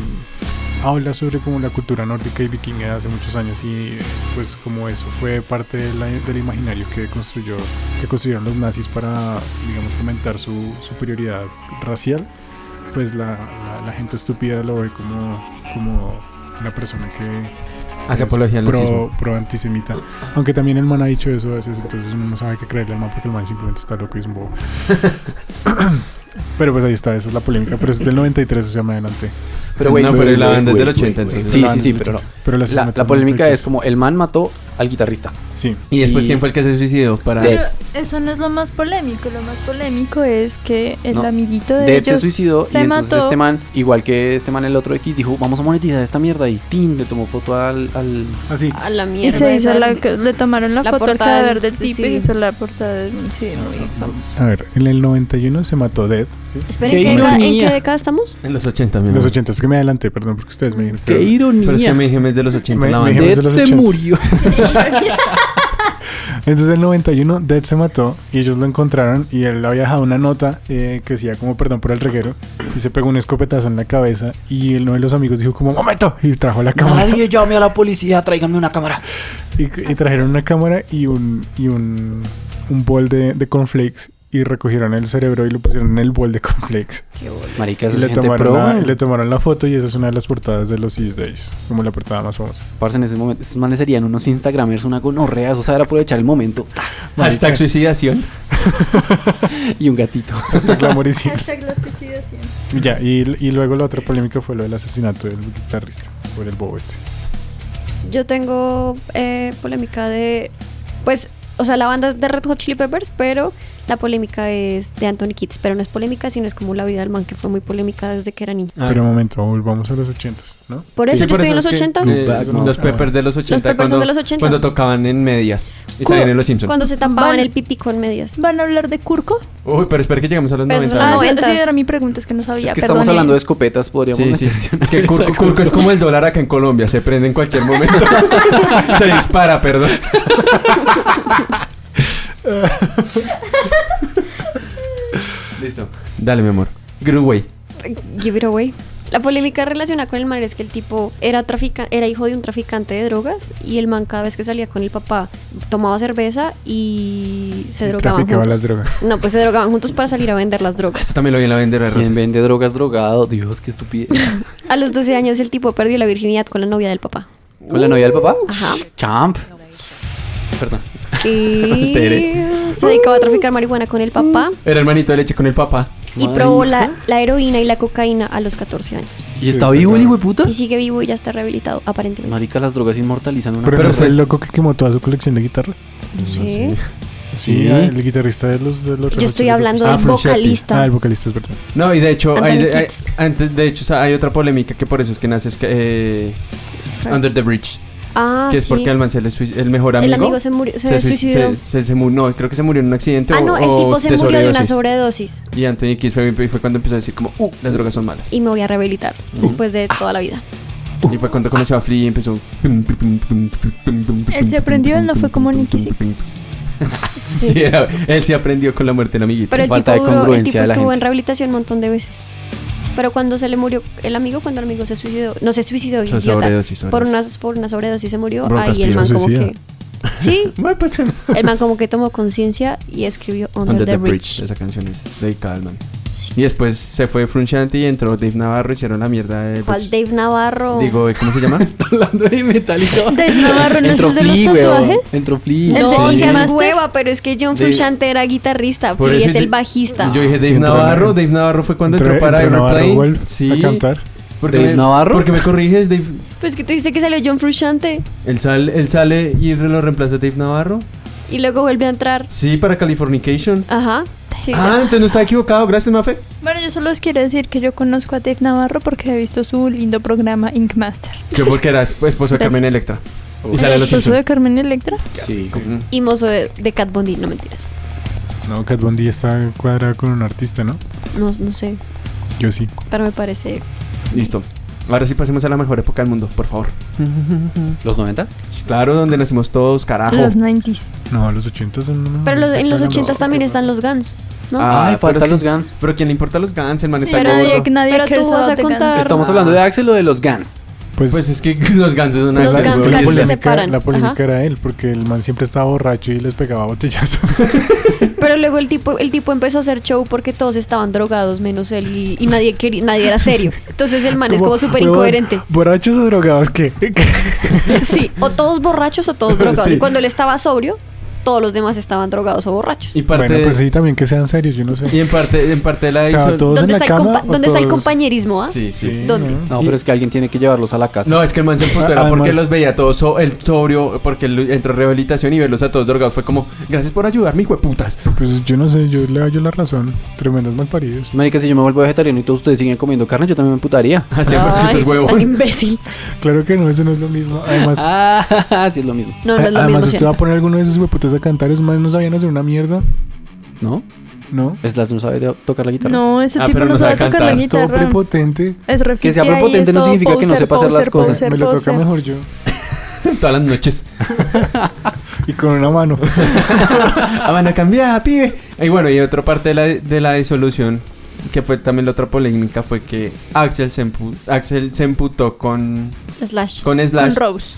[SPEAKER 4] habla sobre como la cultura nórdica y vikinga de hace muchos años y eh, pues como eso fue parte de la- del imaginario que construyó que construyeron los nazis para, digamos, fomentar su superioridad racial, pues la, la- la gente estúpida lo ve como, como una persona que
[SPEAKER 1] Hace
[SPEAKER 4] es
[SPEAKER 1] apología al nazismo.
[SPEAKER 4] pro, pro antisemita. Aunque también el man ha dicho eso a veces, entonces uno no sabe qué creerle al man porque el man simplemente está loco y es un bobo. Pero pues ahí está, esa es la polémica. Pero eso es del 93, o sea, me adelanté.
[SPEAKER 3] Pero, güey,
[SPEAKER 1] No, pero
[SPEAKER 3] güey,
[SPEAKER 1] la
[SPEAKER 3] güey,
[SPEAKER 1] banda es
[SPEAKER 3] güey,
[SPEAKER 1] del 80,
[SPEAKER 3] güey,
[SPEAKER 1] entonces.
[SPEAKER 3] Sí,
[SPEAKER 4] La
[SPEAKER 3] sí,
[SPEAKER 4] banda
[SPEAKER 3] sí,
[SPEAKER 4] es del
[SPEAKER 3] pero no.
[SPEAKER 4] 80. Pero las
[SPEAKER 3] La,
[SPEAKER 4] asesinatos
[SPEAKER 3] la
[SPEAKER 4] fueron
[SPEAKER 3] polémica es
[SPEAKER 4] fechas.
[SPEAKER 3] como el man mató al guitarrista.
[SPEAKER 4] Sí.
[SPEAKER 1] Y después,
[SPEAKER 3] Y-
[SPEAKER 1] ¿quién fue el que se suicidó? Para...
[SPEAKER 3] Dead.
[SPEAKER 5] Eso no es lo más polémico. Lo más polémico es que el
[SPEAKER 3] No.
[SPEAKER 5] amiguito de
[SPEAKER 3] Dead se
[SPEAKER 5] ellos
[SPEAKER 3] suicidó
[SPEAKER 5] se
[SPEAKER 3] y entonces
[SPEAKER 5] mató.
[SPEAKER 3] este man, igual que este man el otro X, dijo, vamos a monetizar esta mierda y Tim le tomó foto al... al-
[SPEAKER 4] Así.
[SPEAKER 6] A la mierda.
[SPEAKER 5] y se hizo
[SPEAKER 6] esa-
[SPEAKER 5] la, le tomaron la,
[SPEAKER 6] la
[SPEAKER 5] foto al
[SPEAKER 6] portada
[SPEAKER 5] cadáver
[SPEAKER 6] del-
[SPEAKER 5] del tipo y
[SPEAKER 6] sí.
[SPEAKER 5] hizo la portada de un sí, muy famoso.
[SPEAKER 4] A ver, en el 91 se mató Dead. ¿sí?
[SPEAKER 6] Esperen,
[SPEAKER 3] ¡Qué
[SPEAKER 6] ¿en qué década- ¿en
[SPEAKER 3] ironía!
[SPEAKER 6] qué década estamos?
[SPEAKER 1] En los 80, mi
[SPEAKER 4] En
[SPEAKER 1] amor.
[SPEAKER 4] los 80, es que me adelanté, perdón, porque ustedes me dijeron.
[SPEAKER 3] ¡Qué
[SPEAKER 4] pero-
[SPEAKER 3] ironía!
[SPEAKER 1] Pero es que mi Jimé es de los 80,
[SPEAKER 4] Me-
[SPEAKER 1] la
[SPEAKER 4] me
[SPEAKER 1] banda.
[SPEAKER 4] Jimé es
[SPEAKER 3] Dead
[SPEAKER 4] de los
[SPEAKER 3] se
[SPEAKER 4] 80.
[SPEAKER 3] murió.
[SPEAKER 4] Entonces en el 91 Dead se mató y ellos lo encontraron y él había dejado una nota eh, que decía como perdón por el reguero y se pegó un escopetazo en la cabeza y uno de los amigos dijo como momento y trajo la cámara
[SPEAKER 3] Nadie llame a la policía, tráigame una cámara.
[SPEAKER 4] y, y trajeron una cámara y un y un, un bol de, de cornflakes y recogieron el cerebro y lo pusieron en el bol de cornflakes
[SPEAKER 3] Marica,
[SPEAKER 4] y
[SPEAKER 3] eso es
[SPEAKER 4] le,
[SPEAKER 3] gente
[SPEAKER 4] tomaron
[SPEAKER 3] pro.
[SPEAKER 4] la, y le tomaron la foto y esa es una de las portadas de los CDs de ellos como la portada más famosa
[SPEAKER 3] Parce, en ese momento, estos manes serían unos instagramers, una gonorrea, eso saber aprovechar el momento.
[SPEAKER 1] Hashtag suicidación.
[SPEAKER 3] Y un gatito.
[SPEAKER 4] está glamorísimo
[SPEAKER 5] Hashtag la suicidación.
[SPEAKER 4] ya y, y luego la otra polémica fue lo del asesinato del guitarrista por el bobo este
[SPEAKER 6] Yo tengo eh, polémica de. Pues, o sea, la banda es de Red Hot Chili Peppers, pero la polémica es de Anthony Kids. Pero no es polémica, sino es como la vida del man, que fue muy polémica desde que era niño.
[SPEAKER 1] Ah.
[SPEAKER 4] Pero un momento, volvamos a los ochentas, ¿no?
[SPEAKER 6] Por eso
[SPEAKER 1] Sí,
[SPEAKER 6] yo estoy en los
[SPEAKER 1] es que,
[SPEAKER 6] 80.
[SPEAKER 1] eh,
[SPEAKER 4] Back, ¿no?
[SPEAKER 1] los Peppers de los 80.
[SPEAKER 6] Peppers
[SPEAKER 1] cuando,
[SPEAKER 6] son de los 80.
[SPEAKER 1] Cuando tocaban en medias. Y
[SPEAKER 6] Cu-
[SPEAKER 1] salían en los Simpsons.
[SPEAKER 6] Cuando se tapaban
[SPEAKER 5] Vale.
[SPEAKER 6] el pipí con medias.
[SPEAKER 5] ¿Van a hablar de Curco?
[SPEAKER 1] Uy, pero espera que llegamos a los
[SPEAKER 6] Pero
[SPEAKER 1] 90.
[SPEAKER 6] son-
[SPEAKER 5] Ah,
[SPEAKER 1] ¿no?
[SPEAKER 5] sí,
[SPEAKER 6] noventas.
[SPEAKER 5] esa era mi pregunta, es que no sabía.
[SPEAKER 3] es que estamos
[SPEAKER 5] perdone.
[SPEAKER 3] hablando de escopetas, podríamos
[SPEAKER 1] Sí, sí.
[SPEAKER 3] meter-
[SPEAKER 1] Es que Curco, Curco es como el dólar acá en Colombia. Se prende en cualquier momento. se dispara, perdón. Listo. Dale, mi amor. Greenway.
[SPEAKER 6] Give it away. La polémica relacionada con el man es que el tipo era, trafica era hijo de un traficante de drogas y el man cada vez que salía con el papá tomaba cerveza y se
[SPEAKER 4] Y
[SPEAKER 6] drogaban
[SPEAKER 4] traficaba
[SPEAKER 6] juntos.
[SPEAKER 4] las drogas.
[SPEAKER 6] No, pues se drogaban juntos para salir a vender las drogas.
[SPEAKER 1] Esto también lo vi en la vender de
[SPEAKER 3] ¿Quién
[SPEAKER 1] rosas.
[SPEAKER 3] vende drogas drogado? Dios, qué estupidez.
[SPEAKER 6] A los 12 años el tipo perdió la virginidad con la novia del papá.
[SPEAKER 3] ¿Con la novia del papá?
[SPEAKER 6] Ajá.
[SPEAKER 3] Champ. Perdón.
[SPEAKER 6] Y
[SPEAKER 1] Tere.
[SPEAKER 6] se dedicaba a traficar marihuana con el papá
[SPEAKER 1] Era hermanito de leche con el papá.
[SPEAKER 6] y probó la, la heroína y la cocaína a los 14 años.
[SPEAKER 3] ¿Y está vivo el hijo de puta?
[SPEAKER 4] ¿Ah?
[SPEAKER 6] Y sigue vivo y ya está rehabilitado, aparentemente.
[SPEAKER 3] Marica, las drogas inmortalizan una
[SPEAKER 4] Pero,
[SPEAKER 1] pero
[SPEAKER 4] no fue
[SPEAKER 1] pues-
[SPEAKER 4] el loco que quemó toda su colección de guitarra.
[SPEAKER 6] No sé.
[SPEAKER 4] Sí, ah, el guitarrista de los. De los Red Hot
[SPEAKER 6] Yo estoy
[SPEAKER 4] Chili
[SPEAKER 6] hablando
[SPEAKER 4] Peppers.
[SPEAKER 1] Ah,
[SPEAKER 6] del
[SPEAKER 1] Frascati.
[SPEAKER 6] vocalista.
[SPEAKER 4] Ah, el vocalista es verdad.
[SPEAKER 1] No, y de hecho, hay,
[SPEAKER 6] Anthony
[SPEAKER 1] hay-
[SPEAKER 6] Kids.
[SPEAKER 1] antes, de hecho, o sea, hay otra polémica que por eso es que nace es que, eh, Under the Bridge.
[SPEAKER 6] Ah,
[SPEAKER 1] que es
[SPEAKER 6] sí.
[SPEAKER 1] porque al man se le sui- el mejor amigo.
[SPEAKER 6] el amigo se murió, se,
[SPEAKER 1] sui-
[SPEAKER 6] suicidó.
[SPEAKER 1] se- se- se mu- no, creo que se murió en un accidente
[SPEAKER 6] ah,
[SPEAKER 1] o,
[SPEAKER 6] no, el
[SPEAKER 1] o
[SPEAKER 6] tipo se
[SPEAKER 1] de
[SPEAKER 6] murió de una
[SPEAKER 1] sobredosis.
[SPEAKER 6] sobredosis
[SPEAKER 1] Y Anthony Kiss fue, fue cuando empezó a decir como, uh, las drogas son malas.
[SPEAKER 6] y me voy a rehabilitar
[SPEAKER 1] Mm.
[SPEAKER 6] después de
[SPEAKER 1] Ah,
[SPEAKER 6] toda la vida.
[SPEAKER 1] Y fue cuando conoció a Flea y empezó...
[SPEAKER 5] Él se aprendió, él no fue como Nicky Six.
[SPEAKER 6] Sí.
[SPEAKER 1] Sí, era- él se aprendió con la muerte del amiguito.
[SPEAKER 6] Pero el
[SPEAKER 3] Falta de
[SPEAKER 6] tipo, duró- el
[SPEAKER 3] congruencia
[SPEAKER 6] tipo
[SPEAKER 3] de la
[SPEAKER 6] estuvo en
[SPEAKER 3] gente.
[SPEAKER 6] rehabilitación un montón de veces. Pero cuando se le murió el amigo, cuando el amigo se suicidó, no se suicidó,
[SPEAKER 1] Son
[SPEAKER 6] idiota.
[SPEAKER 1] sobredosis,
[SPEAKER 6] por
[SPEAKER 1] sobredosis.
[SPEAKER 6] una por una sobredosis se murió,
[SPEAKER 1] Broncas
[SPEAKER 6] ahí el
[SPEAKER 1] pías.
[SPEAKER 6] man como
[SPEAKER 4] Suicida.
[SPEAKER 6] que Sí,
[SPEAKER 1] Bueno, pues,
[SPEAKER 6] el man como que tomó conciencia y escribió Under,
[SPEAKER 1] Under the
[SPEAKER 6] Bridge.
[SPEAKER 1] Bridge. Esa canción es dedicada al man. Y después se fue Frunchante y entró Dave Navarro y hicieron la mierda de...
[SPEAKER 6] ¿Cuál Dave Navarro?
[SPEAKER 1] Pues, Digo, ¿cómo se llama?
[SPEAKER 3] Está hablando de Metallica.
[SPEAKER 5] Dave Navarro, ¿no es
[SPEAKER 3] Entró
[SPEAKER 5] el de los
[SPEAKER 3] Flea, weón.
[SPEAKER 5] tatuajes?
[SPEAKER 3] Entró Flea.
[SPEAKER 6] no,
[SPEAKER 5] Sí.
[SPEAKER 6] seas
[SPEAKER 5] Master.
[SPEAKER 6] hueva, pero es que John
[SPEAKER 1] Dave-
[SPEAKER 6] Frusciante era guitarrista,
[SPEAKER 1] Por
[SPEAKER 6] Flea
[SPEAKER 1] eso
[SPEAKER 6] es el
[SPEAKER 1] yo-
[SPEAKER 6] bajista.
[SPEAKER 1] Yo dije Dave
[SPEAKER 4] Entró en-
[SPEAKER 1] Navarro. Dave Navarro fue cuando entró,
[SPEAKER 4] Entró-
[SPEAKER 1] para
[SPEAKER 4] entró Navarro
[SPEAKER 1] Everplane.
[SPEAKER 4] Wolf
[SPEAKER 1] sí.
[SPEAKER 4] a cantar.
[SPEAKER 1] Porque
[SPEAKER 3] ¿Dave
[SPEAKER 1] me-
[SPEAKER 3] Navarro?
[SPEAKER 1] Porque me corriges, Dave.
[SPEAKER 6] Pues que tú dijiste que salió John Frusciante
[SPEAKER 1] Él, sal- él sale y lo reemplaza Dave Navarro.
[SPEAKER 6] y luego vuelve a entrar.
[SPEAKER 1] Sí, para Californication.
[SPEAKER 6] Ajá. Sí.
[SPEAKER 1] Ah, entonces no está equivocado. Gracias, Mafe.
[SPEAKER 5] Bueno, yo solo les quiero decir que yo conozco a Dave Navarro porque he visto su lindo programa Ink Master.
[SPEAKER 1] Yo porque era esp- esposo de Carmen Electra. Y Uh, sale
[SPEAKER 5] ¿El
[SPEAKER 1] a los
[SPEAKER 5] esposo
[SPEAKER 1] Simpsons.
[SPEAKER 5] de Carmen Electra?
[SPEAKER 3] Sí.
[SPEAKER 1] Mm.
[SPEAKER 6] Y mozo de, de Cat Bondi, no mentiras.
[SPEAKER 4] No, Cat Bondi está cuadrada con un artista, ¿no?
[SPEAKER 6] No, no sé,
[SPEAKER 4] Yo sí.
[SPEAKER 6] pero me parece.
[SPEAKER 1] Listo. Ahora sí pasemos a la mejor época del mundo, por favor.
[SPEAKER 3] ¿Los 90?
[SPEAKER 1] Claro, donde nacimos todos, carajo.
[SPEAKER 5] Los 90s.
[SPEAKER 4] No, los ochentas son. una-
[SPEAKER 6] Pero los- en los
[SPEAKER 4] No,
[SPEAKER 6] 80 también están los Guns, ¿no?
[SPEAKER 1] Ah,
[SPEAKER 3] Ay,
[SPEAKER 1] pero
[SPEAKER 3] faltan
[SPEAKER 1] sí.
[SPEAKER 3] los Guns.
[SPEAKER 1] Pero ¿quién le importa los Guns? El man
[SPEAKER 5] Sí,
[SPEAKER 1] está
[SPEAKER 5] pero
[SPEAKER 1] gordo.
[SPEAKER 5] nadie, nadie
[SPEAKER 6] Pero tú
[SPEAKER 5] cares
[SPEAKER 6] vas a
[SPEAKER 5] about the
[SPEAKER 6] contar.
[SPEAKER 5] Guns.
[SPEAKER 3] Estamos hablando de Axel o de los Guns.
[SPEAKER 4] Pues,
[SPEAKER 1] Pues es que los Guns son una
[SPEAKER 6] Los
[SPEAKER 4] la,
[SPEAKER 1] de-
[SPEAKER 6] Guns
[SPEAKER 4] la
[SPEAKER 6] casi se
[SPEAKER 4] polémica,
[SPEAKER 6] separan.
[SPEAKER 4] la polémica
[SPEAKER 6] Ajá.
[SPEAKER 4] era él, porque el man siempre estaba borracho y les pegaba botellazos.
[SPEAKER 6] Pero luego el tipo, el tipo empezó a hacer show porque todos estaban drogados menos él y, y nadie quería, nadie era serio. Entonces el man es como súper
[SPEAKER 4] huevón,
[SPEAKER 6] incoherente.
[SPEAKER 4] ¿Borrachos o drogados qué?
[SPEAKER 6] Sí, o todos borrachos o todos drogados.
[SPEAKER 4] Sí.
[SPEAKER 6] Y cuando él estaba sobrio, todos los demás estaban drogados o borrachos.
[SPEAKER 1] Y parte
[SPEAKER 4] Bueno, pues
[SPEAKER 1] de-
[SPEAKER 4] sí, también que sean serios, yo no sé.
[SPEAKER 1] y en parte en parte la
[SPEAKER 4] O sea,
[SPEAKER 1] disol-
[SPEAKER 4] todos en
[SPEAKER 6] ¿Dónde,
[SPEAKER 4] la
[SPEAKER 6] está, el
[SPEAKER 4] cama.
[SPEAKER 6] compa-
[SPEAKER 4] o
[SPEAKER 6] dónde está el
[SPEAKER 4] todos-
[SPEAKER 6] compañerismo? ah?
[SPEAKER 1] Sí, sí.
[SPEAKER 4] Sí,
[SPEAKER 6] ¿Dónde?
[SPEAKER 4] ¿no?
[SPEAKER 3] No, pero es que alguien tiene que llevarlos a la casa.
[SPEAKER 1] No, es que el man se emputó era
[SPEAKER 4] Ah,
[SPEAKER 1] porque
[SPEAKER 4] además-
[SPEAKER 1] los veía todos so- el sobrio, porque él entró a rehabilitación y verlos a todos drogados fue como, gracias por ayudarme, hijo de putas.
[SPEAKER 4] Pues yo no sé, yo le doy la razón. Tremendos malparidos.
[SPEAKER 3] Marica, si yo me vuelvo vegetariano y todos ustedes siguen comiendo carne, yo también me emputaría.
[SPEAKER 1] Así es que
[SPEAKER 6] Ay,
[SPEAKER 1] estos huevos.
[SPEAKER 6] tan imbécil.
[SPEAKER 4] Claro que no, eso no es lo mismo. Además,
[SPEAKER 3] Ah, sí es lo mismo.
[SPEAKER 6] No, no es lo
[SPEAKER 4] además
[SPEAKER 6] mismo.
[SPEAKER 4] usted
[SPEAKER 6] siento.
[SPEAKER 4] va a poner alguno de esos hueputas a cantar, es más, no sabían hacer una mierda,
[SPEAKER 3] ¿No?
[SPEAKER 4] ¿no?
[SPEAKER 3] Slash no sabe de- tocar la guitarra.
[SPEAKER 5] No, ese
[SPEAKER 1] Ah,
[SPEAKER 5] tipo
[SPEAKER 1] pero
[SPEAKER 5] no
[SPEAKER 1] no
[SPEAKER 5] sabe
[SPEAKER 1] sabe
[SPEAKER 5] tocar la
[SPEAKER 1] cantar.
[SPEAKER 4] Es todo
[SPEAKER 5] guitarra.
[SPEAKER 4] prepotente.
[SPEAKER 5] Es
[SPEAKER 3] Que sea
[SPEAKER 5] refifi ahí,
[SPEAKER 3] prepotente
[SPEAKER 5] es
[SPEAKER 3] no
[SPEAKER 5] todo
[SPEAKER 3] significa que no
[SPEAKER 5] poser,
[SPEAKER 3] sepa hacer las
[SPEAKER 5] poser,
[SPEAKER 3] cosas.
[SPEAKER 5] poser,
[SPEAKER 4] Me lo toca
[SPEAKER 5] poser.
[SPEAKER 4] mejor yo.
[SPEAKER 1] Todas las noches.
[SPEAKER 4] Y con una mano.
[SPEAKER 1] Ah, van a cambiar, pibe. Y bueno, y otra parte de la, de la disolución, que fue también la otra polémica, fue que Axel se, empu- Axel se emputó con,
[SPEAKER 6] Slash.
[SPEAKER 1] con Slash.
[SPEAKER 5] Con Rose.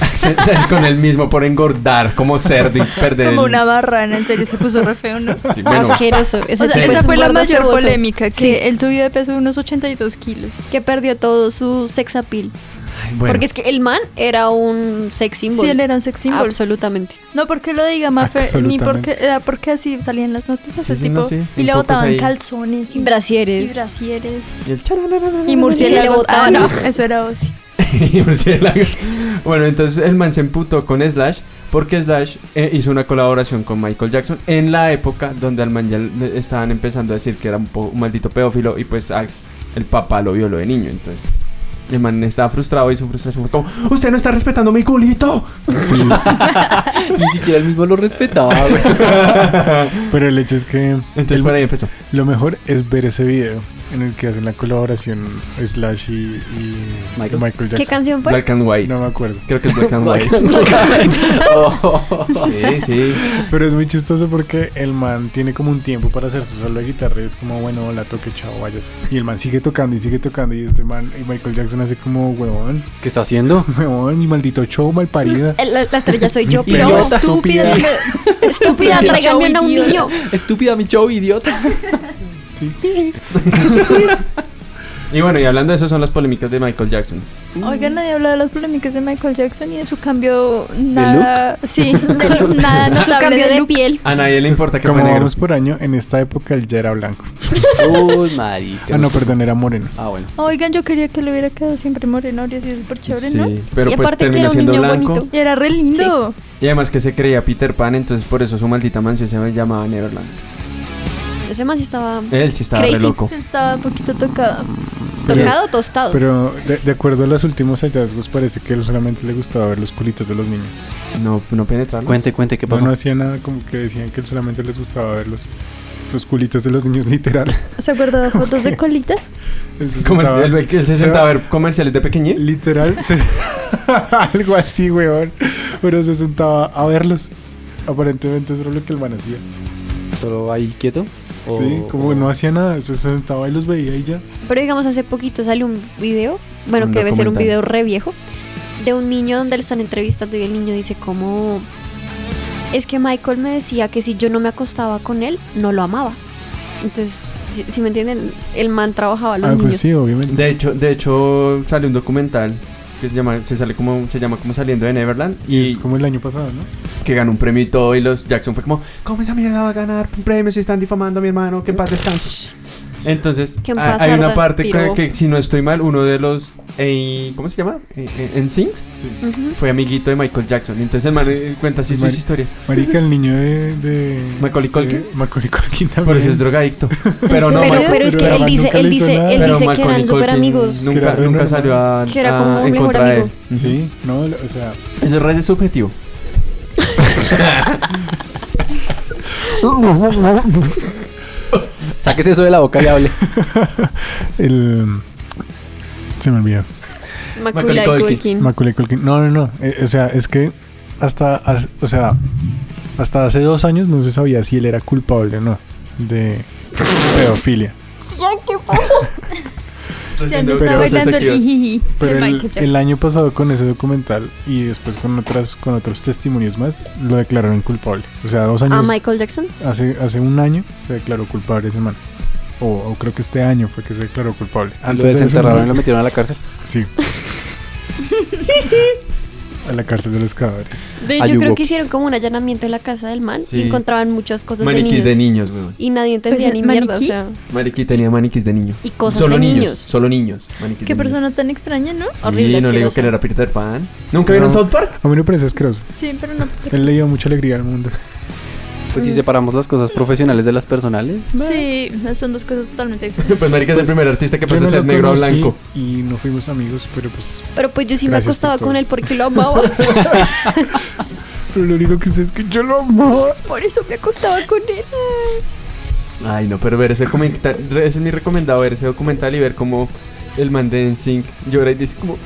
[SPEAKER 1] Axel- con el mismo por engordar como cerdo y perder.
[SPEAKER 5] Como
[SPEAKER 1] el-
[SPEAKER 5] una barra, en serio, se puso re feo, ¿no?
[SPEAKER 1] Sí, bueno,
[SPEAKER 6] Ah, Asqueroso.
[SPEAKER 5] O sea,
[SPEAKER 1] Sí.
[SPEAKER 5] esa
[SPEAKER 1] Es
[SPEAKER 5] fue la mayor polémica, que él subió de peso unos 82 kilos.
[SPEAKER 6] Que perdió todo su sex appeal.
[SPEAKER 1] ay, bueno.
[SPEAKER 6] Porque es que el man era un sex symbol.
[SPEAKER 5] Sí, él era un sex symbol.
[SPEAKER 6] Absolutamente.
[SPEAKER 5] Ah, No porque lo diga Mafe, ni porque,
[SPEAKER 4] Absolutamente.
[SPEAKER 5] era porque así salían las noticias,
[SPEAKER 1] Sí,
[SPEAKER 5] el
[SPEAKER 1] sí,
[SPEAKER 5] tipo.
[SPEAKER 1] no, sí.
[SPEAKER 5] Y
[SPEAKER 1] Un
[SPEAKER 5] le
[SPEAKER 1] poco
[SPEAKER 5] botaban
[SPEAKER 1] ahí.
[SPEAKER 5] calzones y,
[SPEAKER 6] Sin brasieres.
[SPEAKER 5] y brasieres.
[SPEAKER 1] Y el chararararara.
[SPEAKER 5] Y
[SPEAKER 6] Y se le
[SPEAKER 5] murciélagos. Ah,
[SPEAKER 6] botaban.
[SPEAKER 5] no, eso era Ozzy.
[SPEAKER 1] Y murciélagos. Bueno, entonces el man se emputó con Slash porque Slash eh, hizo una colaboración con Michael Jackson en la época donde al man ya le estaban empezando a decir que era un, po- un maldito pedófilo y pues Ax, el papá lo violó de niño, entonces... El man estaba frustrado y su frustración fue como ¡Usted no está respetando mi culito!
[SPEAKER 4] Sí, sí.
[SPEAKER 3] Ni siquiera él mismo lo respetaba, güey.
[SPEAKER 4] Pero el hecho es que
[SPEAKER 1] Entonces
[SPEAKER 4] el-
[SPEAKER 1] por ahí empezó.
[SPEAKER 6] Pues
[SPEAKER 4] lo mejor es ver ese video en el que hacen la colaboración Slash y, y
[SPEAKER 3] Michael.
[SPEAKER 4] Michael
[SPEAKER 6] ¿Qué
[SPEAKER 4] Jackson.
[SPEAKER 6] canción fue?
[SPEAKER 1] Black and White.
[SPEAKER 4] No me acuerdo.
[SPEAKER 1] Creo que es Black and White.
[SPEAKER 3] Oh.
[SPEAKER 1] sí, sí.
[SPEAKER 4] Pero es muy chistoso porque el man tiene como un tiempo para hacer su solo de guitarra y es como, bueno, la toque, chao, vayas. Y el man sigue tocando y sigue tocando y este man, y Michael Jackson hace como, huevón,
[SPEAKER 3] ¿Qué está haciendo?
[SPEAKER 4] huevón, mi maldito show mal parida.
[SPEAKER 6] El- La, la estrella soy yo,
[SPEAKER 4] Y
[SPEAKER 6] pero
[SPEAKER 4] yo
[SPEAKER 6] estúpida.
[SPEAKER 4] estúpida.
[SPEAKER 6] Estúpida,
[SPEAKER 5] Soy yo,
[SPEAKER 6] tráigame a un
[SPEAKER 5] idiota.
[SPEAKER 6] niño.
[SPEAKER 3] Estúpida mi show, idiota.
[SPEAKER 4] Sí.
[SPEAKER 1] Y bueno, y hablando de eso son las polémicas de Michael Jackson.
[SPEAKER 5] Oigan, nadie habla de las polémicas de Michael Jackson y de su cambio nada. Sí, de look, nada
[SPEAKER 6] Su
[SPEAKER 5] notable
[SPEAKER 6] cambio de
[SPEAKER 5] look.
[SPEAKER 6] piel.
[SPEAKER 1] A nadie le importa que fue
[SPEAKER 4] Pues Como
[SPEAKER 1] negro.
[SPEAKER 4] vamos por año, en esta época él ya era blanco.
[SPEAKER 3] Uy, marica.
[SPEAKER 4] Ah, no, perdón, era moreno.
[SPEAKER 3] Ah, bueno.
[SPEAKER 5] Oigan, yo quería que le hubiera quedado siempre moreno, habría sido súper chévere, ¿no?
[SPEAKER 1] Sí, pero
[SPEAKER 6] y
[SPEAKER 1] pues
[SPEAKER 6] aparte que
[SPEAKER 1] terminó
[SPEAKER 6] era un
[SPEAKER 1] siendo
[SPEAKER 6] niño
[SPEAKER 1] blanco.
[SPEAKER 6] bonito.
[SPEAKER 5] Y era re lindo.
[SPEAKER 1] Y además que se creía Peter Pan, entonces por eso su maldita mansión se llamaba Neverland.
[SPEAKER 6] Ese man sí estaba
[SPEAKER 1] Él sí estaba re
[SPEAKER 6] Crazy.
[SPEAKER 1] loco.
[SPEAKER 5] Él Estaba un poquito tocado.
[SPEAKER 4] Pero-
[SPEAKER 6] tocado, tostado.
[SPEAKER 4] Pero de, de acuerdo a los últimos hallazgos, parece que él solamente le gustaba ver los culitos de los niños.
[SPEAKER 1] No, no penetrarlo.
[SPEAKER 3] Cuente, cuente, ¿qué
[SPEAKER 4] No,
[SPEAKER 3] pasó?
[SPEAKER 4] no hacía nada como que decían que él solamente les gustaba ver los, los culitos de los niños, literal.
[SPEAKER 5] ¿Se acuerdan de fotos de colitas?
[SPEAKER 4] Él se
[SPEAKER 1] Comercial-
[SPEAKER 4] sentaba-
[SPEAKER 1] el- el- se sentaba a ver comerciales de pequeñín.
[SPEAKER 4] Literal, se- algo así, weón. Pero se sentaba a verlos. Aparentemente eso era lo que el man hacía.
[SPEAKER 3] ¿Solo ahí quieto?
[SPEAKER 1] Oh.
[SPEAKER 3] ¿O-
[SPEAKER 4] Sí, como que no hacía nada, eso se sentaba y los veía y ya.
[SPEAKER 6] Pero digamos, hace poquito salió un video, bueno,
[SPEAKER 1] Un
[SPEAKER 6] que debe ser un
[SPEAKER 1] documental.
[SPEAKER 6] video re viejo, de un niño donde lo están entrevistando y el niño dice como... Es que Michael me decía que si yo no me acostaba con él, no lo amaba. Entonces, si, si me entienden, el man trabajaba a los
[SPEAKER 4] Ah,
[SPEAKER 6] niños.
[SPEAKER 4] pues sí, obviamente.
[SPEAKER 1] De hecho, de hecho sale un documental que se llama se sale como se llama como saliendo de Neverland
[SPEAKER 4] Y
[SPEAKER 1] y
[SPEAKER 4] es como el año pasado, ¿no?
[SPEAKER 1] que ganó un premio y todo y los Jackson fue como, "¿Cómo esa mierda va a ganar un premio si están difamando a mi hermano? Que en paz descanse." Entonces,
[SPEAKER 6] Que en
[SPEAKER 1] ha-
[SPEAKER 6] paz
[SPEAKER 1] hay una
[SPEAKER 6] arda,
[SPEAKER 1] parte que,
[SPEAKER 6] piro.
[SPEAKER 1] que, si no estoy mal, uno de los eh, ¿cómo se llama? En Sings
[SPEAKER 4] Sí.
[SPEAKER 6] Ujú.
[SPEAKER 1] fue amiguito de Michael Jackson. Entonces el man eh, cuenta así
[SPEAKER 4] El
[SPEAKER 1] sus
[SPEAKER 4] man-
[SPEAKER 1] historias.
[SPEAKER 4] Marica, el niño de. de este,
[SPEAKER 1] Macaulay Culkin.
[SPEAKER 4] Macaulay Culkin también.
[SPEAKER 1] Por eso es drogadicto. Pero no,
[SPEAKER 6] pero,
[SPEAKER 1] Michael-
[SPEAKER 6] pero es que
[SPEAKER 4] pero
[SPEAKER 6] él
[SPEAKER 4] man
[SPEAKER 6] dice,
[SPEAKER 4] nunca
[SPEAKER 6] él
[SPEAKER 4] le hizo
[SPEAKER 6] dice,
[SPEAKER 4] nada.
[SPEAKER 6] él
[SPEAKER 1] pero
[SPEAKER 6] dice que
[SPEAKER 1] Macaulay
[SPEAKER 6] eran
[SPEAKER 1] Culkin
[SPEAKER 6] súper amigos.
[SPEAKER 4] Que era
[SPEAKER 1] Nunca,
[SPEAKER 4] re
[SPEAKER 1] nunca
[SPEAKER 4] normal.
[SPEAKER 1] salió a,
[SPEAKER 6] Que era
[SPEAKER 1] a-
[SPEAKER 6] como un
[SPEAKER 1] en
[SPEAKER 6] mejor
[SPEAKER 1] contra de él.
[SPEAKER 6] amigo.
[SPEAKER 1] Ujú.
[SPEAKER 4] Sí, no, o sea,
[SPEAKER 1] Eso es re subjetivo.
[SPEAKER 3] Sáquese eso de la boca y hable.
[SPEAKER 4] el. Se me olvidó.
[SPEAKER 1] Macaulay
[SPEAKER 6] Macaulay
[SPEAKER 1] Culkin.
[SPEAKER 6] Culkin.
[SPEAKER 4] Macaulay Culkin. No, no, no. Eh, o sea, es que hasta, as- o sea, hasta hace dos años no se sabía si él era culpable o no de pedofilia.
[SPEAKER 5] Ya no
[SPEAKER 4] Pero-
[SPEAKER 5] está bailando el
[SPEAKER 1] Pero-
[SPEAKER 5] jijiji de
[SPEAKER 4] Pero
[SPEAKER 5] Michael
[SPEAKER 4] el,
[SPEAKER 5] Jackson.
[SPEAKER 4] el año pasado con ese documental y después con otras, con otros testimonios más, lo declararon culpable. O sea, dos
[SPEAKER 6] A
[SPEAKER 5] Ah,
[SPEAKER 4] años,
[SPEAKER 6] Michael Jackson.
[SPEAKER 4] hace, hace un año se declaró culpable ese man. O, o creo que este año fue que se declaró culpable.
[SPEAKER 3] Lo
[SPEAKER 4] de eso,
[SPEAKER 3] desenterraron y
[SPEAKER 4] no.
[SPEAKER 3] lo metieron a la cárcel.
[SPEAKER 4] Sí. a la cárcel de los cadáveres.
[SPEAKER 6] De
[SPEAKER 3] Hay
[SPEAKER 6] hecho, creo
[SPEAKER 3] hubo-
[SPEAKER 6] que hicieron como un allanamiento en la casa del man
[SPEAKER 1] Sí.
[SPEAKER 6] y encontraban muchas cosas
[SPEAKER 1] Maniquís
[SPEAKER 6] de
[SPEAKER 1] de
[SPEAKER 6] niños.
[SPEAKER 1] niños, weón.
[SPEAKER 6] y nadie entendía
[SPEAKER 5] Pues,
[SPEAKER 6] ni mierda, o
[SPEAKER 5] ¿maniquís?
[SPEAKER 6] sea,
[SPEAKER 1] Mariquí tenía maniquís de niño.
[SPEAKER 6] y cosas
[SPEAKER 1] solo
[SPEAKER 6] de niños.
[SPEAKER 1] Solo niños. Maniquís de
[SPEAKER 5] Qué
[SPEAKER 1] niños.
[SPEAKER 5] persona tan extraña, ¿no?
[SPEAKER 1] Sí,
[SPEAKER 6] horrible,
[SPEAKER 1] no le digo
[SPEAKER 6] asquerosa.
[SPEAKER 1] que le era Peter Pan. ¿Nunca vieron
[SPEAKER 4] No.
[SPEAKER 1] South Park?
[SPEAKER 4] A mí me parece asqueroso.
[SPEAKER 5] Sí, pero no.
[SPEAKER 4] Él le dio mucha alegría al mundo.
[SPEAKER 3] Pues si
[SPEAKER 5] Mm.
[SPEAKER 3] separamos las cosas profesionales de las personales.
[SPEAKER 5] Sí, son dos cosas totalmente diferentes.
[SPEAKER 1] pues Marica es
[SPEAKER 4] Pues,
[SPEAKER 1] el primer artista que
[SPEAKER 4] Yo
[SPEAKER 1] pasó a
[SPEAKER 4] no
[SPEAKER 1] ser
[SPEAKER 4] lo
[SPEAKER 1] negro a
[SPEAKER 4] conocí
[SPEAKER 1] blanco.
[SPEAKER 4] Y no fuimos amigos, pero pues.
[SPEAKER 6] Pero pues yo sí
[SPEAKER 4] Gracias
[SPEAKER 6] me acostaba
[SPEAKER 4] por todo.
[SPEAKER 6] con él porque lo amaba.
[SPEAKER 4] Pero lo único que sé es que yo lo amaba.
[SPEAKER 5] Por eso me acostaba con él.
[SPEAKER 1] Ay, no, pero ver ese documental, ese es mi recomendado, ver ese documental y ver cómo el man de NSYNC llora y dice como...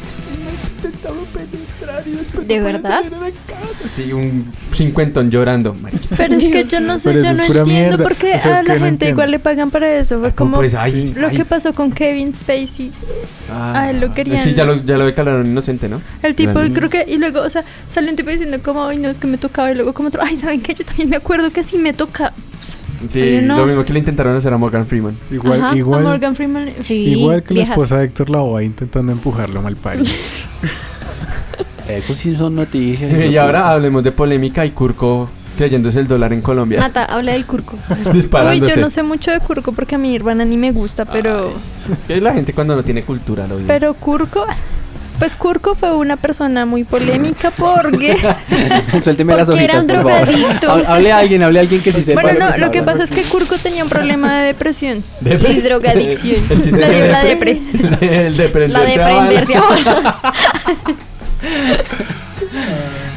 [SPEAKER 1] Intentaba penetrar y después
[SPEAKER 6] ¿De
[SPEAKER 1] no podía
[SPEAKER 6] verdad?
[SPEAKER 1] salir de la casa". Sí, un cincuentón llorando, marica.
[SPEAKER 5] Pero es que yo no sé,
[SPEAKER 4] Pero
[SPEAKER 5] yo
[SPEAKER 4] eso
[SPEAKER 5] no
[SPEAKER 4] es pura
[SPEAKER 5] entiendo
[SPEAKER 4] mierda.
[SPEAKER 5] por qué
[SPEAKER 4] Eso es
[SPEAKER 5] a
[SPEAKER 4] que
[SPEAKER 5] la
[SPEAKER 4] no
[SPEAKER 5] gente
[SPEAKER 4] entiendo.
[SPEAKER 5] igual le pagan para eso. Fue como
[SPEAKER 1] pues, ay,
[SPEAKER 4] Sí.
[SPEAKER 5] lo
[SPEAKER 1] ay,
[SPEAKER 5] que pasó con Kevin Spacey.
[SPEAKER 1] ah,
[SPEAKER 5] ay, lo querían-
[SPEAKER 1] Sí, ya lo, ya lo declararon inocente, ¿no?
[SPEAKER 5] El tipo,
[SPEAKER 1] Claro.
[SPEAKER 5] creo que, y luego, o sea, salió un tipo diciendo como, ay, no, es que me tocaba, y luego como otro, ay, ¿saben qué? Yo también me acuerdo que sí me toca. Pss,
[SPEAKER 1] Sí,
[SPEAKER 5] Oye, no.
[SPEAKER 1] lo mismo que le intentaron hacer a Morgan Freeman.
[SPEAKER 4] Igual,
[SPEAKER 5] ajá,
[SPEAKER 4] igual.
[SPEAKER 5] A Morgan Freeman.
[SPEAKER 6] Sí,
[SPEAKER 4] Igual que la
[SPEAKER 6] viejas.
[SPEAKER 4] esposa de Héctor Lavoe intentando empujarlo mal parido.
[SPEAKER 3] Eso sí son noticias.
[SPEAKER 1] y ahora hablemos de polémica y Curco creyéndose el dólar en Colombia,
[SPEAKER 6] Nata, habla del curco.
[SPEAKER 5] Ah, Uy,
[SPEAKER 1] disparándose.
[SPEAKER 5] yo no sé mucho de Curco porque a mi Nirvana ni me gusta, pero,
[SPEAKER 1] Que la gente cuando no tiene cultura lo odia.
[SPEAKER 5] pero Curco, pues Curco fue una persona muy polémica porque...
[SPEAKER 3] Suélteme las
[SPEAKER 6] Porque era
[SPEAKER 3] hojitas,
[SPEAKER 6] un
[SPEAKER 3] por favor.
[SPEAKER 6] drogadicto.
[SPEAKER 4] Ah,
[SPEAKER 3] Ha- Hable a alguien, hable a alguien que sí sepa.
[SPEAKER 5] bueno, no,
[SPEAKER 3] esas
[SPEAKER 5] lo que pasa
[SPEAKER 3] palabras.
[SPEAKER 5] es que Curco tenía un problema de depresión.
[SPEAKER 6] Y drogadicción.
[SPEAKER 1] El chiste
[SPEAKER 5] La
[SPEAKER 1] de
[SPEAKER 5] dio la
[SPEAKER 1] depre- El
[SPEAKER 6] La de
[SPEAKER 1] deprenderse a bala. Ah,
[SPEAKER 6] prenderse ahora.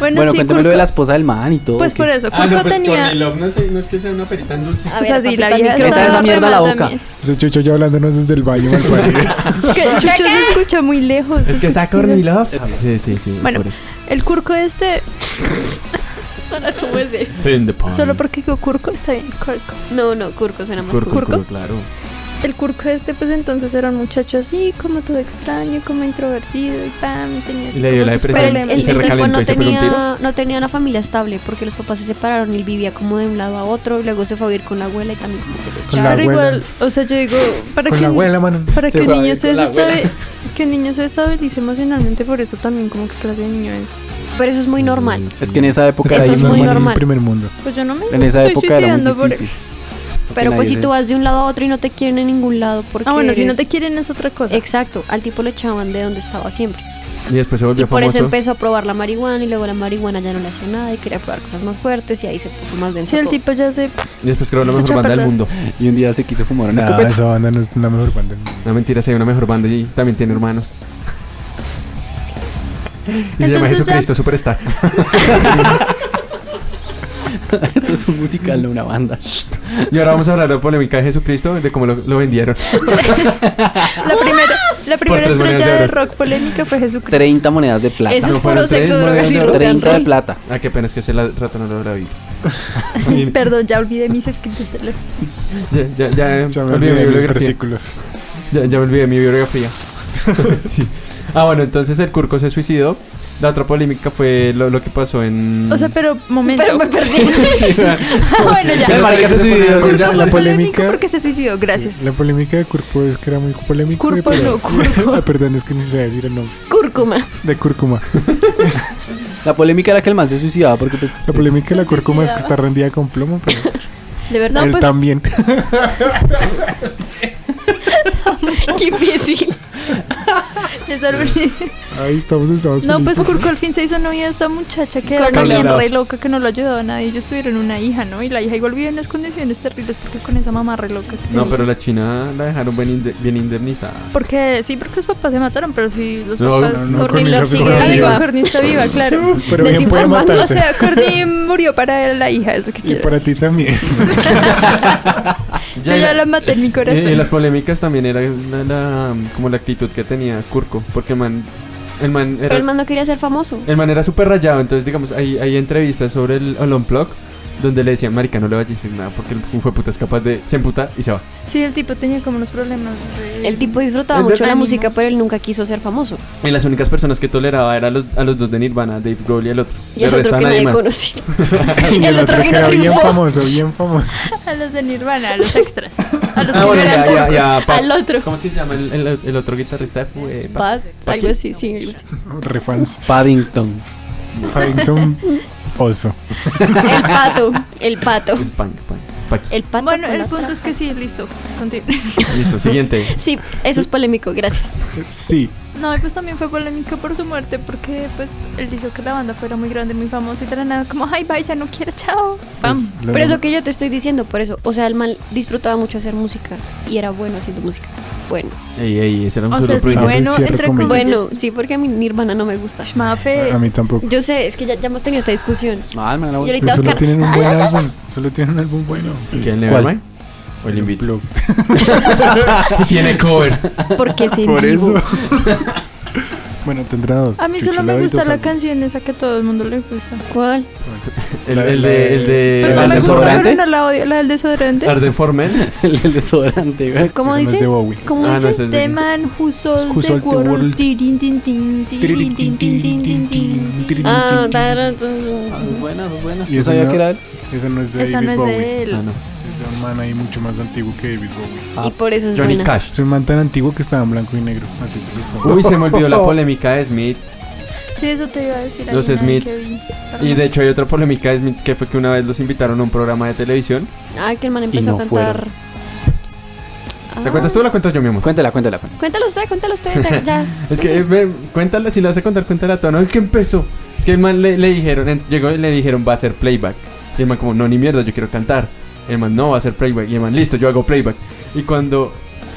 [SPEAKER 5] Bueno,
[SPEAKER 3] Bueno,
[SPEAKER 5] sí,
[SPEAKER 3] cuéntame lo de
[SPEAKER 5] Curco-
[SPEAKER 3] la esposa del man y todo.
[SPEAKER 5] Pues
[SPEAKER 3] que-
[SPEAKER 5] por eso, Curco
[SPEAKER 1] Ah, no, pues con
[SPEAKER 5] tenía... Ah,
[SPEAKER 1] el love no, sé, no es que sea una perita en dulce.
[SPEAKER 6] A
[SPEAKER 5] O sea, sí, la
[SPEAKER 6] papita,
[SPEAKER 5] vieja
[SPEAKER 6] micrófono.
[SPEAKER 3] Meta esa mierda a la
[SPEAKER 5] remada
[SPEAKER 3] boca.
[SPEAKER 5] también.
[SPEAKER 4] Ese chucho ya hablándonos desde el baño mal parido.
[SPEAKER 5] Es que Chucho se escucha muy lejos. ¿no escuchas?
[SPEAKER 1] love. Sí, sí, sí.
[SPEAKER 5] Bueno.
[SPEAKER 1] por eso.
[SPEAKER 5] El curco este,
[SPEAKER 6] No la tomo en serio.
[SPEAKER 1] Ah.
[SPEAKER 5] solo porque digo curco, está bien, curco.
[SPEAKER 6] No, no, curco suena más
[SPEAKER 1] Curco,
[SPEAKER 6] curco.
[SPEAKER 1] curco,
[SPEAKER 5] ¿Curco?
[SPEAKER 1] claro.
[SPEAKER 5] El curco este, pues entonces era un muchacho así, como todo extraño, como introvertido y pam, y tenía así
[SPEAKER 1] Y le dio
[SPEAKER 5] como
[SPEAKER 1] la
[SPEAKER 5] sus
[SPEAKER 1] depresión
[SPEAKER 6] Pero el,
[SPEAKER 5] problemas.
[SPEAKER 6] el-
[SPEAKER 1] Y se
[SPEAKER 6] el tipo
[SPEAKER 1] recalentó
[SPEAKER 6] no
[SPEAKER 1] y se pegó un
[SPEAKER 6] tenía, no tenía una familia estable porque los papás se separaron y él vivía como de un lado a otro y luego se fue a vivir con la abuela y también como que
[SPEAKER 4] Con
[SPEAKER 5] Pero
[SPEAKER 4] la abuela.
[SPEAKER 5] igual, o sea, yo digo, para
[SPEAKER 4] Con
[SPEAKER 5] que
[SPEAKER 4] la
[SPEAKER 5] un-
[SPEAKER 4] abuela, mano.
[SPEAKER 5] para
[SPEAKER 3] Se
[SPEAKER 5] que un
[SPEAKER 3] fue a
[SPEAKER 5] niño
[SPEAKER 3] vivir
[SPEAKER 5] se
[SPEAKER 3] con la abuela.
[SPEAKER 5] desestabe- que un niño se estabilice emocionalmente, por eso también como que clase de niño es.
[SPEAKER 6] Pero eso es muy normal.
[SPEAKER 1] Sí.
[SPEAKER 3] Es que en esa época
[SPEAKER 6] Eso
[SPEAKER 3] era
[SPEAKER 6] es
[SPEAKER 3] muy-
[SPEAKER 6] muy
[SPEAKER 4] en el
[SPEAKER 6] normal.
[SPEAKER 4] primer mundo.
[SPEAKER 5] Pues yo no me
[SPEAKER 3] En esa
[SPEAKER 5] estoy
[SPEAKER 3] época era
[SPEAKER 5] suicidando
[SPEAKER 3] muy
[SPEAKER 5] por
[SPEAKER 3] difícil.
[SPEAKER 6] Pero
[SPEAKER 3] Nadie
[SPEAKER 6] pues si tú
[SPEAKER 3] se-
[SPEAKER 6] vas de un lado a otro y no te quieren en ningún lado porque
[SPEAKER 5] Ah, bueno, si no
[SPEAKER 6] eres-
[SPEAKER 5] te quieren es otra cosa.
[SPEAKER 6] Exacto, al tipo lo echaban de donde estaba siempre.
[SPEAKER 1] Y después se
[SPEAKER 6] Y
[SPEAKER 1] volvió
[SPEAKER 6] por eso
[SPEAKER 1] famoso.
[SPEAKER 6] empezó a probar la marihuana y luego la marihuana ya no le hacía nada y quería probar cosas más fuertes y ahí se puso más denso.
[SPEAKER 5] Si el
[SPEAKER 6] todo.
[SPEAKER 5] tipo ya se
[SPEAKER 1] Y después creó la
[SPEAKER 5] Se
[SPEAKER 1] mejor
[SPEAKER 5] echó a
[SPEAKER 1] banda del
[SPEAKER 5] perder.
[SPEAKER 1] mundo.
[SPEAKER 3] Y un día se quiso fumar una
[SPEAKER 4] Nada,
[SPEAKER 3] escopeta.
[SPEAKER 4] esa banda no es la mejor banda del mundo.
[SPEAKER 1] No mentira, si hay una mejor banda y también tiene hermanos. Y se llama
[SPEAKER 5] Entonces ya-
[SPEAKER 1] Jesucristo Superstar.
[SPEAKER 3] Eso es un musical, no una banda.
[SPEAKER 1] Y ahora vamos a hablar de la polémica de Jesucristo, de cómo lo, lo vendieron.
[SPEAKER 5] La primera, la primera
[SPEAKER 1] tres monedas
[SPEAKER 5] estrella
[SPEAKER 1] de
[SPEAKER 5] de
[SPEAKER 1] oro.
[SPEAKER 5] rock polémica fue Jesucristo.
[SPEAKER 3] 30 monedas de plata.
[SPEAKER 6] Eso
[SPEAKER 1] No,
[SPEAKER 6] es
[SPEAKER 1] fueron
[SPEAKER 6] puro sexo,
[SPEAKER 1] tres,
[SPEAKER 6] drogas y
[SPEAKER 1] no, no,
[SPEAKER 6] ropa,
[SPEAKER 3] 30 de
[SPEAKER 6] sí.
[SPEAKER 3] plata.
[SPEAKER 1] Ah, qué pena, es que ese la- rato no lo habrá vivido.
[SPEAKER 5] Perdón, ya olvidé mis escritos.
[SPEAKER 1] Ya, ya, ya,
[SPEAKER 4] Ya me
[SPEAKER 1] olvidé
[SPEAKER 4] olvidé
[SPEAKER 1] mi
[SPEAKER 4] los
[SPEAKER 1] biografía.
[SPEAKER 4] versículos.
[SPEAKER 1] Ya, ya me olvidé mi biografía. Sí. Ah, bueno, entonces el Curco se suicidó. La otra polémica fue lo, lo que pasó en.
[SPEAKER 5] O sea, pero momento.
[SPEAKER 6] Pero me perdí.
[SPEAKER 1] Sí, bueno.
[SPEAKER 5] Ah, bueno, ya.
[SPEAKER 1] Pero
[SPEAKER 3] El marica se suicidó.
[SPEAKER 5] Curco
[SPEAKER 4] La
[SPEAKER 5] fue polémico
[SPEAKER 4] polémica-
[SPEAKER 5] porque se suicidó, gracias.
[SPEAKER 4] La polémica de Curpo es que era muy polémico.
[SPEAKER 5] Curpo
[SPEAKER 4] y-
[SPEAKER 5] no, Curco.
[SPEAKER 4] Ah, perdón, es que ni sé decir el nombre.
[SPEAKER 6] Cúrcuma.
[SPEAKER 4] De cúrcuma.
[SPEAKER 3] La polémica era que el man se suicidaba porque pues...
[SPEAKER 4] La polémica de la
[SPEAKER 5] Sí, sí,
[SPEAKER 4] cúrcuma
[SPEAKER 5] sí,
[SPEAKER 4] es que
[SPEAKER 5] daba.
[SPEAKER 4] está rendida con plomo, pero
[SPEAKER 6] De verdad,
[SPEAKER 5] No,
[SPEAKER 4] él
[SPEAKER 5] pues-
[SPEAKER 4] también.
[SPEAKER 6] qué imbécil.
[SPEAKER 5] Les
[SPEAKER 1] Pues
[SPEAKER 5] olvidé.
[SPEAKER 4] Ahí estamos en Estados
[SPEAKER 5] No, pues
[SPEAKER 4] Felices.
[SPEAKER 5] Curco al fin se hizo novia de esta muchacha que era
[SPEAKER 6] Carla
[SPEAKER 5] también
[SPEAKER 1] Brava.
[SPEAKER 5] re loca que no lo ayudaba a nadie. Ellos tuvieron una hija, ¿no? Y la hija igual vivía en unas condiciones terribles porque con esa mamá re loca. que
[SPEAKER 1] No,
[SPEAKER 5] tenía.
[SPEAKER 1] pero la China la dejaron bien, inde- bien indemnizada.
[SPEAKER 5] Porque sí, porque los papás se mataron, pero sí, los
[SPEAKER 1] No,
[SPEAKER 5] papás.
[SPEAKER 4] no, no,
[SPEAKER 5] Courtney
[SPEAKER 4] Courtney
[SPEAKER 5] Love
[SPEAKER 4] Love
[SPEAKER 5] sigue
[SPEAKER 4] está
[SPEAKER 5] Ah, digo,
[SPEAKER 4] viva.
[SPEAKER 5] Courtney está viva, claro.
[SPEAKER 4] Pero bien puede
[SPEAKER 6] Desinformando,
[SPEAKER 5] O
[SPEAKER 4] matarse.
[SPEAKER 5] sea, Courtney murió para la hija, es lo que
[SPEAKER 4] y
[SPEAKER 5] quiero
[SPEAKER 4] para
[SPEAKER 5] decir.
[SPEAKER 4] ti también.
[SPEAKER 5] Yo ya la maté
[SPEAKER 4] Eh,
[SPEAKER 5] en mi corazón.
[SPEAKER 1] Y, y las polémicas también era la- la- como la actitud que tenía Curco, porque el man, el man
[SPEAKER 6] Pero
[SPEAKER 1] era,
[SPEAKER 6] el man no quería ser famoso.
[SPEAKER 1] el man era súper rayado, entonces digamos, hay, hay entrevistas sobre el, el Unplug donde le decían, marica, no le vayas a decir nada, porque el hijo de puta es capaz de se emputar y se va.
[SPEAKER 5] Sí, el tipo tenía como unos problemas. de-
[SPEAKER 6] El tipo disfrutaba
[SPEAKER 1] Es
[SPEAKER 6] mucho la
[SPEAKER 5] ánimo.
[SPEAKER 6] música, pero él nunca quiso ser famoso.
[SPEAKER 1] Y las únicas personas que toleraba eran los, a los dos de Nirvana, Dave Grohl y el otro.
[SPEAKER 6] Y el
[SPEAKER 1] De resto,
[SPEAKER 6] otro
[SPEAKER 1] a
[SPEAKER 6] que
[SPEAKER 1] nadie
[SPEAKER 6] nadie
[SPEAKER 1] más.
[SPEAKER 6] conocía.
[SPEAKER 4] y el otro
[SPEAKER 6] otro que no
[SPEAKER 4] queda bien
[SPEAKER 6] triunfó.
[SPEAKER 4] famoso, bien famoso.
[SPEAKER 5] A los de Nirvana, a los extras. A los
[SPEAKER 1] Ah, bueno,
[SPEAKER 5] que no
[SPEAKER 1] ya,
[SPEAKER 5] eran
[SPEAKER 1] ya,
[SPEAKER 5] turcos.
[SPEAKER 1] ya, pa-
[SPEAKER 6] Al otro.
[SPEAKER 1] ¿Cómo es que se llama el, el- el otro guitarrista? Fue-
[SPEAKER 6] Paz, algo así, sí. algo así.
[SPEAKER 4] Refans.
[SPEAKER 3] Paddington.
[SPEAKER 4] Paddington Oso.
[SPEAKER 6] El pato, el pato.
[SPEAKER 1] Es pan, pan, paqui.
[SPEAKER 6] El pato.
[SPEAKER 5] Bueno,
[SPEAKER 6] con
[SPEAKER 5] el
[SPEAKER 6] la
[SPEAKER 5] punto
[SPEAKER 6] tra-
[SPEAKER 5] es que sí, listo. continúe.
[SPEAKER 1] Listo, siguiente.
[SPEAKER 6] Sí, eso es polémico, gracias.
[SPEAKER 4] Sí.
[SPEAKER 5] No, y pues también fue polémico por su muerte porque pues él hizo que la banda fuera muy grande, muy famosa y de la nada como, ay, bye, ya no quiero, chao. Pam.
[SPEAKER 4] es lo
[SPEAKER 6] Pero es
[SPEAKER 4] mismo.
[SPEAKER 6] lo que yo te estoy diciendo, por eso. O sea, el mal disfrutaba mucho hacer música y era bueno haciendo música. Bueno,
[SPEAKER 1] Ey, ey, ese era un
[SPEAKER 5] o
[SPEAKER 1] solo
[SPEAKER 5] sea, sí,
[SPEAKER 4] Ah,
[SPEAKER 1] programa.
[SPEAKER 4] sí,
[SPEAKER 5] bueno,
[SPEAKER 4] cierre Ah,
[SPEAKER 5] entre
[SPEAKER 4] comillas.
[SPEAKER 5] comillas.
[SPEAKER 6] bueno, sí, porque a mi Nirvana no me gusta.
[SPEAKER 5] Mafe,
[SPEAKER 4] A mí tampoco.
[SPEAKER 6] Yo sé, es que ya, ya hemos tenido esta discusión.
[SPEAKER 3] Mal, man, la
[SPEAKER 6] Y
[SPEAKER 3] voy-
[SPEAKER 6] ahorita
[SPEAKER 4] Pero solo
[SPEAKER 6] Oscar.
[SPEAKER 4] tienen un buen álbum. Solo tienen un álbum bueno.
[SPEAKER 1] ¿Quién le
[SPEAKER 3] ¿Cuál?
[SPEAKER 1] llama? O el invito.
[SPEAKER 4] Plug.
[SPEAKER 1] Tiene covers.
[SPEAKER 6] Porque se
[SPEAKER 4] Por eso. bueno, tendrá dos.
[SPEAKER 5] a mí solo me
[SPEAKER 4] Chuchulado y
[SPEAKER 5] gusta
[SPEAKER 4] dos
[SPEAKER 5] la
[SPEAKER 4] álbumes.
[SPEAKER 5] canción esa que a todo el mundo le gusta.
[SPEAKER 6] ¿Cuál?
[SPEAKER 1] El,
[SPEAKER 4] La-
[SPEAKER 1] el
[SPEAKER 4] la-
[SPEAKER 1] de. El de. el
[SPEAKER 5] Pues no
[SPEAKER 1] Eh, del
[SPEAKER 5] me gusta,
[SPEAKER 1] desodorante.
[SPEAKER 5] pero no la odio, la del desodorante.
[SPEAKER 1] Arden for Men.
[SPEAKER 3] El, el desodorante, güey.
[SPEAKER 6] ¿Cómo
[SPEAKER 4] Esa no es de
[SPEAKER 6] dice?
[SPEAKER 4] Bowie.
[SPEAKER 6] ¿Cómo
[SPEAKER 1] Ah, no,
[SPEAKER 6] dice?
[SPEAKER 1] ese es
[SPEAKER 5] The
[SPEAKER 1] de.
[SPEAKER 5] man who sold,
[SPEAKER 4] Who sold
[SPEAKER 5] the
[SPEAKER 4] the
[SPEAKER 5] world.
[SPEAKER 4] world.
[SPEAKER 5] Tirin, tin, tin, tirin, tin, tin, tin, tin, tin, tin.
[SPEAKER 6] Ah,
[SPEAKER 3] Ah, es buena, es buena.
[SPEAKER 4] Y
[SPEAKER 3] No
[SPEAKER 4] esa
[SPEAKER 3] sabía
[SPEAKER 4] no-
[SPEAKER 3] que era él.
[SPEAKER 4] Esa no es de
[SPEAKER 5] Esa
[SPEAKER 4] David
[SPEAKER 5] no es
[SPEAKER 4] Bowie.
[SPEAKER 5] de él.
[SPEAKER 1] Ah, no.
[SPEAKER 4] Es de un man ahí mucho más antiguo que David Bowie.
[SPEAKER 6] y por eso es
[SPEAKER 1] Johnny
[SPEAKER 6] buena.
[SPEAKER 1] Cash.
[SPEAKER 4] Es un man tan antiguo que estaba en blanco y negro. Así se lo pongo.
[SPEAKER 1] Uy, se me olvidó la polémica de Smith.
[SPEAKER 5] Sí, eso te iba a decir.
[SPEAKER 1] Los
[SPEAKER 5] alguna vez
[SPEAKER 1] Smiths.
[SPEAKER 5] que vi.
[SPEAKER 1] Y de hecho hay otra polémica de Smith que fue que una vez los invitaron a un programa de televisión.
[SPEAKER 6] Ah, que el man empezó
[SPEAKER 3] no
[SPEAKER 6] a cantar.
[SPEAKER 1] ¿La cuentas tú o la cuento yo, mi amor?
[SPEAKER 3] Cuéntala, cuéntala, cuéntala.
[SPEAKER 6] Cuéntalo usted, cuéntalo usted. ya- Ah, Ya.
[SPEAKER 1] Es que, eh, ve, cuéntala, si la vas a contar, cuéntala tú. No, es que empezó. Es que el man le, le dijeron, en- llegó y le dijeron, va a hacer playback. Y el man como, no, ni mierda, yo quiero cantar. El man, no, va a hacer playback. Y el man, listo, yo hago playback. Y cuando,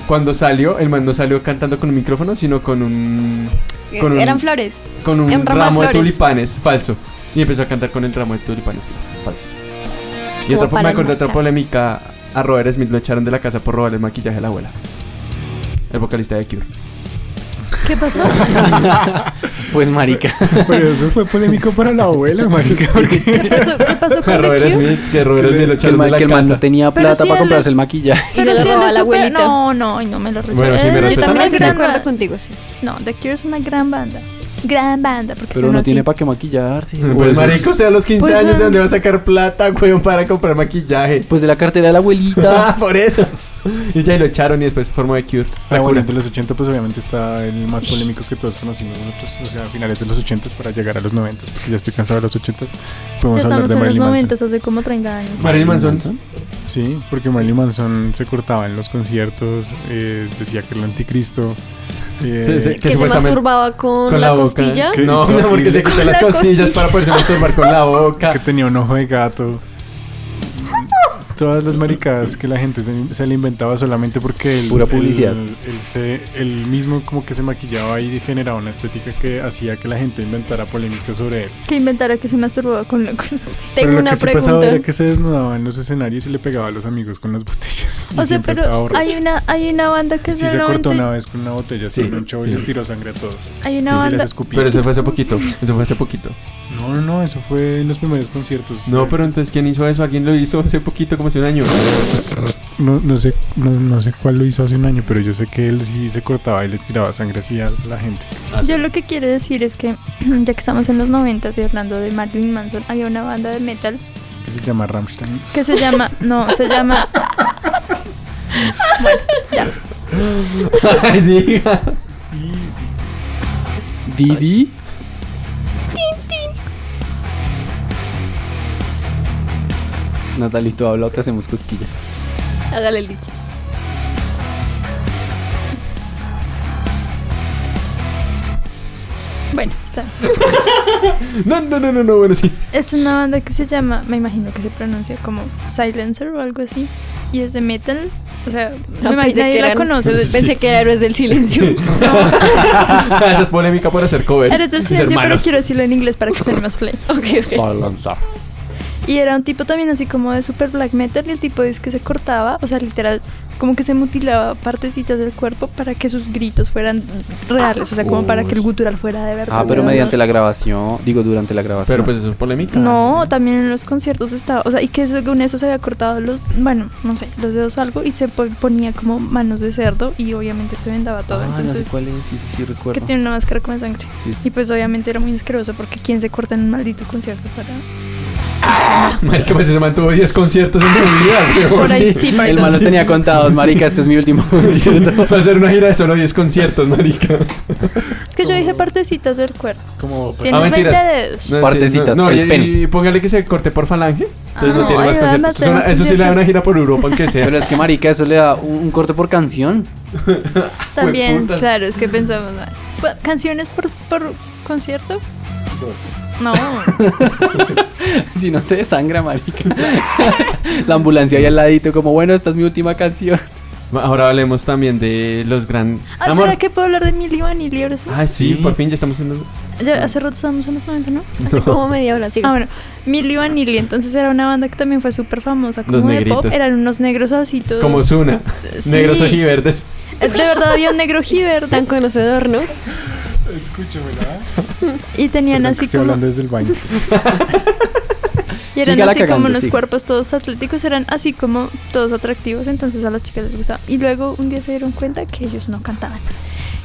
[SPEAKER 1] cuando salió, el man no salió cantando con un micrófono, sino con un,
[SPEAKER 5] Eh,
[SPEAKER 1] Con un-
[SPEAKER 6] Eran flores.
[SPEAKER 1] con un
[SPEAKER 6] En
[SPEAKER 1] ramo,
[SPEAKER 6] ramo de
[SPEAKER 1] de
[SPEAKER 6] flores.
[SPEAKER 1] tulipanes falso. Y empezó a cantar con el ramo de tulipanes fal- falsos. Y
[SPEAKER 6] Como
[SPEAKER 1] otra, po- me
[SPEAKER 6] para
[SPEAKER 1] acordé de otra
[SPEAKER 6] enmarcar.
[SPEAKER 1] polémica. A Robert Smith lo echaron de la casa por robarle el maquillaje a la abuela. El vocalista de Cure.
[SPEAKER 5] ¿Qué pasó?
[SPEAKER 3] Pues marica.
[SPEAKER 4] Pero eso fue polémico para la abuela, marica. Porque
[SPEAKER 5] ¿Qué pasó? ¿Qué pasó
[SPEAKER 1] A
[SPEAKER 5] con The
[SPEAKER 1] Robert
[SPEAKER 5] Cure?
[SPEAKER 1] Smith, que Robert
[SPEAKER 4] Que
[SPEAKER 1] Smith lo
[SPEAKER 4] le-
[SPEAKER 3] Que el,
[SPEAKER 1] echaron de
[SPEAKER 3] man,
[SPEAKER 1] la
[SPEAKER 3] que el man
[SPEAKER 1] casa.
[SPEAKER 3] no tenía
[SPEAKER 5] Pero
[SPEAKER 3] plata
[SPEAKER 5] sí,
[SPEAKER 3] para
[SPEAKER 5] él
[SPEAKER 3] comprarse
[SPEAKER 5] es-
[SPEAKER 3] el maquillaje.
[SPEAKER 6] Y se
[SPEAKER 5] Pero
[SPEAKER 6] lo
[SPEAKER 5] sí,
[SPEAKER 6] robó
[SPEAKER 5] él
[SPEAKER 6] a
[SPEAKER 5] es
[SPEAKER 6] la
[SPEAKER 5] súper-
[SPEAKER 6] abuelita.
[SPEAKER 5] No, no, ay, no me lo Eh, respeto.
[SPEAKER 1] Bueno, sí, me
[SPEAKER 5] Él
[SPEAKER 1] respeto.
[SPEAKER 6] Yo
[SPEAKER 5] es
[SPEAKER 1] Pero
[SPEAKER 6] también
[SPEAKER 5] una
[SPEAKER 6] estoy de
[SPEAKER 5] gran
[SPEAKER 6] acuerdo
[SPEAKER 5] banda.
[SPEAKER 6] contigo, sí.
[SPEAKER 5] No, The Cure es una gran banda. Gran banda. Porque
[SPEAKER 3] Pero
[SPEAKER 5] son
[SPEAKER 3] no
[SPEAKER 5] así.
[SPEAKER 3] tiene para qué maquillarse.
[SPEAKER 1] Pues marico, usted a los 15
[SPEAKER 5] Pues,
[SPEAKER 1] años,
[SPEAKER 5] ah.
[SPEAKER 1] ¿de dónde va a sacar plata, weón, para comprar maquillaje?
[SPEAKER 3] Pues de la cartera de la
[SPEAKER 1] Ah,
[SPEAKER 3] abuelita.
[SPEAKER 1] por eso. Y ya y lo echaron y después se formó de Cure.
[SPEAKER 4] la abuela de los 80, pues obviamente está el más polémico que todos conocimos nosotros. O sea, a finales de los 80 para llegar a los 90. Porque ya estoy cansado de los 80.
[SPEAKER 5] Ya
[SPEAKER 4] Podemos hablar
[SPEAKER 5] estamos
[SPEAKER 4] de
[SPEAKER 5] en los
[SPEAKER 4] Marilyn Manson.
[SPEAKER 5] 90, hace como 30 años.
[SPEAKER 1] Marilyn Manson.
[SPEAKER 4] Sí, porque Marilyn Manson se cortaba en los conciertos. eh, decía que era el anticristo. eh,
[SPEAKER 1] Sí, sí,
[SPEAKER 6] Que se
[SPEAKER 1] supuestamente-
[SPEAKER 6] masturbaba con,
[SPEAKER 1] con
[SPEAKER 6] la,
[SPEAKER 1] boca.
[SPEAKER 6] costilla.
[SPEAKER 4] ¿Qué?
[SPEAKER 1] No, no, porque se quitó
[SPEAKER 5] Con
[SPEAKER 1] las
[SPEAKER 5] la
[SPEAKER 1] costillas
[SPEAKER 5] costilla.
[SPEAKER 1] para poderse masturbar con la
[SPEAKER 4] que
[SPEAKER 1] boca.
[SPEAKER 4] tenía un ojo de gato. Todas las maricadas que la gente se, se le inventaba solamente porque él,
[SPEAKER 3] Pura publicidad.
[SPEAKER 4] Él, él se- él mismo como que se maquillaba y generaba una estética que hacía que la gente inventara polémicas sobre él.
[SPEAKER 5] Que inventara que se masturbaba con locos.
[SPEAKER 4] pero
[SPEAKER 6] Tengo
[SPEAKER 4] lo
[SPEAKER 6] una
[SPEAKER 4] que sí pasaba
[SPEAKER 6] pregunta.
[SPEAKER 4] era que se desnudaba en los escenarios y le pegaba a los amigos con las botellas. Y
[SPEAKER 5] O sea,
[SPEAKER 4] siempre estaba
[SPEAKER 5] pero
[SPEAKER 4] borracho.
[SPEAKER 5] hay una, hay una banda que es
[SPEAKER 4] Sí
[SPEAKER 5] del
[SPEAKER 4] se cortó
[SPEAKER 5] 90
[SPEAKER 4] una vez con una botella
[SPEAKER 1] Sí,
[SPEAKER 4] sí, un show
[SPEAKER 1] sí.
[SPEAKER 4] y les tiró sangre a todos.
[SPEAKER 5] Hay
[SPEAKER 4] Sí,
[SPEAKER 5] una
[SPEAKER 4] y les
[SPEAKER 5] banda.
[SPEAKER 4] escupía.
[SPEAKER 1] Pero eso fue hace poquito. Eso fue hace poquito.
[SPEAKER 4] No, no, no, eso fue en los primeros conciertos.
[SPEAKER 1] No, pero entonces, ¿quién hizo eso? ¿Alguien lo hizo hace poquito, como hace un año?
[SPEAKER 4] No, no sé, no, no sé cuál lo hizo hace un año, pero yo sé que él sí se cortaba y le tiraba sangre así a la gente.
[SPEAKER 5] Yo lo que quiero decir es que, ya que estamos en los 90 y hablando de Marilyn Manson, había una banda de metal
[SPEAKER 4] Que se llama Rammstein.
[SPEAKER 5] que se llama. No, se llama.
[SPEAKER 1] Ay, diga.
[SPEAKER 3] Didi. Natalie, tú habla o te hacemos cosquillas.
[SPEAKER 6] Hágale el dicho.
[SPEAKER 5] Bueno, está.
[SPEAKER 1] No, no, no, no, no, bueno, sí.
[SPEAKER 5] Es una banda que se llama, me imagino que se pronuncia como Silencer o algo así. Y es de metal. O sea, me
[SPEAKER 6] Ah,
[SPEAKER 5] imagino, nadie la
[SPEAKER 6] eran-
[SPEAKER 5] conoce.
[SPEAKER 6] Pensé que era héroes del silencio.
[SPEAKER 1] Esa es polémica por hacer covers.
[SPEAKER 5] Era del
[SPEAKER 1] mis
[SPEAKER 5] silencio, pero
[SPEAKER 1] hermanos.
[SPEAKER 5] quiero decirlo en inglés para que suene más play.
[SPEAKER 6] ok, ok.
[SPEAKER 5] Y era un tipo también así como de super black metal y el tipo es que se cortaba, o sea, literal, como que se mutilaba partecitas del cuerpo para que sus gritos fueran reales, o sea, como para que el gutural fuera de verdad.
[SPEAKER 3] Ah, pero mediante la grabación. Digo, durante la grabación.
[SPEAKER 1] Pero pues eso es polémica.
[SPEAKER 5] No, también en los conciertos estaba, o sea, y que según eso se había cortado los, bueno, no sé, los dedos o algo y se po- ponía como manos de cerdo y obviamente se vendaba todo,
[SPEAKER 3] Ah,
[SPEAKER 5] entonces...
[SPEAKER 3] ya sé cuál es. Sí, sí, sí, recuerdo.
[SPEAKER 5] Que tiene una máscara con sangre.
[SPEAKER 3] Sí.
[SPEAKER 5] Y pues obviamente era muy asqueroso porque quién se corta en un maldito concierto para...
[SPEAKER 1] Marica, pues ese man tuvo 10 conciertos en su vida.
[SPEAKER 3] Pues
[SPEAKER 5] Por ahí sí, por ahí
[SPEAKER 3] El man los
[SPEAKER 5] sí.
[SPEAKER 3] tenía contados, marica, este es mi último concierto.
[SPEAKER 1] Va a hacer una gira de solo 10 conciertos, marica.
[SPEAKER 5] Es que yo dije partecitas del cuerpo.
[SPEAKER 4] Como
[SPEAKER 5] Tienes
[SPEAKER 1] Ah, mentiras.
[SPEAKER 5] 20 dedos.
[SPEAKER 1] No, sí,
[SPEAKER 3] Partecitas,
[SPEAKER 1] no, no,
[SPEAKER 3] el
[SPEAKER 1] y,
[SPEAKER 3] pene.
[SPEAKER 1] y póngale que se corte por falange. Entonces no
[SPEAKER 5] Ah,
[SPEAKER 1] tiene más
[SPEAKER 5] ay,
[SPEAKER 1] conciertos. Eso,
[SPEAKER 5] además
[SPEAKER 1] es una-
[SPEAKER 5] tenemos
[SPEAKER 1] eso sí le da una
[SPEAKER 5] conciertos.
[SPEAKER 1] gira por Europa, aunque sea.
[SPEAKER 3] Pero es que, marica, eso le da un, un corte por canción.
[SPEAKER 5] También,
[SPEAKER 1] Jueputas.
[SPEAKER 5] claro, es que pensamos mal. Pa- ¿Canciones por, por concierto? Dos. No, Ah,
[SPEAKER 3] Si no se desangra, marica. La ambulancia ahí al ladito, como, bueno, esta es mi última canción.
[SPEAKER 1] Ahora hablemos también de los gran.
[SPEAKER 5] Ah, ¿será que puedo hablar de Milly Vanilli ahora sí?
[SPEAKER 1] Ah, sí,
[SPEAKER 3] Sí.
[SPEAKER 1] por fin ya estamos haciendo.
[SPEAKER 5] Ya hace rato estábamos en los 90, ¿no?
[SPEAKER 6] Hace como media hora, siga.
[SPEAKER 5] Ah, bueno, Milli Vanilli, entonces era una banda que también fue súper famosa, como
[SPEAKER 1] Los
[SPEAKER 5] de
[SPEAKER 1] negritos.
[SPEAKER 5] pop, eran unos negros así todos.
[SPEAKER 1] Como Zuna.
[SPEAKER 5] Sí.
[SPEAKER 1] Negros ojiverdes.
[SPEAKER 5] Eh, De verdad había un negro verde
[SPEAKER 6] Tan conocedor, ¿no?
[SPEAKER 4] Escúchamela.
[SPEAKER 5] y tenían
[SPEAKER 4] Perdón, que
[SPEAKER 5] así
[SPEAKER 4] estoy
[SPEAKER 5] como
[SPEAKER 4] hablando desde el baño.
[SPEAKER 5] y eran
[SPEAKER 3] Sígala
[SPEAKER 5] así
[SPEAKER 3] cagando,
[SPEAKER 5] como unos
[SPEAKER 3] siga.
[SPEAKER 5] cuerpos todos atléticos, eran así como todos atractivos, entonces a las chicas les gustaba. Y luego un día se dieron cuenta que ellos no cantaban.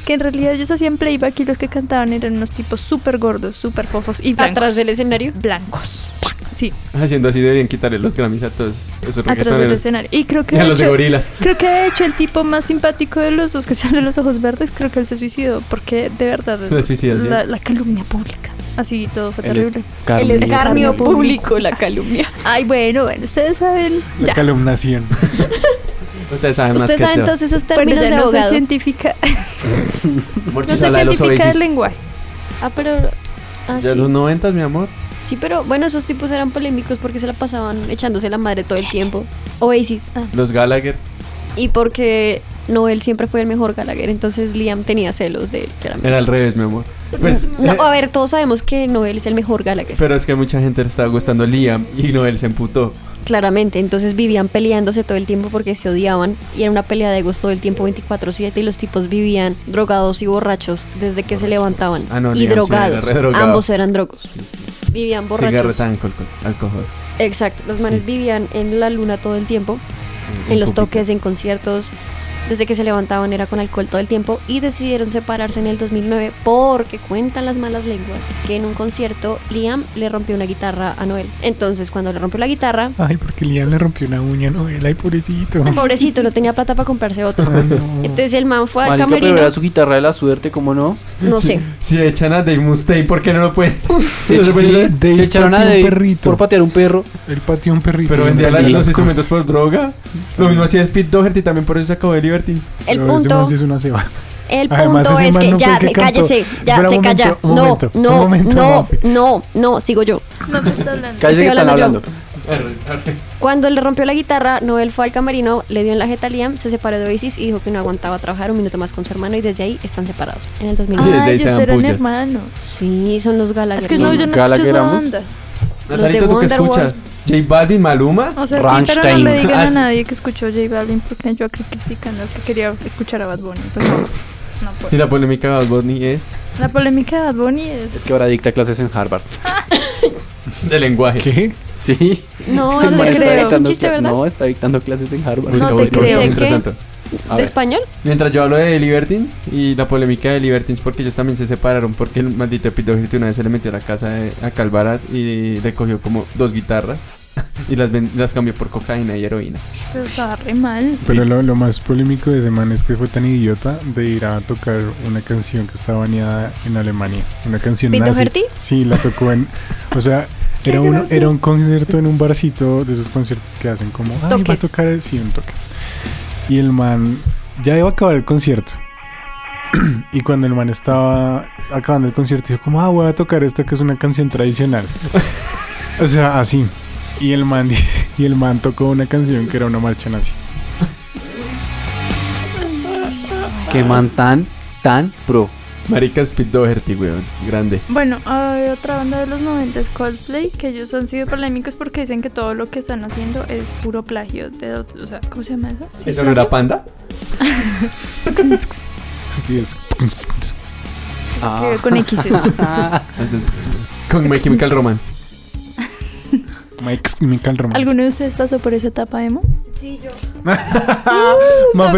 [SPEAKER 5] Que en realidad ellos hacían playback y los que cantaban eran unos tipos súper gordos, súper fofos y blancos.
[SPEAKER 6] Atrás del escenario.
[SPEAKER 5] Blancos. Sí,
[SPEAKER 1] Haciendo así deberían quitarle los Grammys a todos esos
[SPEAKER 5] atrás del
[SPEAKER 1] reggaetoneros.
[SPEAKER 5] escenario. Y creo que
[SPEAKER 1] Y a
[SPEAKER 5] de
[SPEAKER 1] los de
[SPEAKER 5] hecho-
[SPEAKER 1] gorilas.
[SPEAKER 5] Creo que de hecho el tipo más simpático de los dos que son de los ojos verdes, creo que él se suicidó, porque de verdad
[SPEAKER 1] Se suicidó, ¿sí?
[SPEAKER 5] la, la calumnia pública. Así todo fue
[SPEAKER 3] El
[SPEAKER 5] terrible.
[SPEAKER 1] Ah,
[SPEAKER 3] escarnio.
[SPEAKER 6] El escarnio
[SPEAKER 5] escarnio
[SPEAKER 6] público, la calumnia.
[SPEAKER 5] Ay, bueno, bueno, ustedes saben.
[SPEAKER 4] La
[SPEAKER 5] Ya.
[SPEAKER 4] calumnación.
[SPEAKER 1] Ustedes saben más
[SPEAKER 6] Usted
[SPEAKER 1] que
[SPEAKER 6] sabe
[SPEAKER 1] yo.
[SPEAKER 6] entonces esos
[SPEAKER 5] Bueno,
[SPEAKER 6] términos
[SPEAKER 5] ya
[SPEAKER 6] de
[SPEAKER 5] no soy
[SPEAKER 6] abogado.
[SPEAKER 5] científica.
[SPEAKER 1] Morchis
[SPEAKER 5] No soy
[SPEAKER 1] habla de los
[SPEAKER 5] científica del
[SPEAKER 1] obesis.
[SPEAKER 5] lenguaje.
[SPEAKER 6] Ah, pero. Ah,
[SPEAKER 1] Ya
[SPEAKER 6] sí.
[SPEAKER 1] los noventas, mi amor.
[SPEAKER 6] Sí, pero bueno, esos tipos eran polémicos porque se la pasaban echándose la madre todo el tiempo. Oasis.
[SPEAKER 5] Ah.
[SPEAKER 1] Los Gallagher.
[SPEAKER 6] Y porque Noel siempre fue el mejor Gallagher, entonces Liam tenía celos de él, claramente.
[SPEAKER 1] Era al revés, mi amor. Pues,
[SPEAKER 6] No,
[SPEAKER 1] eh,
[SPEAKER 6] a ver, todos sabemos que Noel es el mejor Gallagher,
[SPEAKER 1] pero es que mucha gente le estaba gustando Liam y Noel se emputó.
[SPEAKER 6] claramente. Entonces vivían peleándose todo el tiempo porque se odiaban y era una pelea de gusto todo el tiempo 24/7 y los tipos vivían drogados y borrachos desde que se levantaban.
[SPEAKER 1] Ah, no,
[SPEAKER 6] y
[SPEAKER 1] Liam sí,
[SPEAKER 6] drogados.
[SPEAKER 1] era re drogado.
[SPEAKER 6] Ambos eran drogos. Vivían borrachos.
[SPEAKER 1] Cigarreta, alcohol, alcohol.
[SPEAKER 6] Exacto, los manes
[SPEAKER 1] Sí.
[SPEAKER 6] vivían en la luna todo el tiempo, en los toques, en conciertos. Desde que se levantaban era con alcohol todo el tiempo y decidieron separarse en el 2009 porque cuentan las malas lenguas que en un concierto Liam le rompió una guitarra a Noel. Entonces cuando le rompió la guitarra,
[SPEAKER 4] Ay, porque Liam le rompió una uña, no, él, ay, pobrecito.
[SPEAKER 6] pobrecito, no tenía plata para comprarse otro.
[SPEAKER 4] Ay, no.
[SPEAKER 6] Entonces el man fue al
[SPEAKER 3] Marica, pero
[SPEAKER 6] camerino,
[SPEAKER 3] era su guitarra de la suerte, ¿cómo no?
[SPEAKER 6] no
[SPEAKER 1] Si-
[SPEAKER 6] sé,
[SPEAKER 1] Si echan a Dave Mustaine, ¿por qué no lo pueden?
[SPEAKER 3] Se,
[SPEAKER 1] Sí,
[SPEAKER 3] sí,
[SPEAKER 4] Dave
[SPEAKER 3] se echaron a
[SPEAKER 4] pateó un
[SPEAKER 3] Dave
[SPEAKER 4] perrito.
[SPEAKER 3] por patear un perro.
[SPEAKER 4] Él pateó un perrito.
[SPEAKER 1] Pero vendía la-
[SPEAKER 3] Sí.
[SPEAKER 1] los instrumentos por droga. Lo mismo hacía Pete Doherty, también por eso se acabó de Libertines.
[SPEAKER 6] el
[SPEAKER 4] Pero ese man
[SPEAKER 6] punto,
[SPEAKER 4] sí es una ceba.
[SPEAKER 6] el
[SPEAKER 4] Además,
[SPEAKER 6] punto
[SPEAKER 4] ese
[SPEAKER 6] es
[SPEAKER 4] man
[SPEAKER 6] que
[SPEAKER 4] no fue
[SPEAKER 6] ya,
[SPEAKER 4] el que
[SPEAKER 6] te-
[SPEAKER 4] cantó.
[SPEAKER 6] cállese, ya
[SPEAKER 4] Espera,
[SPEAKER 6] se
[SPEAKER 4] un momento,
[SPEAKER 6] calla,
[SPEAKER 4] un
[SPEAKER 6] no,
[SPEAKER 4] momento, un
[SPEAKER 6] no,
[SPEAKER 4] momento,
[SPEAKER 6] no,
[SPEAKER 4] Mafe.
[SPEAKER 6] no, no, sigo yo.
[SPEAKER 5] No me está hablando.
[SPEAKER 3] Cállese que
[SPEAKER 6] Estoy
[SPEAKER 3] están
[SPEAKER 6] hablando
[SPEAKER 3] hablando.
[SPEAKER 6] yo. Cuando le rompió la guitarra, Noel fue al camerino, le dio en la jeta a Liam, se separó de Oasis y dijo que no aguantaba trabajar un minuto más con su hermano y desde ahí están separados. En el 2009.
[SPEAKER 1] desde
[SPEAKER 5] Ah,
[SPEAKER 1] ahí
[SPEAKER 5] ellos
[SPEAKER 1] se dan
[SPEAKER 5] eran
[SPEAKER 1] pullas.
[SPEAKER 5] hermanos.
[SPEAKER 3] Ah.
[SPEAKER 6] Sí, son los Gallagher.
[SPEAKER 5] Es que no, yo no escucho
[SPEAKER 3] Gallagher
[SPEAKER 5] esa
[SPEAKER 3] éramos.
[SPEAKER 5] banda.
[SPEAKER 1] Natalita,
[SPEAKER 6] de
[SPEAKER 1] ¿tú qué
[SPEAKER 6] Wonderwall.
[SPEAKER 1] escuchas? ¿J Balvin, Maluma?
[SPEAKER 5] O sea, sí, pero
[SPEAKER 3] Rammstein.
[SPEAKER 5] no le digan
[SPEAKER 1] Ah,
[SPEAKER 5] a
[SPEAKER 1] sí.
[SPEAKER 5] nadie que escuchó J Balvin porque yo aquí criticando que quería escuchar a Bad Bunny. Pues no, no
[SPEAKER 1] Y
[SPEAKER 5] puedo.
[SPEAKER 1] la polémica de Bad Bunny es
[SPEAKER 5] La polémica de Bad Bunny es...
[SPEAKER 3] Es que ahora dicta clases en Harvard.
[SPEAKER 1] de lenguaje.
[SPEAKER 4] ¿Qué?
[SPEAKER 3] Sí.
[SPEAKER 6] No,
[SPEAKER 5] No
[SPEAKER 6] eso
[SPEAKER 5] te
[SPEAKER 6] es,
[SPEAKER 5] creo.
[SPEAKER 6] es un
[SPEAKER 3] dictando
[SPEAKER 6] chiste,
[SPEAKER 3] cla-
[SPEAKER 6] ¿verdad?
[SPEAKER 3] No, está dictando clases en Harvard.
[SPEAKER 6] No te creo.
[SPEAKER 1] mientras
[SPEAKER 6] ¿Qué?
[SPEAKER 1] tanto. A
[SPEAKER 6] ¿De
[SPEAKER 1] ver,
[SPEAKER 6] español?
[SPEAKER 1] mientras yo hablo de Libertine y la polémica de Libertines porque ellos también se separaron porque el maldito Pete Doherty una vez se le metió a la casa de, a Calvarat y le cogió como dos guitarras y las, ven- las cambió por cocaína y heroína.
[SPEAKER 5] Pero estaba pues, re mal.
[SPEAKER 4] Pero lo, lo más polémico de ese man es que fue tan idiota de ir a tocar una canción que estaba baneada en Alemania. Una canción
[SPEAKER 6] ¿Pito
[SPEAKER 4] nazi.
[SPEAKER 6] Gerti?
[SPEAKER 4] Sí, la tocó en. O sea, era, uno, era un concierto en un barcito de esos conciertos que hacen como. Ay, va a
[SPEAKER 6] Toques.
[SPEAKER 4] tocar. el-". Sí, un toque. Y el man. Ya iba a acabar el concierto. Y cuando el man estaba acabando el concierto, dijo como, ah, voy a tocar esta que es una canción tradicional. o sea, así. Y el man, y el man tocó una canción que era una marcha nazi.
[SPEAKER 3] Que man tan, tan pro.
[SPEAKER 1] Marica es Pete Doherty, weón. Grande.
[SPEAKER 5] Bueno, hay otra banda de los 90 Coldplay, que ellos han sido polémicos porque dicen que todo lo que están haciendo es puro plagio de otro- o sea, ¿cómo se llama eso? Sí,
[SPEAKER 1] ¿Eso no era panda?
[SPEAKER 4] Así es.
[SPEAKER 3] Ah.
[SPEAKER 5] que con X
[SPEAKER 1] Con My Chemical Romance.
[SPEAKER 4] Mike Michael Romance.
[SPEAKER 5] ¿Alguno de ustedes pasó por esa etapa emo?
[SPEAKER 4] Mafe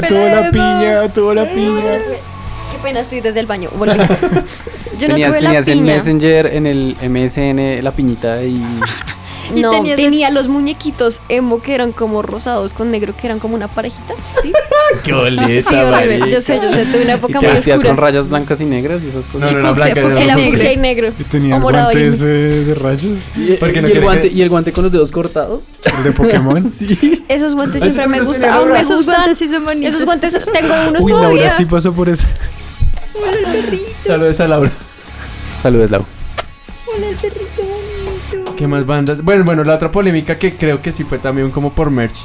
[SPEAKER 5] Pero
[SPEAKER 4] tuvo la
[SPEAKER 5] Eva.
[SPEAKER 4] piña, tuvo la
[SPEAKER 6] No, yo no
[SPEAKER 4] piña.
[SPEAKER 6] tuve- Qué pena, estoy desde el baño. Volví. Yo no
[SPEAKER 3] Tenías,
[SPEAKER 6] tuve
[SPEAKER 3] tenías
[SPEAKER 6] la
[SPEAKER 3] el
[SPEAKER 6] piña.
[SPEAKER 3] Messenger en el MSN, la piñita y.
[SPEAKER 5] Y
[SPEAKER 6] No,
[SPEAKER 5] tenías el-
[SPEAKER 6] tenía los muñequitos emo que eran como rosados con negro que eran como una parejita. Sí,
[SPEAKER 3] ¡Qué
[SPEAKER 6] sí horrible. Yo sé, yo sé, tuve una
[SPEAKER 3] Y
[SPEAKER 6] época
[SPEAKER 3] te
[SPEAKER 6] muy
[SPEAKER 3] hacías
[SPEAKER 6] oscura.
[SPEAKER 3] con rayas blancas y negras y esas
[SPEAKER 1] No,
[SPEAKER 3] cosas.
[SPEAKER 1] no, no,
[SPEAKER 5] fucsia,
[SPEAKER 1] blanca.
[SPEAKER 5] fucsia,
[SPEAKER 1] no,
[SPEAKER 6] Era
[SPEAKER 5] la
[SPEAKER 1] fucsia.
[SPEAKER 6] fucsia y negro.
[SPEAKER 4] Y tenía
[SPEAKER 6] O
[SPEAKER 4] el
[SPEAKER 6] morado y
[SPEAKER 4] guante
[SPEAKER 6] azul.
[SPEAKER 4] ese de rayas,
[SPEAKER 3] Y,
[SPEAKER 1] Porque no
[SPEAKER 3] y el
[SPEAKER 1] quiere-
[SPEAKER 3] guante, y el guante con los dedos cortados.
[SPEAKER 4] el de Pokémon.
[SPEAKER 3] Sí.
[SPEAKER 6] Esos guantes
[SPEAKER 1] Ese
[SPEAKER 6] siempre me
[SPEAKER 1] también los
[SPEAKER 6] gustan.
[SPEAKER 1] tenía
[SPEAKER 6] Aún me
[SPEAKER 5] Ahora esos
[SPEAKER 6] gustan.
[SPEAKER 5] guantes sí son bonitos.
[SPEAKER 6] Esos guantes, tengo unos
[SPEAKER 4] Uy, Laura
[SPEAKER 6] todavía.
[SPEAKER 4] sí pasó por esa.
[SPEAKER 1] Saludos a Laura.
[SPEAKER 3] Saludos, Lau.
[SPEAKER 1] ¿Qué más bandas? Bueno, bueno, la otra polémica que creo que sí fue también como por merch.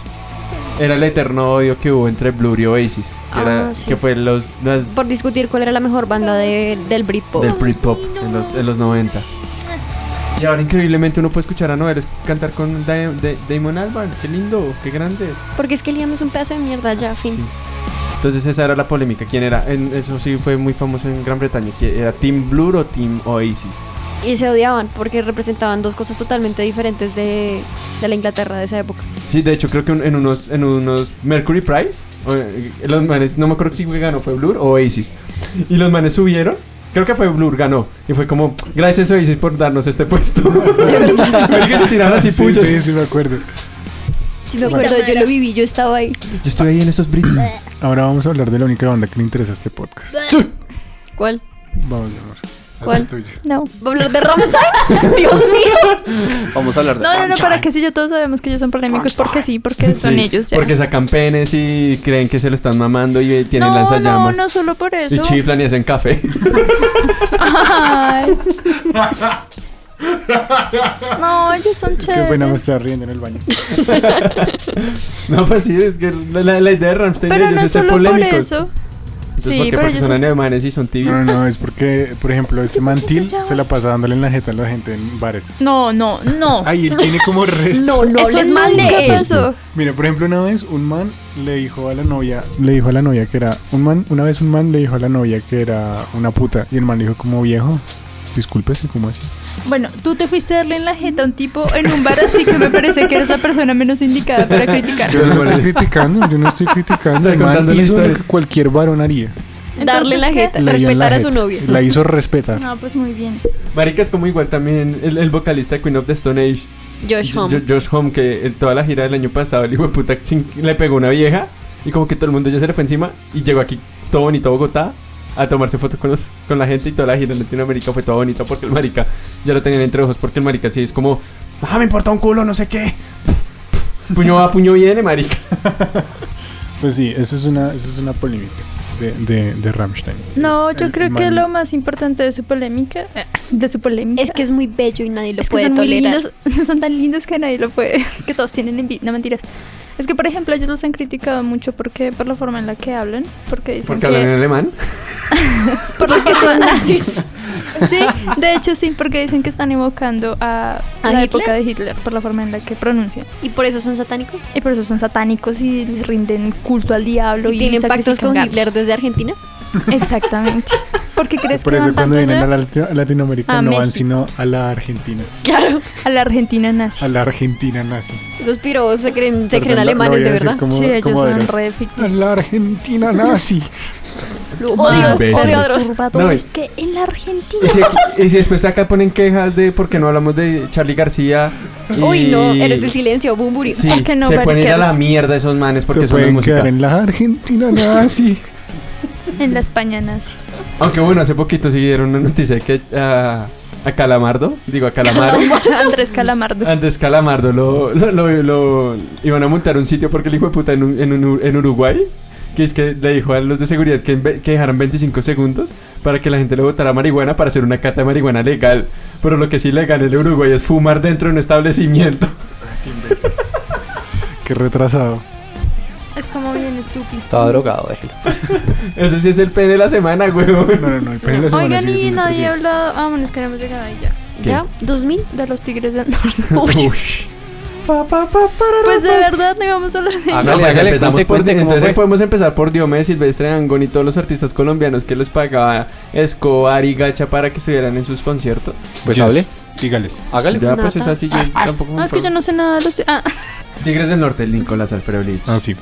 [SPEAKER 1] Era el eterno odio que hubo entre Blur y Oasis. Que, era,
[SPEAKER 6] Ah, sí.
[SPEAKER 1] que fue los, las
[SPEAKER 6] Por discutir cuál era la mejor banda de, del Britpop.
[SPEAKER 1] del pre-pop en los, en los 90. Y ahora increíblemente uno puede escuchar a Noel cantar con Da- De- Damon Albarn. Qué lindo, qué grande.
[SPEAKER 6] Porque es que Liam es un pedazo de mierda ya, fin.
[SPEAKER 1] Sí. Entonces esa era la polémica. ¿Quién era? En- eso sí fue muy famoso en Gran Bretaña. que ¿Era Team Blur o Team Oasis?
[SPEAKER 6] Y se odiaban porque representaban dos cosas totalmente diferentes de, de la Inglaterra de esa época.
[SPEAKER 1] Sí, de hecho creo que un- en unos en unos Mercury Prize, o, eh, los manes, no me acuerdo si fue ganó fue Blur o Oasis. Y los manes subieron, creo que fue Blur, ganó. Y fue como, gracias Oasis por darnos este puesto. Marica, se tiraron así
[SPEAKER 4] Sí,
[SPEAKER 1] puyos.
[SPEAKER 4] sí, sí, me acuerdo.
[SPEAKER 6] Si me acuerdo, yo lo viví, yo estaba ahí.
[SPEAKER 1] Yo estoy ahí en esos Brits.
[SPEAKER 5] Eh,
[SPEAKER 4] Ahora vamos a hablar de la única banda que le interesa a este podcast.
[SPEAKER 6] ¿Cuál?
[SPEAKER 4] Vamos, mi amor. Haz
[SPEAKER 6] ¿Cuál?
[SPEAKER 4] el tuyo.
[SPEAKER 5] No.
[SPEAKER 6] ¿Va a hablar de Rammstein? Dios mío.
[SPEAKER 3] Vamos a hablar de.
[SPEAKER 5] No, no, no, para que sí, ya todos sabemos que ellos son polémicos porque sí, porque son
[SPEAKER 1] Sí,
[SPEAKER 5] ellos. Ya.
[SPEAKER 1] Porque sacan penes y creen que se lo están mamando y eh, tienen
[SPEAKER 5] no, no,
[SPEAKER 1] lanzallamas.
[SPEAKER 5] no solo por
[SPEAKER 1] Y
[SPEAKER 5] eso.
[SPEAKER 1] chiflan y hacen café.
[SPEAKER 5] Ay. No, ellos son
[SPEAKER 4] Qué
[SPEAKER 5] chéveres.
[SPEAKER 4] buena me estaba riendo en el baño.
[SPEAKER 1] no, pues sí, es que la, la- la idea de Rammstein
[SPEAKER 5] pero
[SPEAKER 1] es
[SPEAKER 5] no
[SPEAKER 1] ellos ser
[SPEAKER 5] solo por
[SPEAKER 1] polémicos.
[SPEAKER 5] eso.
[SPEAKER 1] Entonces,
[SPEAKER 5] Sí,
[SPEAKER 1] ¿por qué?
[SPEAKER 5] pero
[SPEAKER 1] Porque
[SPEAKER 5] ellos
[SPEAKER 1] son
[SPEAKER 5] son-
[SPEAKER 1] alemanes y son tibios.
[SPEAKER 4] No, no, es porque, por ejemplo, este mantil se la pasa dándole en la jeta a la gente en bares.
[SPEAKER 5] No, no, no.
[SPEAKER 4] Ay, él tiene como resto.
[SPEAKER 6] No, no
[SPEAKER 5] eso
[SPEAKER 6] hables mal
[SPEAKER 5] nunca
[SPEAKER 6] de él.
[SPEAKER 5] pasó.
[SPEAKER 4] Mira, por ejemplo, una vez un man le dijo a la novia, le dijo a la novia que era un man, una vez un man le dijo a la novia que era una puta y el man le dijo como viejo, discúlpese, ¿cómo así?
[SPEAKER 5] Bueno, tú te fuiste a darle en la jeta a un tipo en un bar, así que me parece que eres la persona menos indicada para criticar.
[SPEAKER 4] Yo no lo estoy criticando, yo no estoy criticando.
[SPEAKER 1] Está
[SPEAKER 4] El man
[SPEAKER 1] contando la
[SPEAKER 4] hizo lo
[SPEAKER 1] historia.
[SPEAKER 4] que cualquier varón haría.
[SPEAKER 6] Darle
[SPEAKER 5] Entonces,
[SPEAKER 6] la
[SPEAKER 5] ¿qué?
[SPEAKER 6] jeta,
[SPEAKER 4] Le dio en la
[SPEAKER 6] respetar a su
[SPEAKER 4] jeta.
[SPEAKER 6] novia.
[SPEAKER 4] La hizo respetar.
[SPEAKER 5] No, pues muy bien.
[SPEAKER 1] Marica es como igual también el, el vocalista de Queen of the Stone Age,
[SPEAKER 6] Josh
[SPEAKER 1] Jo-
[SPEAKER 6] Homme.
[SPEAKER 1] Josh Homme, que en toda la gira del año pasado el hijo de puta chin- le pegó una vieja y como que todo el mundo ya se le fue encima y llegó aquí todo bonito a Bogotá a tomarse fotos con, los- con la gente y toda la gira en Latinoamérica fue todo bonito porque el marica ya lo tenían entre ojos porque el marica sí es como, ah, me importa un culo, no sé qué. Puño va, puño viene, marica.
[SPEAKER 4] Pues sí, eso es una, eso es una polémica de, de, de Rammstein.
[SPEAKER 5] No,
[SPEAKER 4] Es
[SPEAKER 5] yo
[SPEAKER 4] el
[SPEAKER 5] creo que
[SPEAKER 4] Este, man-
[SPEAKER 5] lo más importante de su polémica, eh, de su polémica,
[SPEAKER 6] Es que es muy bello y nadie lo
[SPEAKER 5] es que
[SPEAKER 6] puede
[SPEAKER 5] son muy
[SPEAKER 6] tolerar.
[SPEAKER 5] lindos, son tan lindos que nadie lo puede, que todos tienen envidia, no mentiras. Es que por ejemplo ellos los han criticado mucho porque por la forma en la que hablan, porque dicen
[SPEAKER 1] Porque hablan en
[SPEAKER 5] que
[SPEAKER 1] alemán.
[SPEAKER 5] por la forma-
[SPEAKER 6] Ah,
[SPEAKER 5] sí, de hecho sí, porque dicen que están evocando a,
[SPEAKER 6] ¿A
[SPEAKER 5] la
[SPEAKER 6] Hitler?
[SPEAKER 5] época de Hitler por la forma en la que pronuncian
[SPEAKER 6] ¿Y por eso son satánicos?
[SPEAKER 5] y por eso son satánicos y le rinden culto al diablo y,
[SPEAKER 6] ¿Y tienen pactos
[SPEAKER 5] sacrifican
[SPEAKER 6] con
[SPEAKER 5] gatos.
[SPEAKER 6] Hitler desde Argentina?
[SPEAKER 5] Exactamente. ¿Por qué crees
[SPEAKER 4] Por
[SPEAKER 5] que
[SPEAKER 4] eso
[SPEAKER 5] van
[SPEAKER 4] cuando
[SPEAKER 5] tanto
[SPEAKER 4] vienen
[SPEAKER 5] allá?
[SPEAKER 4] a, la Latino- a Latinoamérica
[SPEAKER 5] A
[SPEAKER 4] no van
[SPEAKER 5] México.
[SPEAKER 4] sino a la Argentina,
[SPEAKER 6] Claro.
[SPEAKER 5] a la Argentina nazi?
[SPEAKER 4] a la Argentina nazi.
[SPEAKER 6] Esos pirobos se creen, se
[SPEAKER 4] Perdón,
[SPEAKER 6] creen
[SPEAKER 4] lo- lo
[SPEAKER 6] alemanes,
[SPEAKER 4] voy a
[SPEAKER 6] de
[SPEAKER 4] decir
[SPEAKER 6] verdad.
[SPEAKER 4] como-
[SPEAKER 5] sí, ellos
[SPEAKER 4] como
[SPEAKER 5] son
[SPEAKER 4] eres.
[SPEAKER 5] re
[SPEAKER 4] A
[SPEAKER 5] ficticios.
[SPEAKER 4] la Argentina nazi.
[SPEAKER 5] Lo
[SPEAKER 6] Odios,
[SPEAKER 1] Imbéciles.
[SPEAKER 6] odios.
[SPEAKER 1] No,
[SPEAKER 5] es que en la
[SPEAKER 1] Y
[SPEAKER 5] Argentina.
[SPEAKER 1] si, y si después acá ponen quejas de porque no hablamos de Charlie García. y-
[SPEAKER 6] Uy, no, eres del silencio, Bumburi. Ah,
[SPEAKER 1] Sí,
[SPEAKER 5] Es que no,
[SPEAKER 1] se pueden ir a
[SPEAKER 5] mariqueros.
[SPEAKER 1] la mierda esos manes porque
[SPEAKER 4] Se
[SPEAKER 1] son de
[SPEAKER 4] pueden
[SPEAKER 1] música.
[SPEAKER 4] quedar en la Argentina nazi.
[SPEAKER 5] En la España nazi.
[SPEAKER 1] Aunque bueno, hace poquito sí dieron una noticia de que ah, a Calamardo, digo a Calamaro,
[SPEAKER 5] Andrés Calamardo.
[SPEAKER 1] antes Calamardo lo, lo, lo- lo- iban a multar a un sitio porque el hijo de puta en, un- en un- en Uruguay, que es que le dijo a los de seguridad que, en ve- que dejaran 25 segundos para que la gente le botara marihuana para hacer una cata de marihuana legal. Pero lo que sí legal en Uruguay es fumar dentro de un establecimiento.
[SPEAKER 4] Qué retrasado.
[SPEAKER 5] Es como bien estúpido.
[SPEAKER 3] Estaba drogado, eh. déjelo.
[SPEAKER 1] Ese sí es el pen de la semana, huevón.
[SPEAKER 4] No, no, no. el pene de la semana
[SPEAKER 5] Oigan,
[SPEAKER 4] sigue
[SPEAKER 5] y
[SPEAKER 4] siendo
[SPEAKER 5] nadie ha
[SPEAKER 4] crecido.
[SPEAKER 5] hablado. Vámonos, que no hemos llegado ahí ya.
[SPEAKER 1] ¿Qué?
[SPEAKER 6] ¿Ya? ¿2000?
[SPEAKER 5] De los tigres del norte.
[SPEAKER 1] Ush. Pa, pa, pa, para,
[SPEAKER 5] Pues de verdad, no vamos a hablar de
[SPEAKER 3] Ah,
[SPEAKER 1] No,
[SPEAKER 3] Hágale,
[SPEAKER 1] pues
[SPEAKER 3] hágale,
[SPEAKER 1] empezamos
[SPEAKER 3] cuente,
[SPEAKER 1] por-
[SPEAKER 3] cuente cómo
[SPEAKER 1] entonces
[SPEAKER 3] fue.
[SPEAKER 1] podemos empezar por Diomedes, Silvestre Angón y todos los artistas colombianos que les pagaba Escobar y Gacha para que estuvieran en sus conciertos.
[SPEAKER 3] Pues
[SPEAKER 4] Yes,
[SPEAKER 3] hable.
[SPEAKER 4] Dígales.
[SPEAKER 3] Hágale.
[SPEAKER 1] Ya, pues
[SPEAKER 6] Nata.
[SPEAKER 1] es así, yo tampoco me
[SPEAKER 5] Ah, No, es que yo
[SPEAKER 1] acuerdo.
[SPEAKER 5] no sé nada de los. Ah,
[SPEAKER 1] Tigres del Norte, Nicolás Alfredo Lich.
[SPEAKER 4] Ah, sí.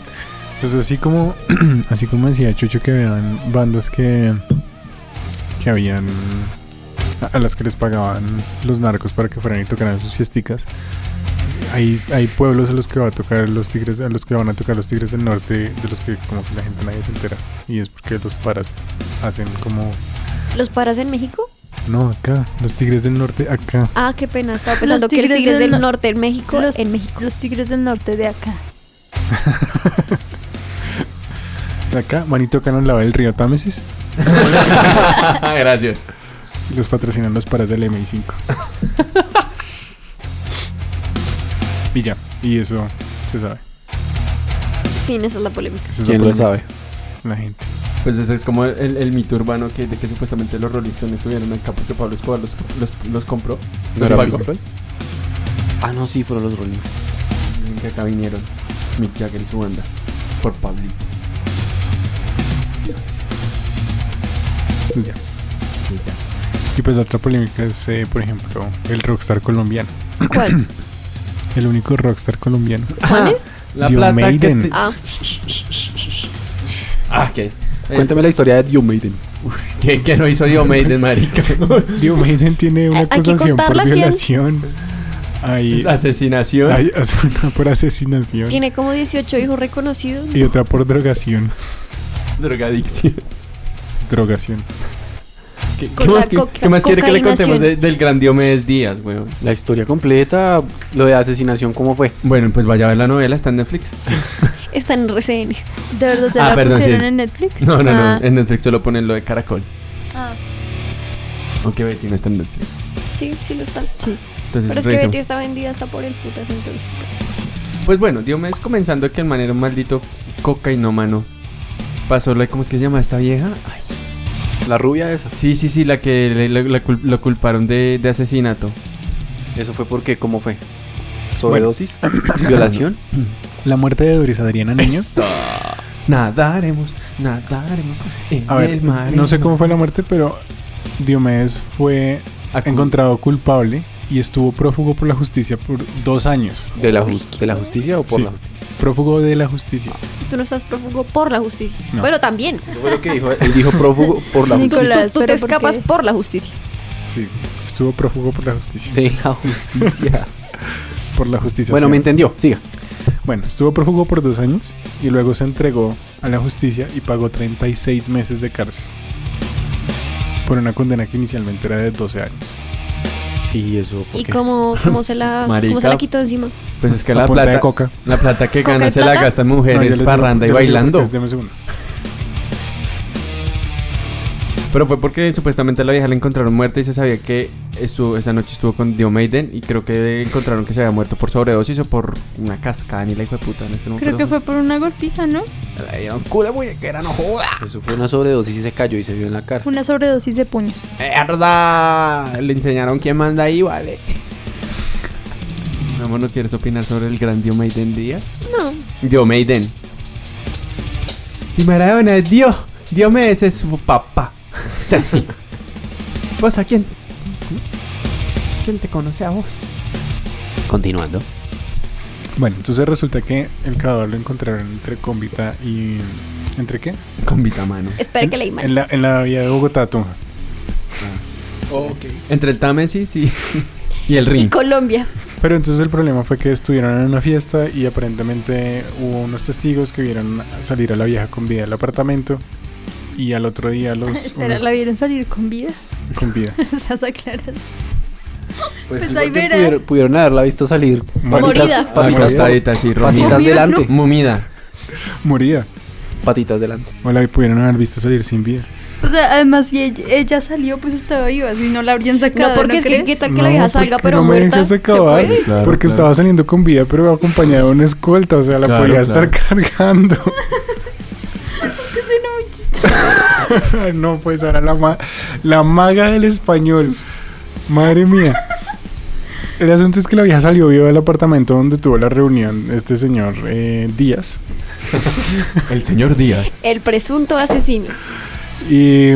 [SPEAKER 4] Entonces, así como, así como decía Chucho que vean bandas que, que habían, a, a las que les pagaban los narcos para que fueran y tocaran sus fiesticas, hay, hay pueblos a los que va a tocar los tigres, a los que van a tocar los tigres del norte, de los que como que la gente nadie se entera. Y es porque los paras hacen como
[SPEAKER 6] ¿Los paras en México?
[SPEAKER 4] no acá, los tigres del norte acá.
[SPEAKER 6] Ah, qué pena, estaba pensando
[SPEAKER 5] Los
[SPEAKER 6] que los
[SPEAKER 5] tigres
[SPEAKER 6] tigres
[SPEAKER 5] del
[SPEAKER 6] del,
[SPEAKER 5] no-
[SPEAKER 6] norte en México,
[SPEAKER 5] los-
[SPEAKER 6] en México.
[SPEAKER 5] Los tigres del norte de acá.
[SPEAKER 4] Acá, manito acá nos lava el río Támesis
[SPEAKER 1] Gracias.
[SPEAKER 4] y los patrocinan los paras del MI5. y ya, y eso se sabe.
[SPEAKER 6] Fin, esa es la polémica.
[SPEAKER 4] Esa es la
[SPEAKER 3] ¿Quién lo
[SPEAKER 4] polémica.
[SPEAKER 3] sabe?
[SPEAKER 4] La gente.
[SPEAKER 1] Pues ese es como el, el mito urbano que, de que supuestamente los Rollistones estuvieron acá porque Pablo Escobar los, los, los compró.
[SPEAKER 4] ¿Los
[SPEAKER 1] ¿Los
[SPEAKER 4] pagó?
[SPEAKER 1] compró?
[SPEAKER 3] Ah, no, sí, fueron los Rolling.
[SPEAKER 1] Dicen Que acá vinieron Mick Jagger y su banda por Pablito. Eso es.
[SPEAKER 4] Y ya. Y pues la otra polémica es, eh, por ejemplo, el rockstar colombiano.
[SPEAKER 6] ¿Cuál?
[SPEAKER 4] El único rockstar colombiano.
[SPEAKER 6] ¿Cuál es?
[SPEAKER 1] La
[SPEAKER 4] Dio
[SPEAKER 1] plata que
[SPEAKER 4] Maiden.
[SPEAKER 1] te-
[SPEAKER 6] Ah,
[SPEAKER 1] Ah, ¿qué?
[SPEAKER 3] Cuéntame la historia de You Maiden.
[SPEAKER 1] ¿Qué, qué no hizo Dio Maiden, marica?
[SPEAKER 4] Digo, Maiden tiene una
[SPEAKER 6] Hay que
[SPEAKER 4] acusación por
[SPEAKER 6] contarla, ¿cien? Pues,
[SPEAKER 4] violación. Hay,
[SPEAKER 1] Asesinación.
[SPEAKER 4] hay as- una por asesinación
[SPEAKER 6] tiene como 18 hijos reconocidos.
[SPEAKER 4] y otra por drogación.
[SPEAKER 1] Drogadicción.
[SPEAKER 4] Drogación.
[SPEAKER 1] ¿Qué,
[SPEAKER 6] Con
[SPEAKER 1] qué
[SPEAKER 6] la
[SPEAKER 1] más, que-
[SPEAKER 6] coca-
[SPEAKER 1] qué más quiere que le contemos
[SPEAKER 6] cocainación.
[SPEAKER 1] de- del gran Diomedes Díaz, weón?
[SPEAKER 3] La historia completa, lo de asesinación, ¿cómo fue?
[SPEAKER 1] Bueno, pues vaya a ver la novela, está en Netflix.
[SPEAKER 6] Está en RCN.
[SPEAKER 5] ¿De verdad te
[SPEAKER 1] Ah,
[SPEAKER 5] la
[SPEAKER 1] perdón, sí.
[SPEAKER 5] pusieron en Netflix?
[SPEAKER 1] No, no,
[SPEAKER 5] Ah,
[SPEAKER 1] no. En Netflix solo ponen lo de Caracol.
[SPEAKER 5] ah,
[SPEAKER 1] Aunque Betty no está en Netflix.
[SPEAKER 6] Sí, sí lo está.
[SPEAKER 1] Entonces,
[SPEAKER 6] Pero es que
[SPEAKER 1] revisemos.
[SPEAKER 6] Betty está vendida hasta por el putas entonces.
[SPEAKER 1] Pues bueno, Diomedes comenzando que el man era un maldito cocainómano. Pasó la, ¿cómo es que se llama esta vieja? Ay,
[SPEAKER 3] La rubia esa.
[SPEAKER 1] sí, sí, sí, la que le- la- la cul- lo culparon de, de asesinato.
[SPEAKER 3] ¿Eso fue porque ¿Cómo fue? ¿Sobredosis? ¿Violación?
[SPEAKER 4] La muerte de Doris Adriana Niño.
[SPEAKER 1] Nadaremos, nadaremos en
[SPEAKER 4] A ver,
[SPEAKER 1] el mar.
[SPEAKER 4] no sé cómo fue la muerte, pero Diomedes fue
[SPEAKER 1] Acu-
[SPEAKER 4] encontrado culpable y estuvo prófugo por la justicia por dos años.
[SPEAKER 3] ¿De la, jus- de la justicia o por
[SPEAKER 4] Sí.
[SPEAKER 3] la justicia?
[SPEAKER 4] Prófugo de la justicia.
[SPEAKER 1] Ah.
[SPEAKER 6] Tú no estás prófugo por la justicia.
[SPEAKER 4] No.
[SPEAKER 6] Bueno, también.
[SPEAKER 3] Eso fue lo que dijo. Él dijo prófugo por la
[SPEAKER 6] Tú,
[SPEAKER 3] justicia.
[SPEAKER 5] Nicolás,
[SPEAKER 6] tú te
[SPEAKER 5] pero ¿por qué?
[SPEAKER 6] escapas por la justicia.
[SPEAKER 4] Sí, estuvo prófugo por la justicia.
[SPEAKER 3] De la justicia.
[SPEAKER 4] Por la justicia.
[SPEAKER 3] bueno, me entendió. Siga.
[SPEAKER 4] Bueno, estuvo prófugo por dos años y luego se entregó a la justicia y pagó 36 meses de cárcel por una condena que inicialmente era de 12 años.
[SPEAKER 3] ¿Y eso por
[SPEAKER 6] ¿Y
[SPEAKER 3] qué?
[SPEAKER 6] cómo, cómo, se la, cómo se
[SPEAKER 1] Marica.
[SPEAKER 6] la quitó encima?
[SPEAKER 1] Pues es que
[SPEAKER 4] A
[SPEAKER 1] la
[SPEAKER 4] punta de
[SPEAKER 1] plata,
[SPEAKER 4] coca.
[SPEAKER 1] la plata que
[SPEAKER 6] ¿Coca
[SPEAKER 1] gana
[SPEAKER 6] y
[SPEAKER 1] se la
[SPEAKER 6] plata?
[SPEAKER 1] gastan
[SPEAKER 4] No, yo les
[SPEAKER 1] mujeres
[SPEAKER 4] digo-
[SPEAKER 1] parranda y
[SPEAKER 4] yo les digo
[SPEAKER 1] bailando.
[SPEAKER 4] porque es- deme un segundo.
[SPEAKER 1] Pero fue porque supuestamente a la vieja la encontraron muerta y se sabía que estuvo, esa noche estuvo con Dio Maiden y creo que encontraron que se había muerto por sobredosis o por una cascada ni la hijo de puta. ¿no? me
[SPEAKER 5] creo
[SPEAKER 1] acuerdo.
[SPEAKER 5] que fue por una golpiza, ¿no?
[SPEAKER 1] Le dieron culo de que era no joda.
[SPEAKER 3] Eso fue una sobredosis y se cayó y se vio en la cara.
[SPEAKER 5] Una sobredosis de puños.
[SPEAKER 1] Mierda. Le enseñaron quién manda ahí, vale. Amor, ¿no quieres opinar sobre el gran Dio Maiden Díaz? No. Dio Maiden. Si Maradona es Dios, Dios me es su papá. ¿Vos a quién? ¿Quién te conoce a vos?
[SPEAKER 7] Continuando.
[SPEAKER 4] Bueno, entonces resulta que el cadáver lo encontraron entre Convita y... ¿Entre qué?
[SPEAKER 1] Con vitamano.
[SPEAKER 6] Espera que leí mal.
[SPEAKER 4] En la, en la vía de Bogotá, Tunja.
[SPEAKER 1] Entre el Támesis y, y el
[SPEAKER 6] Y
[SPEAKER 1] ring.
[SPEAKER 6] Colombia.
[SPEAKER 4] Pero entonces el problema fue que estuvieron en una fiesta y aparentemente hubo unos testigos que vieron salir a la vieja con vida del apartamento y al otro día los...
[SPEAKER 5] Espera,
[SPEAKER 4] unos-
[SPEAKER 5] ¿la vieron salir con vida?
[SPEAKER 4] con vida.
[SPEAKER 5] Esas aclaras.
[SPEAKER 3] Pues,
[SPEAKER 5] Pues
[SPEAKER 3] sí,
[SPEAKER 5] ahí
[SPEAKER 3] porque
[SPEAKER 5] verá.
[SPEAKER 3] pudieron, pudieron haberla visto salir.
[SPEAKER 4] Morida.
[SPEAKER 6] Morida.
[SPEAKER 3] Papitas,
[SPEAKER 1] Acostadita así,
[SPEAKER 3] papitas
[SPEAKER 1] romida.
[SPEAKER 5] Mumida,
[SPEAKER 3] delante.
[SPEAKER 1] Mumida.
[SPEAKER 4] Morida.
[SPEAKER 3] Patitas delante.
[SPEAKER 4] O la pudieron haber visto salir sin vida.
[SPEAKER 5] O sea, además, si ella, ella salió, pues estaba viva. Si no la habrían sacado.
[SPEAKER 6] No, porque es que
[SPEAKER 5] crees?
[SPEAKER 6] qué tal que
[SPEAKER 4] No,
[SPEAKER 6] la vieja
[SPEAKER 4] ¿por
[SPEAKER 6] salga
[SPEAKER 4] qué
[SPEAKER 6] pero
[SPEAKER 4] no me
[SPEAKER 6] muerta.
[SPEAKER 4] dejas
[SPEAKER 6] ¿Se
[SPEAKER 4] acabar?
[SPEAKER 6] puede?
[SPEAKER 1] Claro,
[SPEAKER 4] Porque
[SPEAKER 1] claro.
[SPEAKER 4] estaba saliendo con vida, pero acompañada de una escolta. O sea, la
[SPEAKER 1] Claro,
[SPEAKER 4] podía
[SPEAKER 1] claro.
[SPEAKER 4] estar cargando.
[SPEAKER 5] Que suena muy chistoso.
[SPEAKER 4] no, pues ahora la, ma- la maga del español. Madre mía. El asunto es que la vieja salió viva del apartamento donde tuvo la reunión este señor eh, Díaz.
[SPEAKER 1] El señor Díaz.
[SPEAKER 6] El presunto asesino.
[SPEAKER 4] Y,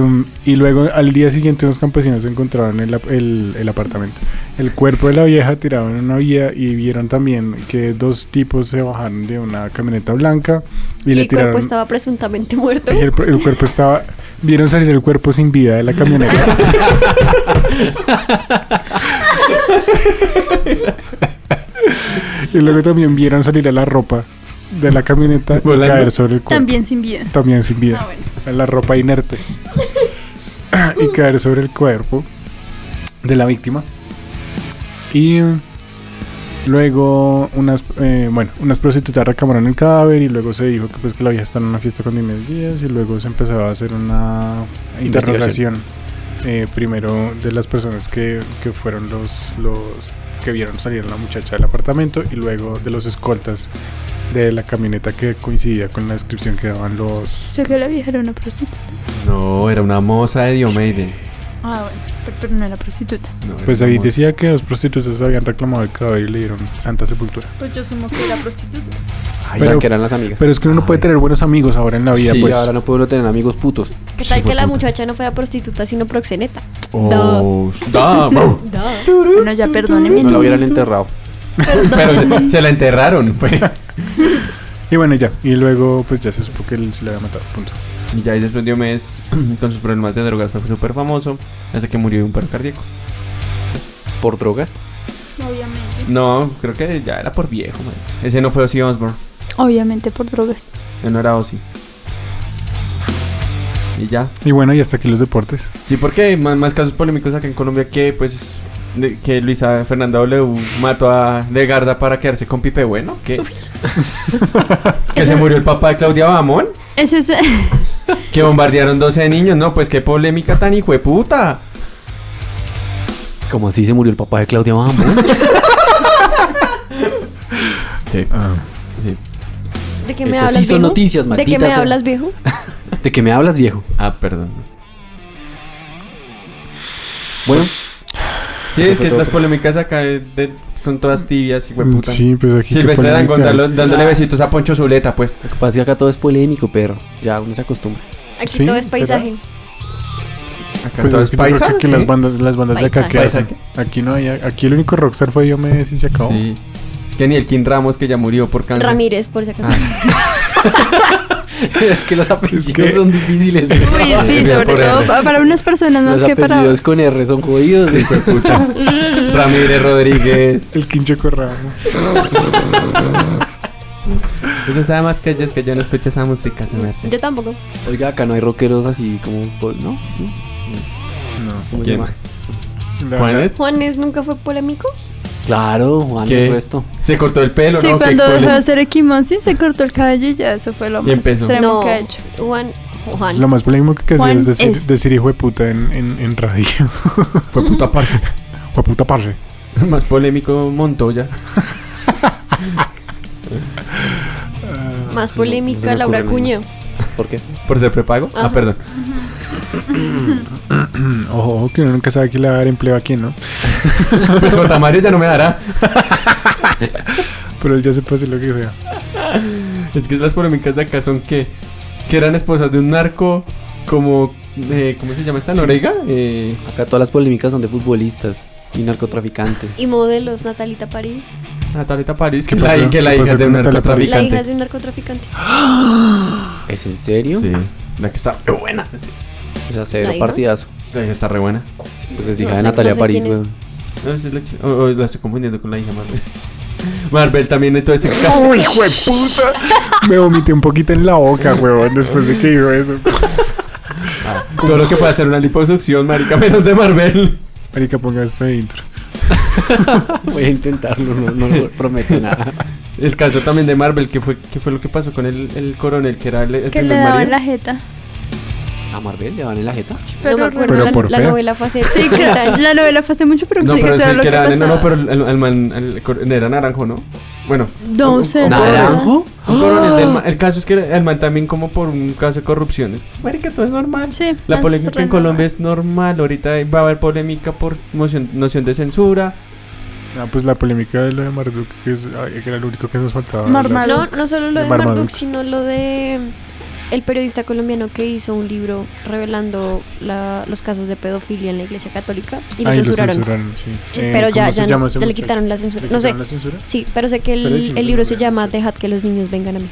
[SPEAKER 4] y luego al día siguiente unos campesinos encontraron el, ap- el- el apartamento. El cuerpo de la vieja tirado en una vía y vieron también que dos tipos se bajaron de una camioneta blanca y,
[SPEAKER 6] Y,
[SPEAKER 4] le
[SPEAKER 6] el cuerpo
[SPEAKER 4] tiraron...
[SPEAKER 6] estaba presuntamente muerto.
[SPEAKER 4] El, pr- el cuerpo estaba... Vieron salir el cuerpo sin vida de la camioneta. Y luego también vieron salir a la ropa de la camioneta y
[SPEAKER 1] Volando.
[SPEAKER 4] caer sobre el cuerpo.
[SPEAKER 5] También sin vida.
[SPEAKER 4] También sin vida.
[SPEAKER 5] Ah, bueno.
[SPEAKER 4] a la ropa inerte y caer sobre el cuerpo de la víctima. Y luego unas, eh, bueno, unas prostitutas recamaron el cadáver y luego se dijo que, pues, que la vieja estaba en una fiesta con Dime días y luego se empezaba a hacer una
[SPEAKER 3] Investigación.
[SPEAKER 4] interrogación eh, primero de las personas que, que fueron los, los que vieron salir a la muchacha del apartamento y luego de los escoltas de la camioneta que coincidía con la descripción que daban los,
[SPEAKER 5] Yo que la vieja era una prostituta.
[SPEAKER 1] No, era una moza de Diomedes.
[SPEAKER 5] Ah, bueno. Pero, pero no era prostituta.
[SPEAKER 1] No, era
[SPEAKER 4] Pues
[SPEAKER 1] una
[SPEAKER 4] ahí
[SPEAKER 1] moza.
[SPEAKER 4] decía que los prostitutos habían reclamado el cadáver y le dieron santa sepultura.
[SPEAKER 5] Pues yo sumo que era prostituta.
[SPEAKER 3] Ay,
[SPEAKER 4] Pero- pues,
[SPEAKER 3] ya que eran las amigas.
[SPEAKER 4] Pero es que uno no puede tener buenos amigos ahora en la vida,
[SPEAKER 3] sí,
[SPEAKER 4] pues.
[SPEAKER 3] ahora no puedo tener amigos putos.
[SPEAKER 6] ¿Qué tal
[SPEAKER 3] Hijo de
[SPEAKER 6] que la
[SPEAKER 3] puta.
[SPEAKER 6] muchacha no fuera prostituta sino proxeneta?
[SPEAKER 1] Oh, da, bro.
[SPEAKER 5] Bueno, ya perdóneme.
[SPEAKER 3] No la hubieran enterrado.
[SPEAKER 1] Pero se, se la enterraron, fue.
[SPEAKER 4] Y bueno, ya. Y luego, pues ya se supo que él se le había matado. Punto.
[SPEAKER 1] Y ya ahí después de un mes, con sus problemas de drogas, fue súper famoso. Hasta que murió de un paro cardíaco.
[SPEAKER 3] ¿Por drogas?
[SPEAKER 5] Obviamente.
[SPEAKER 1] No, creo que ya era por viejo, man. Ese no fue Ozzy Osbourne.
[SPEAKER 5] Obviamente por drogas.
[SPEAKER 1] Él no era Ozzy. Y ya.
[SPEAKER 4] Y bueno, y hasta aquí los deportes.
[SPEAKER 1] Sí, porque más, más casos polémicos acá en Colombia que, pues, de- que Luisa Fernanda W mató a Legarda para quedarse con Pipe Bueno. Que, que se murió el papá de Claudia Bamón.
[SPEAKER 5] Ese es.
[SPEAKER 1] Que bombardearon 12 niños. No, pues qué polémica tan hijo de puta.
[SPEAKER 3] Como así se murió el papá de Claudia Bambo.
[SPEAKER 1] Sí. sí.
[SPEAKER 6] ¿De qué me
[SPEAKER 3] Eso sí
[SPEAKER 6] hablas,
[SPEAKER 3] son
[SPEAKER 6] viejo?
[SPEAKER 3] noticias,
[SPEAKER 6] ¿De qué
[SPEAKER 3] maldita
[SPEAKER 6] me
[SPEAKER 3] sea.
[SPEAKER 6] hablas, viejo?
[SPEAKER 3] ¿De qué me hablas, viejo?
[SPEAKER 1] Ah, perdón.
[SPEAKER 3] Bueno,
[SPEAKER 1] Sí,
[SPEAKER 3] Eso
[SPEAKER 1] es
[SPEAKER 3] fue
[SPEAKER 1] que
[SPEAKER 3] todo
[SPEAKER 1] las
[SPEAKER 3] por-
[SPEAKER 1] polémicas acá de- de- son todas tibias, hijo de puta.
[SPEAKER 4] Sí, pues aquí. qué
[SPEAKER 1] Silvestre
[SPEAKER 4] polémica.
[SPEAKER 1] Dangond dalo- dándole besitos a Poncho Zuleta, pues.
[SPEAKER 3] lo que pasa es que acá todo es polémico, pero ya uno se acostumbra.
[SPEAKER 6] Aquí
[SPEAKER 4] Sí,
[SPEAKER 6] todo es
[SPEAKER 4] ¿será?
[SPEAKER 6] paisaje.
[SPEAKER 1] Acá
[SPEAKER 4] Pues
[SPEAKER 1] todo
[SPEAKER 4] es que yo creo
[SPEAKER 1] paisa,
[SPEAKER 4] que aquí
[SPEAKER 1] ¿eh?
[SPEAKER 4] las bandas, las bandas de acá que
[SPEAKER 1] Paisa.
[SPEAKER 4] hacen. Aquí no hay. Aquí el único rockstar fue Diomedes y se acabó.
[SPEAKER 1] Sí. Es que ni el King Ramos que ya murió por cáncer.
[SPEAKER 6] Ramírez, por si acaso.
[SPEAKER 3] es que los apellidos
[SPEAKER 4] que-
[SPEAKER 3] son difíciles. ¿eh?
[SPEAKER 5] Uy, sí,
[SPEAKER 1] Mira,
[SPEAKER 5] sobre
[SPEAKER 1] por
[SPEAKER 5] todo
[SPEAKER 1] ahí.
[SPEAKER 5] pa- para unas personas
[SPEAKER 3] Los
[SPEAKER 5] más que para.
[SPEAKER 3] apellidos con R son jodidos.
[SPEAKER 1] Sí, hijo de puta. Ramírez Rodríguez.
[SPEAKER 4] El quincho corrado.
[SPEAKER 1] Usted sabe más Pues que yo, es que yo no escucho esa música, se me hace.
[SPEAKER 6] Yo tampoco.
[SPEAKER 3] Oiga, acá no hay rockeros así como... pol- ¿No?
[SPEAKER 4] No.
[SPEAKER 3] ¿Cómo se
[SPEAKER 1] ¿Quién?
[SPEAKER 3] llama?
[SPEAKER 4] La-
[SPEAKER 1] ¿Juanes?
[SPEAKER 6] ¿Juanes nunca fue polémico?
[SPEAKER 3] Claro, Juan,
[SPEAKER 1] ¿Qué?
[SPEAKER 3] el resto.
[SPEAKER 1] Se cortó el pelo,
[SPEAKER 5] Sí,
[SPEAKER 1] ¿no? Qué
[SPEAKER 5] cuando dejó de
[SPEAKER 1] cole-
[SPEAKER 5] hacer equimosis se cortó el cabello y ya eso fue lo
[SPEAKER 1] Y
[SPEAKER 5] más
[SPEAKER 1] empezó.
[SPEAKER 5] extremo
[SPEAKER 6] No.
[SPEAKER 5] que ha hecho.
[SPEAKER 6] Juan.
[SPEAKER 4] la-
[SPEAKER 6] Juan.
[SPEAKER 4] Lo más polémico que hacía
[SPEAKER 5] Juan
[SPEAKER 4] es decir,
[SPEAKER 5] es.
[SPEAKER 4] decir hijo de puta en, en, en radio.
[SPEAKER 1] Fue puta parce.
[SPEAKER 4] Hijo de puta parre.
[SPEAKER 1] Más polémico Montoya.
[SPEAKER 6] Más
[SPEAKER 3] sí, no- no se me
[SPEAKER 6] polémica,
[SPEAKER 3] ocurre
[SPEAKER 6] Laura
[SPEAKER 3] nada más.
[SPEAKER 6] Cuño.
[SPEAKER 3] ¿Por qué?
[SPEAKER 1] Por ser prepago. Ah,
[SPEAKER 6] Ajá.
[SPEAKER 1] perdón.
[SPEAKER 4] Mm, Ojo, ojo, que uno nunca sabe quién le va a dar empleo a quién, ¿no?
[SPEAKER 1] Pues J. Mario ya no me dará.
[SPEAKER 4] Pero él ya se puede hacer lo que sea.
[SPEAKER 1] Es que las polémicas de acá son que, que eran esposas de un narco como... eh, ¿Cómo se llama esta? ¿Norega? Eh,
[SPEAKER 3] Acá todas las polémicas son de futbolistas y narcotraficantes.
[SPEAKER 6] Y modelos, Natalita París.
[SPEAKER 1] Natalita París,
[SPEAKER 4] ¿Qué
[SPEAKER 1] que la,
[SPEAKER 4] pasó?
[SPEAKER 1] que la
[SPEAKER 4] ¿Qué
[SPEAKER 1] hija
[SPEAKER 4] pasó
[SPEAKER 1] de
[SPEAKER 4] con
[SPEAKER 1] un
[SPEAKER 4] Natalia París?
[SPEAKER 6] La hija es
[SPEAKER 1] narcotraficante.
[SPEAKER 6] de un narcotraficante.
[SPEAKER 3] ¿Es en serio?
[SPEAKER 1] Sí, la que está re buena. sí.
[SPEAKER 3] O sea, cero
[SPEAKER 6] ¿La hija?
[SPEAKER 3] partidazo.
[SPEAKER 1] La hija está re buena.
[SPEAKER 3] Pues es hija
[SPEAKER 6] No
[SPEAKER 3] de
[SPEAKER 6] sé-
[SPEAKER 3] Natalia
[SPEAKER 6] no sé
[SPEAKER 3] París,
[SPEAKER 6] quién es.
[SPEAKER 3] weón.
[SPEAKER 1] No, esa es la, ch- o- o la estoy confundiendo con la hija Marvel. Marvel también en todo este caso.
[SPEAKER 4] ¡Uy, hijo de puta! Me vomité un poquito en la boca, huevón, después de que dijo eso.
[SPEAKER 1] Todo lo que puede hacer una liposucción, marica, menos de Marvel.
[SPEAKER 4] Marica, ponga esto de intro.
[SPEAKER 3] Voy a intentarlo, no, no lo prometo nada.
[SPEAKER 1] El caso también de Marvel, que fue, que fue lo que pasó con el, el coronel, que era el, el
[SPEAKER 5] Que le
[SPEAKER 1] primer
[SPEAKER 5] daban
[SPEAKER 1] marido.
[SPEAKER 5] la jeta.
[SPEAKER 3] ¿A Marvel le van en la jeta?
[SPEAKER 5] Pero
[SPEAKER 6] no me acuerdo.
[SPEAKER 4] Pero
[SPEAKER 6] la,
[SPEAKER 4] por
[SPEAKER 6] la
[SPEAKER 4] fea.
[SPEAKER 6] novela fue hace
[SPEAKER 5] Sí,
[SPEAKER 6] 30
[SPEAKER 5] que
[SPEAKER 6] años.
[SPEAKER 5] la novela fue hace mucho, pero
[SPEAKER 1] No,
[SPEAKER 5] sí que
[SPEAKER 1] pero
[SPEAKER 5] eso era
[SPEAKER 1] el
[SPEAKER 5] lo
[SPEAKER 1] que
[SPEAKER 5] que
[SPEAKER 1] era, no, no,
[SPEAKER 5] pasaba.
[SPEAKER 1] pero el, el- el man, el coronel era naranjo, ¿no? Bueno,
[SPEAKER 5] No sé. la verdad.
[SPEAKER 3] ¿Naranjo?
[SPEAKER 1] Un coronel del ma- El caso es que el man también como por un caso de corrupción. Es, Marica, todo es normal.
[SPEAKER 5] Sí,
[SPEAKER 1] La
[SPEAKER 5] es
[SPEAKER 1] polémica en
[SPEAKER 5] re
[SPEAKER 1] Colombia es normal. Ahorita va a haber polémica por moción- noción de censura.
[SPEAKER 4] Ah, pues la polémica de lo de Marduk, que, es- ay, que era lo único que nos faltaba.
[SPEAKER 5] Marmal.
[SPEAKER 6] No, no solo lo
[SPEAKER 4] De
[SPEAKER 6] de Marduk,
[SPEAKER 4] Marmaduke.
[SPEAKER 6] sino lo de mm, el periodista colombiano que hizo un libro revelando la- los casos de pedofilia en la iglesia católica y lo
[SPEAKER 4] Ay, lo
[SPEAKER 6] censuraron.
[SPEAKER 4] censuraron, sí. Eh,
[SPEAKER 6] pero ya,
[SPEAKER 4] ¿cómo se
[SPEAKER 6] ya,
[SPEAKER 4] llama
[SPEAKER 6] no,
[SPEAKER 4] ese
[SPEAKER 6] ya le
[SPEAKER 4] muchacho?
[SPEAKER 6] quitaron la censura.
[SPEAKER 4] ¿Le
[SPEAKER 6] No sé.
[SPEAKER 4] quitaron la censura?
[SPEAKER 6] Sí, pero sé que
[SPEAKER 4] Pero
[SPEAKER 6] el,
[SPEAKER 4] ese no
[SPEAKER 6] el
[SPEAKER 4] se
[SPEAKER 6] libro
[SPEAKER 4] lo
[SPEAKER 6] se
[SPEAKER 4] veo,
[SPEAKER 6] llama
[SPEAKER 4] muchacho.
[SPEAKER 6] Dejad que los niños vengan a mí.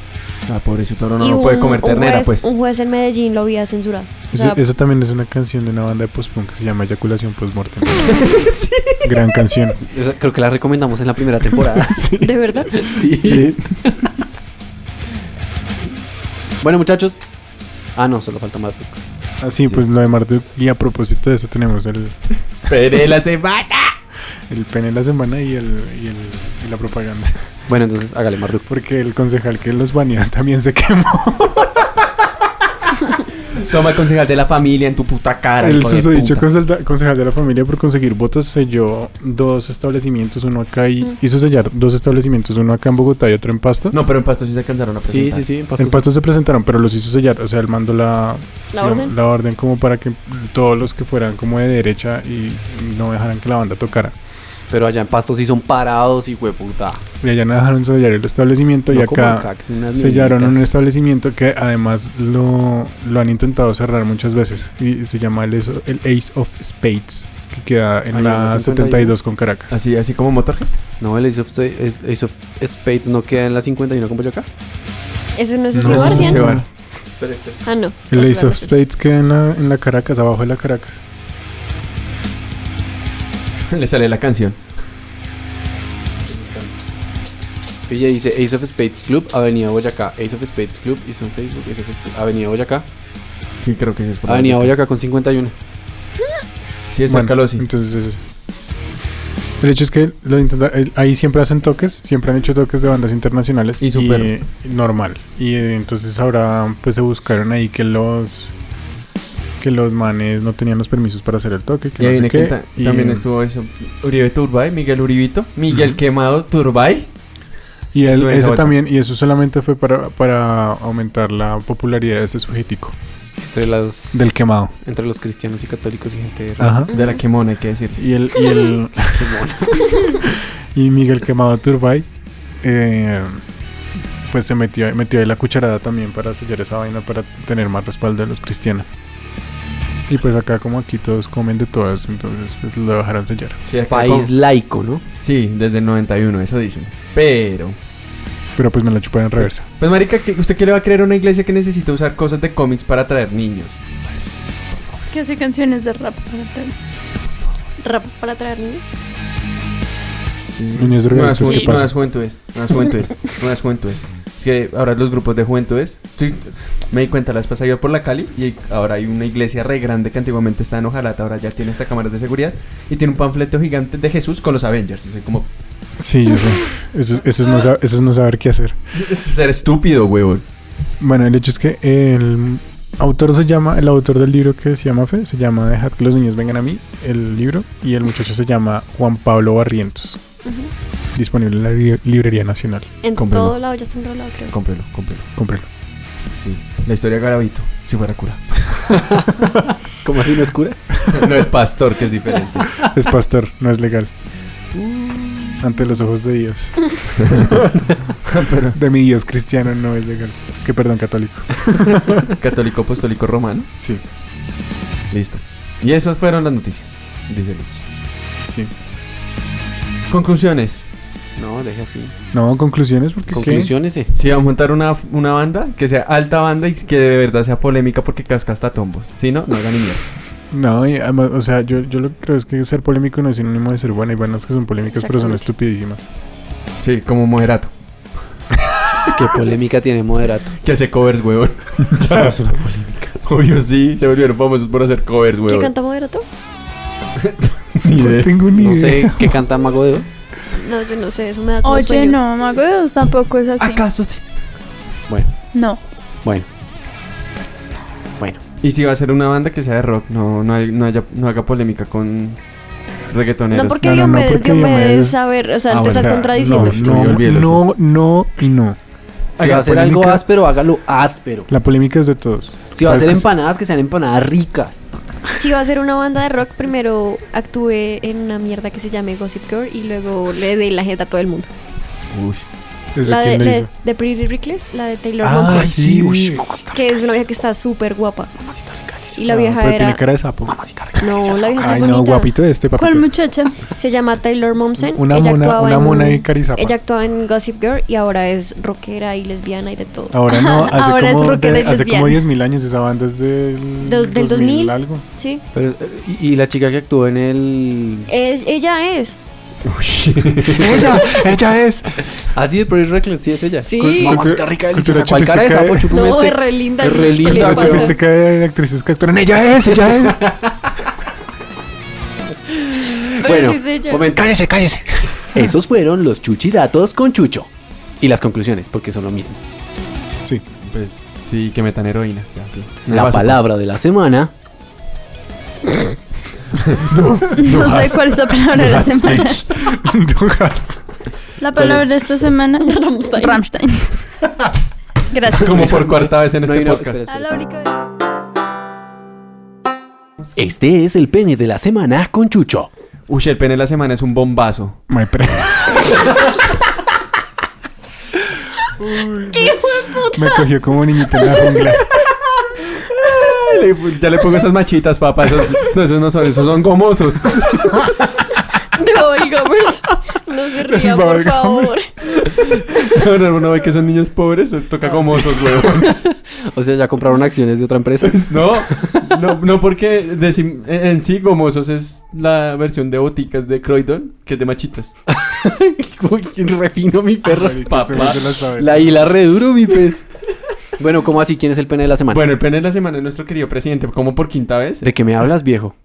[SPEAKER 1] Ah, pobre toro no,
[SPEAKER 6] Y
[SPEAKER 1] no puede
[SPEAKER 6] un-
[SPEAKER 1] comer
[SPEAKER 6] un
[SPEAKER 1] ternera,
[SPEAKER 6] juez-
[SPEAKER 1] pues.
[SPEAKER 6] Un juez en Medellín lo había censurado. O
[SPEAKER 4] Eso,
[SPEAKER 6] sea,
[SPEAKER 4] eso también es una canción de una banda de post-punk que se llama Eyaculación Post-Mortem. Gran canción.
[SPEAKER 3] Esa creo que la recomendamos en la primera temporada.
[SPEAKER 6] de verdad.
[SPEAKER 3] sí. bueno, muchachos. Ah, no, solo falta más.
[SPEAKER 4] Así, pues lo de Marduk. Y a propósito de eso, tenemos el,
[SPEAKER 1] Pere la semana.
[SPEAKER 4] el pene de la semana y, el, y, el, y la propaganda.
[SPEAKER 3] Bueno, entonces hágale, Marduk.
[SPEAKER 4] Porque el concejal que los baneó también se quemó.
[SPEAKER 1] Toma concejal de la familia en tu puta cara.
[SPEAKER 4] El
[SPEAKER 1] hijo de
[SPEAKER 4] susodicho
[SPEAKER 1] puta.
[SPEAKER 4] conselda- concejal de la familia por conseguir votos selló dos establecimientos, uno acá y
[SPEAKER 6] Mm.
[SPEAKER 4] hizo sellar dos establecimientos, uno acá en Bogotá y otro en Pasto.
[SPEAKER 1] No, pero en Pasto sí se alcanzaron a
[SPEAKER 3] Sí,
[SPEAKER 1] presentar.
[SPEAKER 3] sí, sí.
[SPEAKER 4] En Pasto se presentaron, pero los hizo sellar. O sea, él mandó la,
[SPEAKER 6] La orden.
[SPEAKER 4] la orden como para que todos los que fueran como de derecha y no dejaran que la banda tocara.
[SPEAKER 3] Pero allá en Pasto sí son parados y hueputa.
[SPEAKER 4] Y allá no dejaron sellar el establecimiento y
[SPEAKER 3] No como
[SPEAKER 4] acá
[SPEAKER 3] que son unas
[SPEAKER 4] sellaron un
[SPEAKER 3] niñitas.
[SPEAKER 4] establecimiento que además lo, lo han intentado cerrar muchas veces y se llama el, eso- el Ace of Spades que queda en
[SPEAKER 3] Ahí en
[SPEAKER 4] la
[SPEAKER 3] la
[SPEAKER 4] 72 con Caracas.
[SPEAKER 1] Así, así como motor.
[SPEAKER 3] No, el Ace of, Sp- Ace of Spades no queda en la 51 con Boyacá.
[SPEAKER 6] Ese no es
[SPEAKER 4] No,
[SPEAKER 6] un
[SPEAKER 4] ese es un
[SPEAKER 6] Sebastián.
[SPEAKER 4] Sebastián.
[SPEAKER 3] Espera, espera.
[SPEAKER 6] Ah, no.
[SPEAKER 4] El
[SPEAKER 6] Ah,
[SPEAKER 4] Ace of
[SPEAKER 6] claramente.
[SPEAKER 4] Spades queda en la, en la Caracas, abajo de la Caracas.
[SPEAKER 1] Le sale la canción.
[SPEAKER 3] Ella dice Ace of Spades Club, Avenida Boyacá. Ace of Spades Club, hizo en Facebook, Ace of Spades- Avenida Boyacá.
[SPEAKER 1] Sí, creo que sí es por
[SPEAKER 3] Avenida
[SPEAKER 1] ahí.
[SPEAKER 3] Boyacá con 51.
[SPEAKER 1] Sí, es
[SPEAKER 4] Bueno,
[SPEAKER 1] cerca lo sí.
[SPEAKER 4] Entonces eso. El hecho es que lo intenta- el- ahí siempre hacen toques, siempre han hecho toques de bandas internacionales
[SPEAKER 1] Y super.
[SPEAKER 4] y normal. Y eh, entonces ahora pues se buscaron ahí que los que los manes no tenían los permisos para hacer el toque, que
[SPEAKER 1] Y ahí
[SPEAKER 4] no sé
[SPEAKER 1] viene
[SPEAKER 4] qué.
[SPEAKER 1] que ta- también
[SPEAKER 4] y,
[SPEAKER 1] estuvo eso. Uribe Turbay, Miguel Uribito, Miguel
[SPEAKER 4] Ujú.
[SPEAKER 1] Quemado Turbay.
[SPEAKER 4] y el-
[SPEAKER 1] estuvo en esa
[SPEAKER 4] ese
[SPEAKER 1] vuelta.
[SPEAKER 4] también y eso solamente fue para, para aumentar la popularidad de ese sujetico
[SPEAKER 3] Entre, las,
[SPEAKER 4] del quemado.
[SPEAKER 3] entre los cristianos y católicos y gente de
[SPEAKER 4] Ajá.
[SPEAKER 1] De la quemona, hay que decir.
[SPEAKER 4] Y el, y el y Miguel Quemado Turbay eh, pues se metió, metió ahí la cucharada también para sellar esa vaina para tener más respaldo de los cristianos. Y pues acá como aquí todos comen de todos, entonces pues lo dejaron sellar.
[SPEAKER 1] Sí, acá
[SPEAKER 3] país
[SPEAKER 1] como-
[SPEAKER 3] laico, ¿no?
[SPEAKER 1] Sí, desde el 91, eso dicen. Pero.
[SPEAKER 4] Pero pues me la chuparon en reversa.
[SPEAKER 1] Pues, Marica, ¿qué- ¿usted qué le va a creer a una iglesia que necesita usar cosas de cómics para atraer niños?
[SPEAKER 5] Que hace canciones de rap para atrás.
[SPEAKER 6] Rap para traer niños.
[SPEAKER 4] Niños drogadictos,
[SPEAKER 1] Nuevas ju-
[SPEAKER 5] ¿qué pasa?
[SPEAKER 1] Nuevas juventudes, nuevas juventudes, nuevas juventudes. Es que ahora los grupos de juventudes. sí, me di cuenta, la vez pasada iba por la Cali y ahora hay una iglesia re grande que antiguamente estaba en Ojalata, ahora ya tiene hasta cámaras de seguridad y tiene un panfleto gigante de Jesús con los Avengers. Y soy como,
[SPEAKER 4] Sí, yo sé. Eso, es- eso es no, sab- eso es no saber qué hacer.
[SPEAKER 1] "Eso es ser estúpido, huevón.
[SPEAKER 4] Bueno, el hecho es que el autor se llama, el autor del libro que se llama Fe, se llama Dejad que los niños vengan a mí, el libro, y el muchacho se llama Juan Pablo Barrientos. Disponible en la li- Librería Nacional.
[SPEAKER 6] En
[SPEAKER 1] Cómprelo.
[SPEAKER 6] todo lado, ya está en todo lado, creo.
[SPEAKER 1] Cómprelo, cómprelo.
[SPEAKER 4] Cómprelo.
[SPEAKER 1] Sí. La historia de Garavito, si fuera cura.
[SPEAKER 3] Como así no es cura.
[SPEAKER 1] no es pastor, que es diferente.
[SPEAKER 4] Es pastor, no es legal. Ante los ojos de Dios.
[SPEAKER 1] Pero
[SPEAKER 4] De mi Dios cristiano no es legal. Que perdón, católico.
[SPEAKER 1] católico, apostólico, romano.
[SPEAKER 4] Sí,
[SPEAKER 1] Listo. Y esas fueron las noticias, dice Luis.
[SPEAKER 4] sí.
[SPEAKER 1] Conclusiones.
[SPEAKER 3] No, deje así.
[SPEAKER 4] No, conclusiones, porque ¿qué?
[SPEAKER 3] Conclusiones, eh.
[SPEAKER 1] Si va a montar una, una banda que sea alta banda y que de verdad sea polémica porque casca hasta tombos. Si no, no hagan ni mierda.
[SPEAKER 4] No, y además, o sea, yo, yo lo que creo es que ser polémico no es sinónimo de ser bueno. Hay bandas que son polémicas, pero son
[SPEAKER 6] Exactamente.
[SPEAKER 4] estupidísimas.
[SPEAKER 1] Sí, como moderato.
[SPEAKER 3] Qué polémica tiene moderato.
[SPEAKER 1] Que hace covers, weón.
[SPEAKER 3] Eso es una polémica.
[SPEAKER 1] Obvio sí, se volvieron famosos por hacer covers,
[SPEAKER 6] ¿Qué
[SPEAKER 1] weón.
[SPEAKER 6] canta moderato?
[SPEAKER 1] Ni
[SPEAKER 4] No
[SPEAKER 1] idea.
[SPEAKER 4] tengo ni
[SPEAKER 3] No
[SPEAKER 4] idea.
[SPEAKER 3] sé Ah, qué canta Mago de Oz.
[SPEAKER 6] No, yo no sé, eso me da como
[SPEAKER 5] Oye,
[SPEAKER 6] sueño.
[SPEAKER 5] no, Mago de Oz tampoco es así.
[SPEAKER 1] ¿Acaso? sí?
[SPEAKER 5] No.
[SPEAKER 3] Bueno. Bueno.
[SPEAKER 1] Y si va a ser una banda que sea de rock, no, no, hay- no, haya, no haga polémica con reggaetoneros.
[SPEAKER 6] No, porque
[SPEAKER 4] No, no, no,
[SPEAKER 6] Diomedes,
[SPEAKER 4] porque
[SPEAKER 6] Diomedes,
[SPEAKER 4] Diomedes-
[SPEAKER 6] a ver, o sea,
[SPEAKER 1] Ah,
[SPEAKER 6] te
[SPEAKER 1] bueno,
[SPEAKER 6] estás
[SPEAKER 4] O sea,
[SPEAKER 6] contradiciendo.
[SPEAKER 4] No,
[SPEAKER 1] Yo olvidé
[SPEAKER 4] no,
[SPEAKER 1] eso.
[SPEAKER 4] no, no y no.
[SPEAKER 3] Si va a hacer algo
[SPEAKER 4] polémica-
[SPEAKER 3] áspero, hágalo áspero.
[SPEAKER 4] La polémica es de todos.
[SPEAKER 3] Si va a
[SPEAKER 4] Pero es
[SPEAKER 3] hacer
[SPEAKER 4] que-
[SPEAKER 3] empanadas, que sean empanadas ricas.
[SPEAKER 6] Si va a ser una banda de rock, primero actúe en una mierda que se llame Gossip Girl y luego le dé la jeta a todo el mundo.
[SPEAKER 1] Ush.
[SPEAKER 4] ¿Eso
[SPEAKER 6] La de,
[SPEAKER 4] quién lo
[SPEAKER 6] la de-
[SPEAKER 4] hizo?
[SPEAKER 6] de Pretty Reckless, la de Taylor
[SPEAKER 4] Ah,
[SPEAKER 6] Momsen,
[SPEAKER 4] sí.
[SPEAKER 3] uy, mamacita
[SPEAKER 6] que es
[SPEAKER 3] rica,
[SPEAKER 6] una vieja que está súper guapa.
[SPEAKER 3] mamacita rica,
[SPEAKER 6] Y la
[SPEAKER 4] Ah,
[SPEAKER 6] vieja
[SPEAKER 4] pero
[SPEAKER 6] era.
[SPEAKER 4] tiene cara de sapo.
[SPEAKER 6] No, la vieja
[SPEAKER 4] Ay,
[SPEAKER 6] es
[SPEAKER 4] no,
[SPEAKER 6] bonita.
[SPEAKER 4] guapito este papito.
[SPEAKER 5] ¿Cuál muchacha?
[SPEAKER 6] Se llama Taylor Momsen.
[SPEAKER 4] Una
[SPEAKER 6] Ella
[SPEAKER 4] mona,
[SPEAKER 6] actuaba
[SPEAKER 4] una
[SPEAKER 6] en-
[SPEAKER 4] mona y carizapa.
[SPEAKER 6] Ella actuaba en Gossip Girl y ahora es rockera y lesbiana y de todo.
[SPEAKER 4] Ahora no, hace
[SPEAKER 5] Ahora es
[SPEAKER 4] como,
[SPEAKER 5] rockera
[SPEAKER 4] de-
[SPEAKER 5] y
[SPEAKER 4] hace como
[SPEAKER 5] lesbiana.
[SPEAKER 4] 10.000 años esa banda es del,
[SPEAKER 6] Dos- del 2000.
[SPEAKER 4] algo.
[SPEAKER 6] Sí.
[SPEAKER 3] Pero, eh, y, y la chica que actuó en el.
[SPEAKER 6] Es, ella es.
[SPEAKER 4] ¡Ella! ¡Ella es!
[SPEAKER 3] Ah, sí, el Project Reckless, sí, es ella.
[SPEAKER 6] Sí. ¿eh?
[SPEAKER 4] Cultura- cultura
[SPEAKER 3] ¿Cuál cara de
[SPEAKER 4] chupística
[SPEAKER 3] sapo?
[SPEAKER 4] de-
[SPEAKER 3] Chúpeme
[SPEAKER 6] No,
[SPEAKER 3] este.
[SPEAKER 6] es re linda.
[SPEAKER 3] es re
[SPEAKER 6] ¿qué le
[SPEAKER 3] linda,
[SPEAKER 4] Cultura
[SPEAKER 6] pasa?
[SPEAKER 3] güey.
[SPEAKER 4] chupística de actrices que actúan. ¡Ella es! ¡Ella es!
[SPEAKER 6] Pero
[SPEAKER 3] Bueno,
[SPEAKER 6] sí es ella.
[SPEAKER 3] momento.
[SPEAKER 4] ¡Cállese, cállese!
[SPEAKER 3] Esos fueron los chuchidatos con Chucho. Y las conclusiones, porque son lo mismo.
[SPEAKER 4] Sí.
[SPEAKER 1] Pues sí, que metan heroína. ya, sí.
[SPEAKER 3] La
[SPEAKER 1] Vaso,
[SPEAKER 3] palabra de la semana.
[SPEAKER 5] No sé cuál es la palabra de la
[SPEAKER 1] Raspich.
[SPEAKER 5] semana.
[SPEAKER 4] Tú gasto.
[SPEAKER 5] La palabra de esta semana es Rammstein. Gracias.
[SPEAKER 1] Como por cuarta vez en
[SPEAKER 3] No,
[SPEAKER 1] este
[SPEAKER 3] no,
[SPEAKER 1] podcast.
[SPEAKER 3] espera,
[SPEAKER 5] A
[SPEAKER 3] espera.
[SPEAKER 5] la única-
[SPEAKER 3] Este es el pene de la semana con Chucho.
[SPEAKER 1] Uy, el pene de la semana es un bombazo.
[SPEAKER 4] My pre. Me cogió como niñito en la jungla.
[SPEAKER 1] Le- ya le pongo esas machitas, papá. Esos, no, esos no son, esos son gomosos.
[SPEAKER 6] No, el Gomers. No se ría,
[SPEAKER 4] silbaba
[SPEAKER 6] por
[SPEAKER 4] el
[SPEAKER 6] favor.
[SPEAKER 1] No, no, uno ve que son niños pobres, se toca gomosos, huevón.
[SPEAKER 3] O sea, ya compraron acciones de otra empresa.
[SPEAKER 1] No, no, no, porque decim- en en sí gomosos es la versión de boticas de Croydon, que es de machitas.
[SPEAKER 3] Uy, refino mi perro.
[SPEAKER 4] Marica, usted no se la sabe.
[SPEAKER 3] Ah, La hila re duro, mi pez. Bueno, ¿cómo así? ¿Quién es el pene de la semana?
[SPEAKER 1] Bueno, el pene de la semana es nuestro querido presidente, como por quinta vez.
[SPEAKER 3] ¿De qué me hablas, viejo?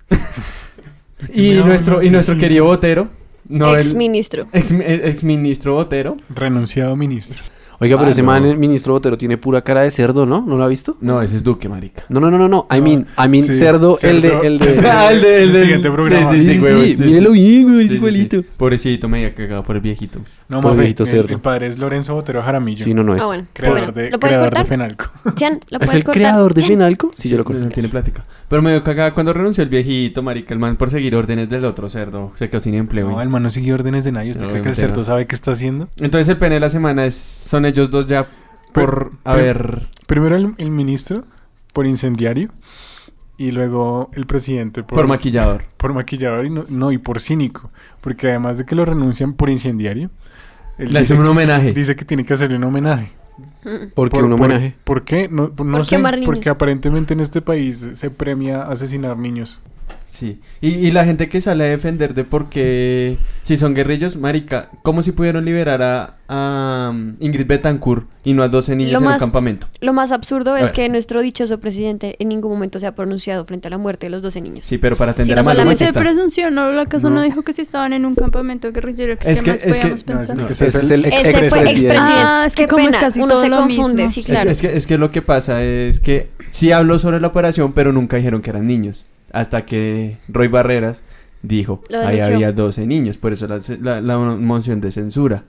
[SPEAKER 1] Y
[SPEAKER 4] No,
[SPEAKER 1] nuestro,
[SPEAKER 4] no,
[SPEAKER 1] y nuestro
[SPEAKER 4] sí.
[SPEAKER 1] querido Botero. No,
[SPEAKER 6] Ex
[SPEAKER 1] el
[SPEAKER 6] ministro.
[SPEAKER 1] ex, ex ministro Botero.
[SPEAKER 4] Renunciado ministro.
[SPEAKER 3] Oiga, pero
[SPEAKER 1] Ah,
[SPEAKER 3] ese
[SPEAKER 1] no.
[SPEAKER 3] man, el ministro Botero, tiene pura cara de cerdo, ¿no? ¿No lo ha visto?
[SPEAKER 1] No, ese es Duque, marica.
[SPEAKER 3] No, no, no, no, no. I mean, I mean,
[SPEAKER 4] Sí,
[SPEAKER 3] cerdo, el de,
[SPEAKER 4] cerdo.
[SPEAKER 3] el de...
[SPEAKER 1] Ah, el de- el
[SPEAKER 4] El
[SPEAKER 1] del-
[SPEAKER 4] siguiente programa.
[SPEAKER 1] Sí, sí, sí, güey, sí, sí.
[SPEAKER 3] míralo bien, güey, es
[SPEAKER 1] Sí, sí,
[SPEAKER 3] igualito.
[SPEAKER 1] sí. Pobrecito, me había cagado por el viejito.
[SPEAKER 4] No,
[SPEAKER 3] Pobre
[SPEAKER 4] mames.
[SPEAKER 3] viejito
[SPEAKER 4] El,
[SPEAKER 3] cerdo.
[SPEAKER 4] el padre es Lorenzo Botero Jaramillo.
[SPEAKER 3] Sí, no, no es.
[SPEAKER 6] Ah, bueno.
[SPEAKER 4] Creador
[SPEAKER 6] Bueno,
[SPEAKER 4] de,
[SPEAKER 6] ¿Lo puedes
[SPEAKER 4] creador de
[SPEAKER 6] cortar?
[SPEAKER 4] Fenalco.
[SPEAKER 6] Chan, ¿lo
[SPEAKER 3] pues, ¿Es
[SPEAKER 6] puedes
[SPEAKER 3] el
[SPEAKER 6] cortar?
[SPEAKER 3] creador de
[SPEAKER 6] Chan.
[SPEAKER 3] Fenalco? Sí, yo lo conozco.
[SPEAKER 1] No tiene plática. Pero me dio cagada cuando renunció el viejito, marica. El man por seguir órdenes del otro cerdo. Se quedó sin empleo.
[SPEAKER 4] No,
[SPEAKER 1] güey.
[SPEAKER 4] el man no siguió órdenes de nadie. ¿Usted
[SPEAKER 1] No,
[SPEAKER 4] cree que el
[SPEAKER 1] obviamente
[SPEAKER 4] cerdo
[SPEAKER 1] no.
[SPEAKER 4] sabe qué está haciendo?
[SPEAKER 1] Entonces el pene de la semana es, son ellos dos ya por
[SPEAKER 4] Pero-
[SPEAKER 1] haber...
[SPEAKER 4] Primero el, el ministro por incendiario. Y luego el presidente
[SPEAKER 1] Por, maquillador.
[SPEAKER 4] por maquillador y no, no, y por cínico. Porque además de que lo renuncian por incendiario, él
[SPEAKER 1] Le hacen un homenaje.
[SPEAKER 4] dice que tiene que hacerle un homenaje.
[SPEAKER 6] Mm,
[SPEAKER 3] Porque un homenaje.
[SPEAKER 4] ¿Por, qué? No, no
[SPEAKER 6] qué
[SPEAKER 4] sé.
[SPEAKER 6] amar niños?
[SPEAKER 4] Porque aparentemente en este país se premia asesinar niños.
[SPEAKER 1] Sí. Y, y la gente que sale a defender de por qué... Si son guerrillos, marica. ¿Cómo si pudieron liberar a, a, um, Ingrid Betancourt y no a 12 niños
[SPEAKER 6] Lo
[SPEAKER 1] en un
[SPEAKER 6] más-
[SPEAKER 1] campamento?
[SPEAKER 6] Lo más absurdo es
[SPEAKER 1] ver.
[SPEAKER 6] que nuestro dichoso presidente en ningún momento se ha pronunciado frente a la muerte de los 12 niños.
[SPEAKER 1] Sí, pero para atender
[SPEAKER 6] no
[SPEAKER 1] a Maluma
[SPEAKER 5] Solamente
[SPEAKER 1] que
[SPEAKER 5] de
[SPEAKER 1] está.
[SPEAKER 5] presunción, ¿no? ¿La acaso no.
[SPEAKER 1] No.
[SPEAKER 5] dijo que si estaban en un campamento guerrillero? que
[SPEAKER 1] Es
[SPEAKER 5] qué
[SPEAKER 1] que-
[SPEAKER 5] más
[SPEAKER 1] es que-
[SPEAKER 5] podíamos
[SPEAKER 4] No, es
[SPEAKER 5] pensar?
[SPEAKER 4] que
[SPEAKER 3] Ese es el
[SPEAKER 6] Ese
[SPEAKER 3] Ex-
[SPEAKER 6] fue
[SPEAKER 3] expresidente.
[SPEAKER 6] expresidente.
[SPEAKER 5] Ah, es que
[SPEAKER 6] Qué
[SPEAKER 5] como es
[SPEAKER 6] pena,
[SPEAKER 5] casi
[SPEAKER 6] uno
[SPEAKER 5] todo
[SPEAKER 6] se
[SPEAKER 5] lo
[SPEAKER 6] confunde,
[SPEAKER 5] mismo.
[SPEAKER 6] sí,
[SPEAKER 1] Es-
[SPEAKER 6] claro.
[SPEAKER 1] Es, que, es que lo que pasa es que sí habló sobre la operación, pero nunca dijeron que eran niños. Hasta que Roy Barreras dijo,
[SPEAKER 6] Lo
[SPEAKER 1] ahí
[SPEAKER 6] denunció.
[SPEAKER 1] había 12 niños, por eso la, la- la moción de censura.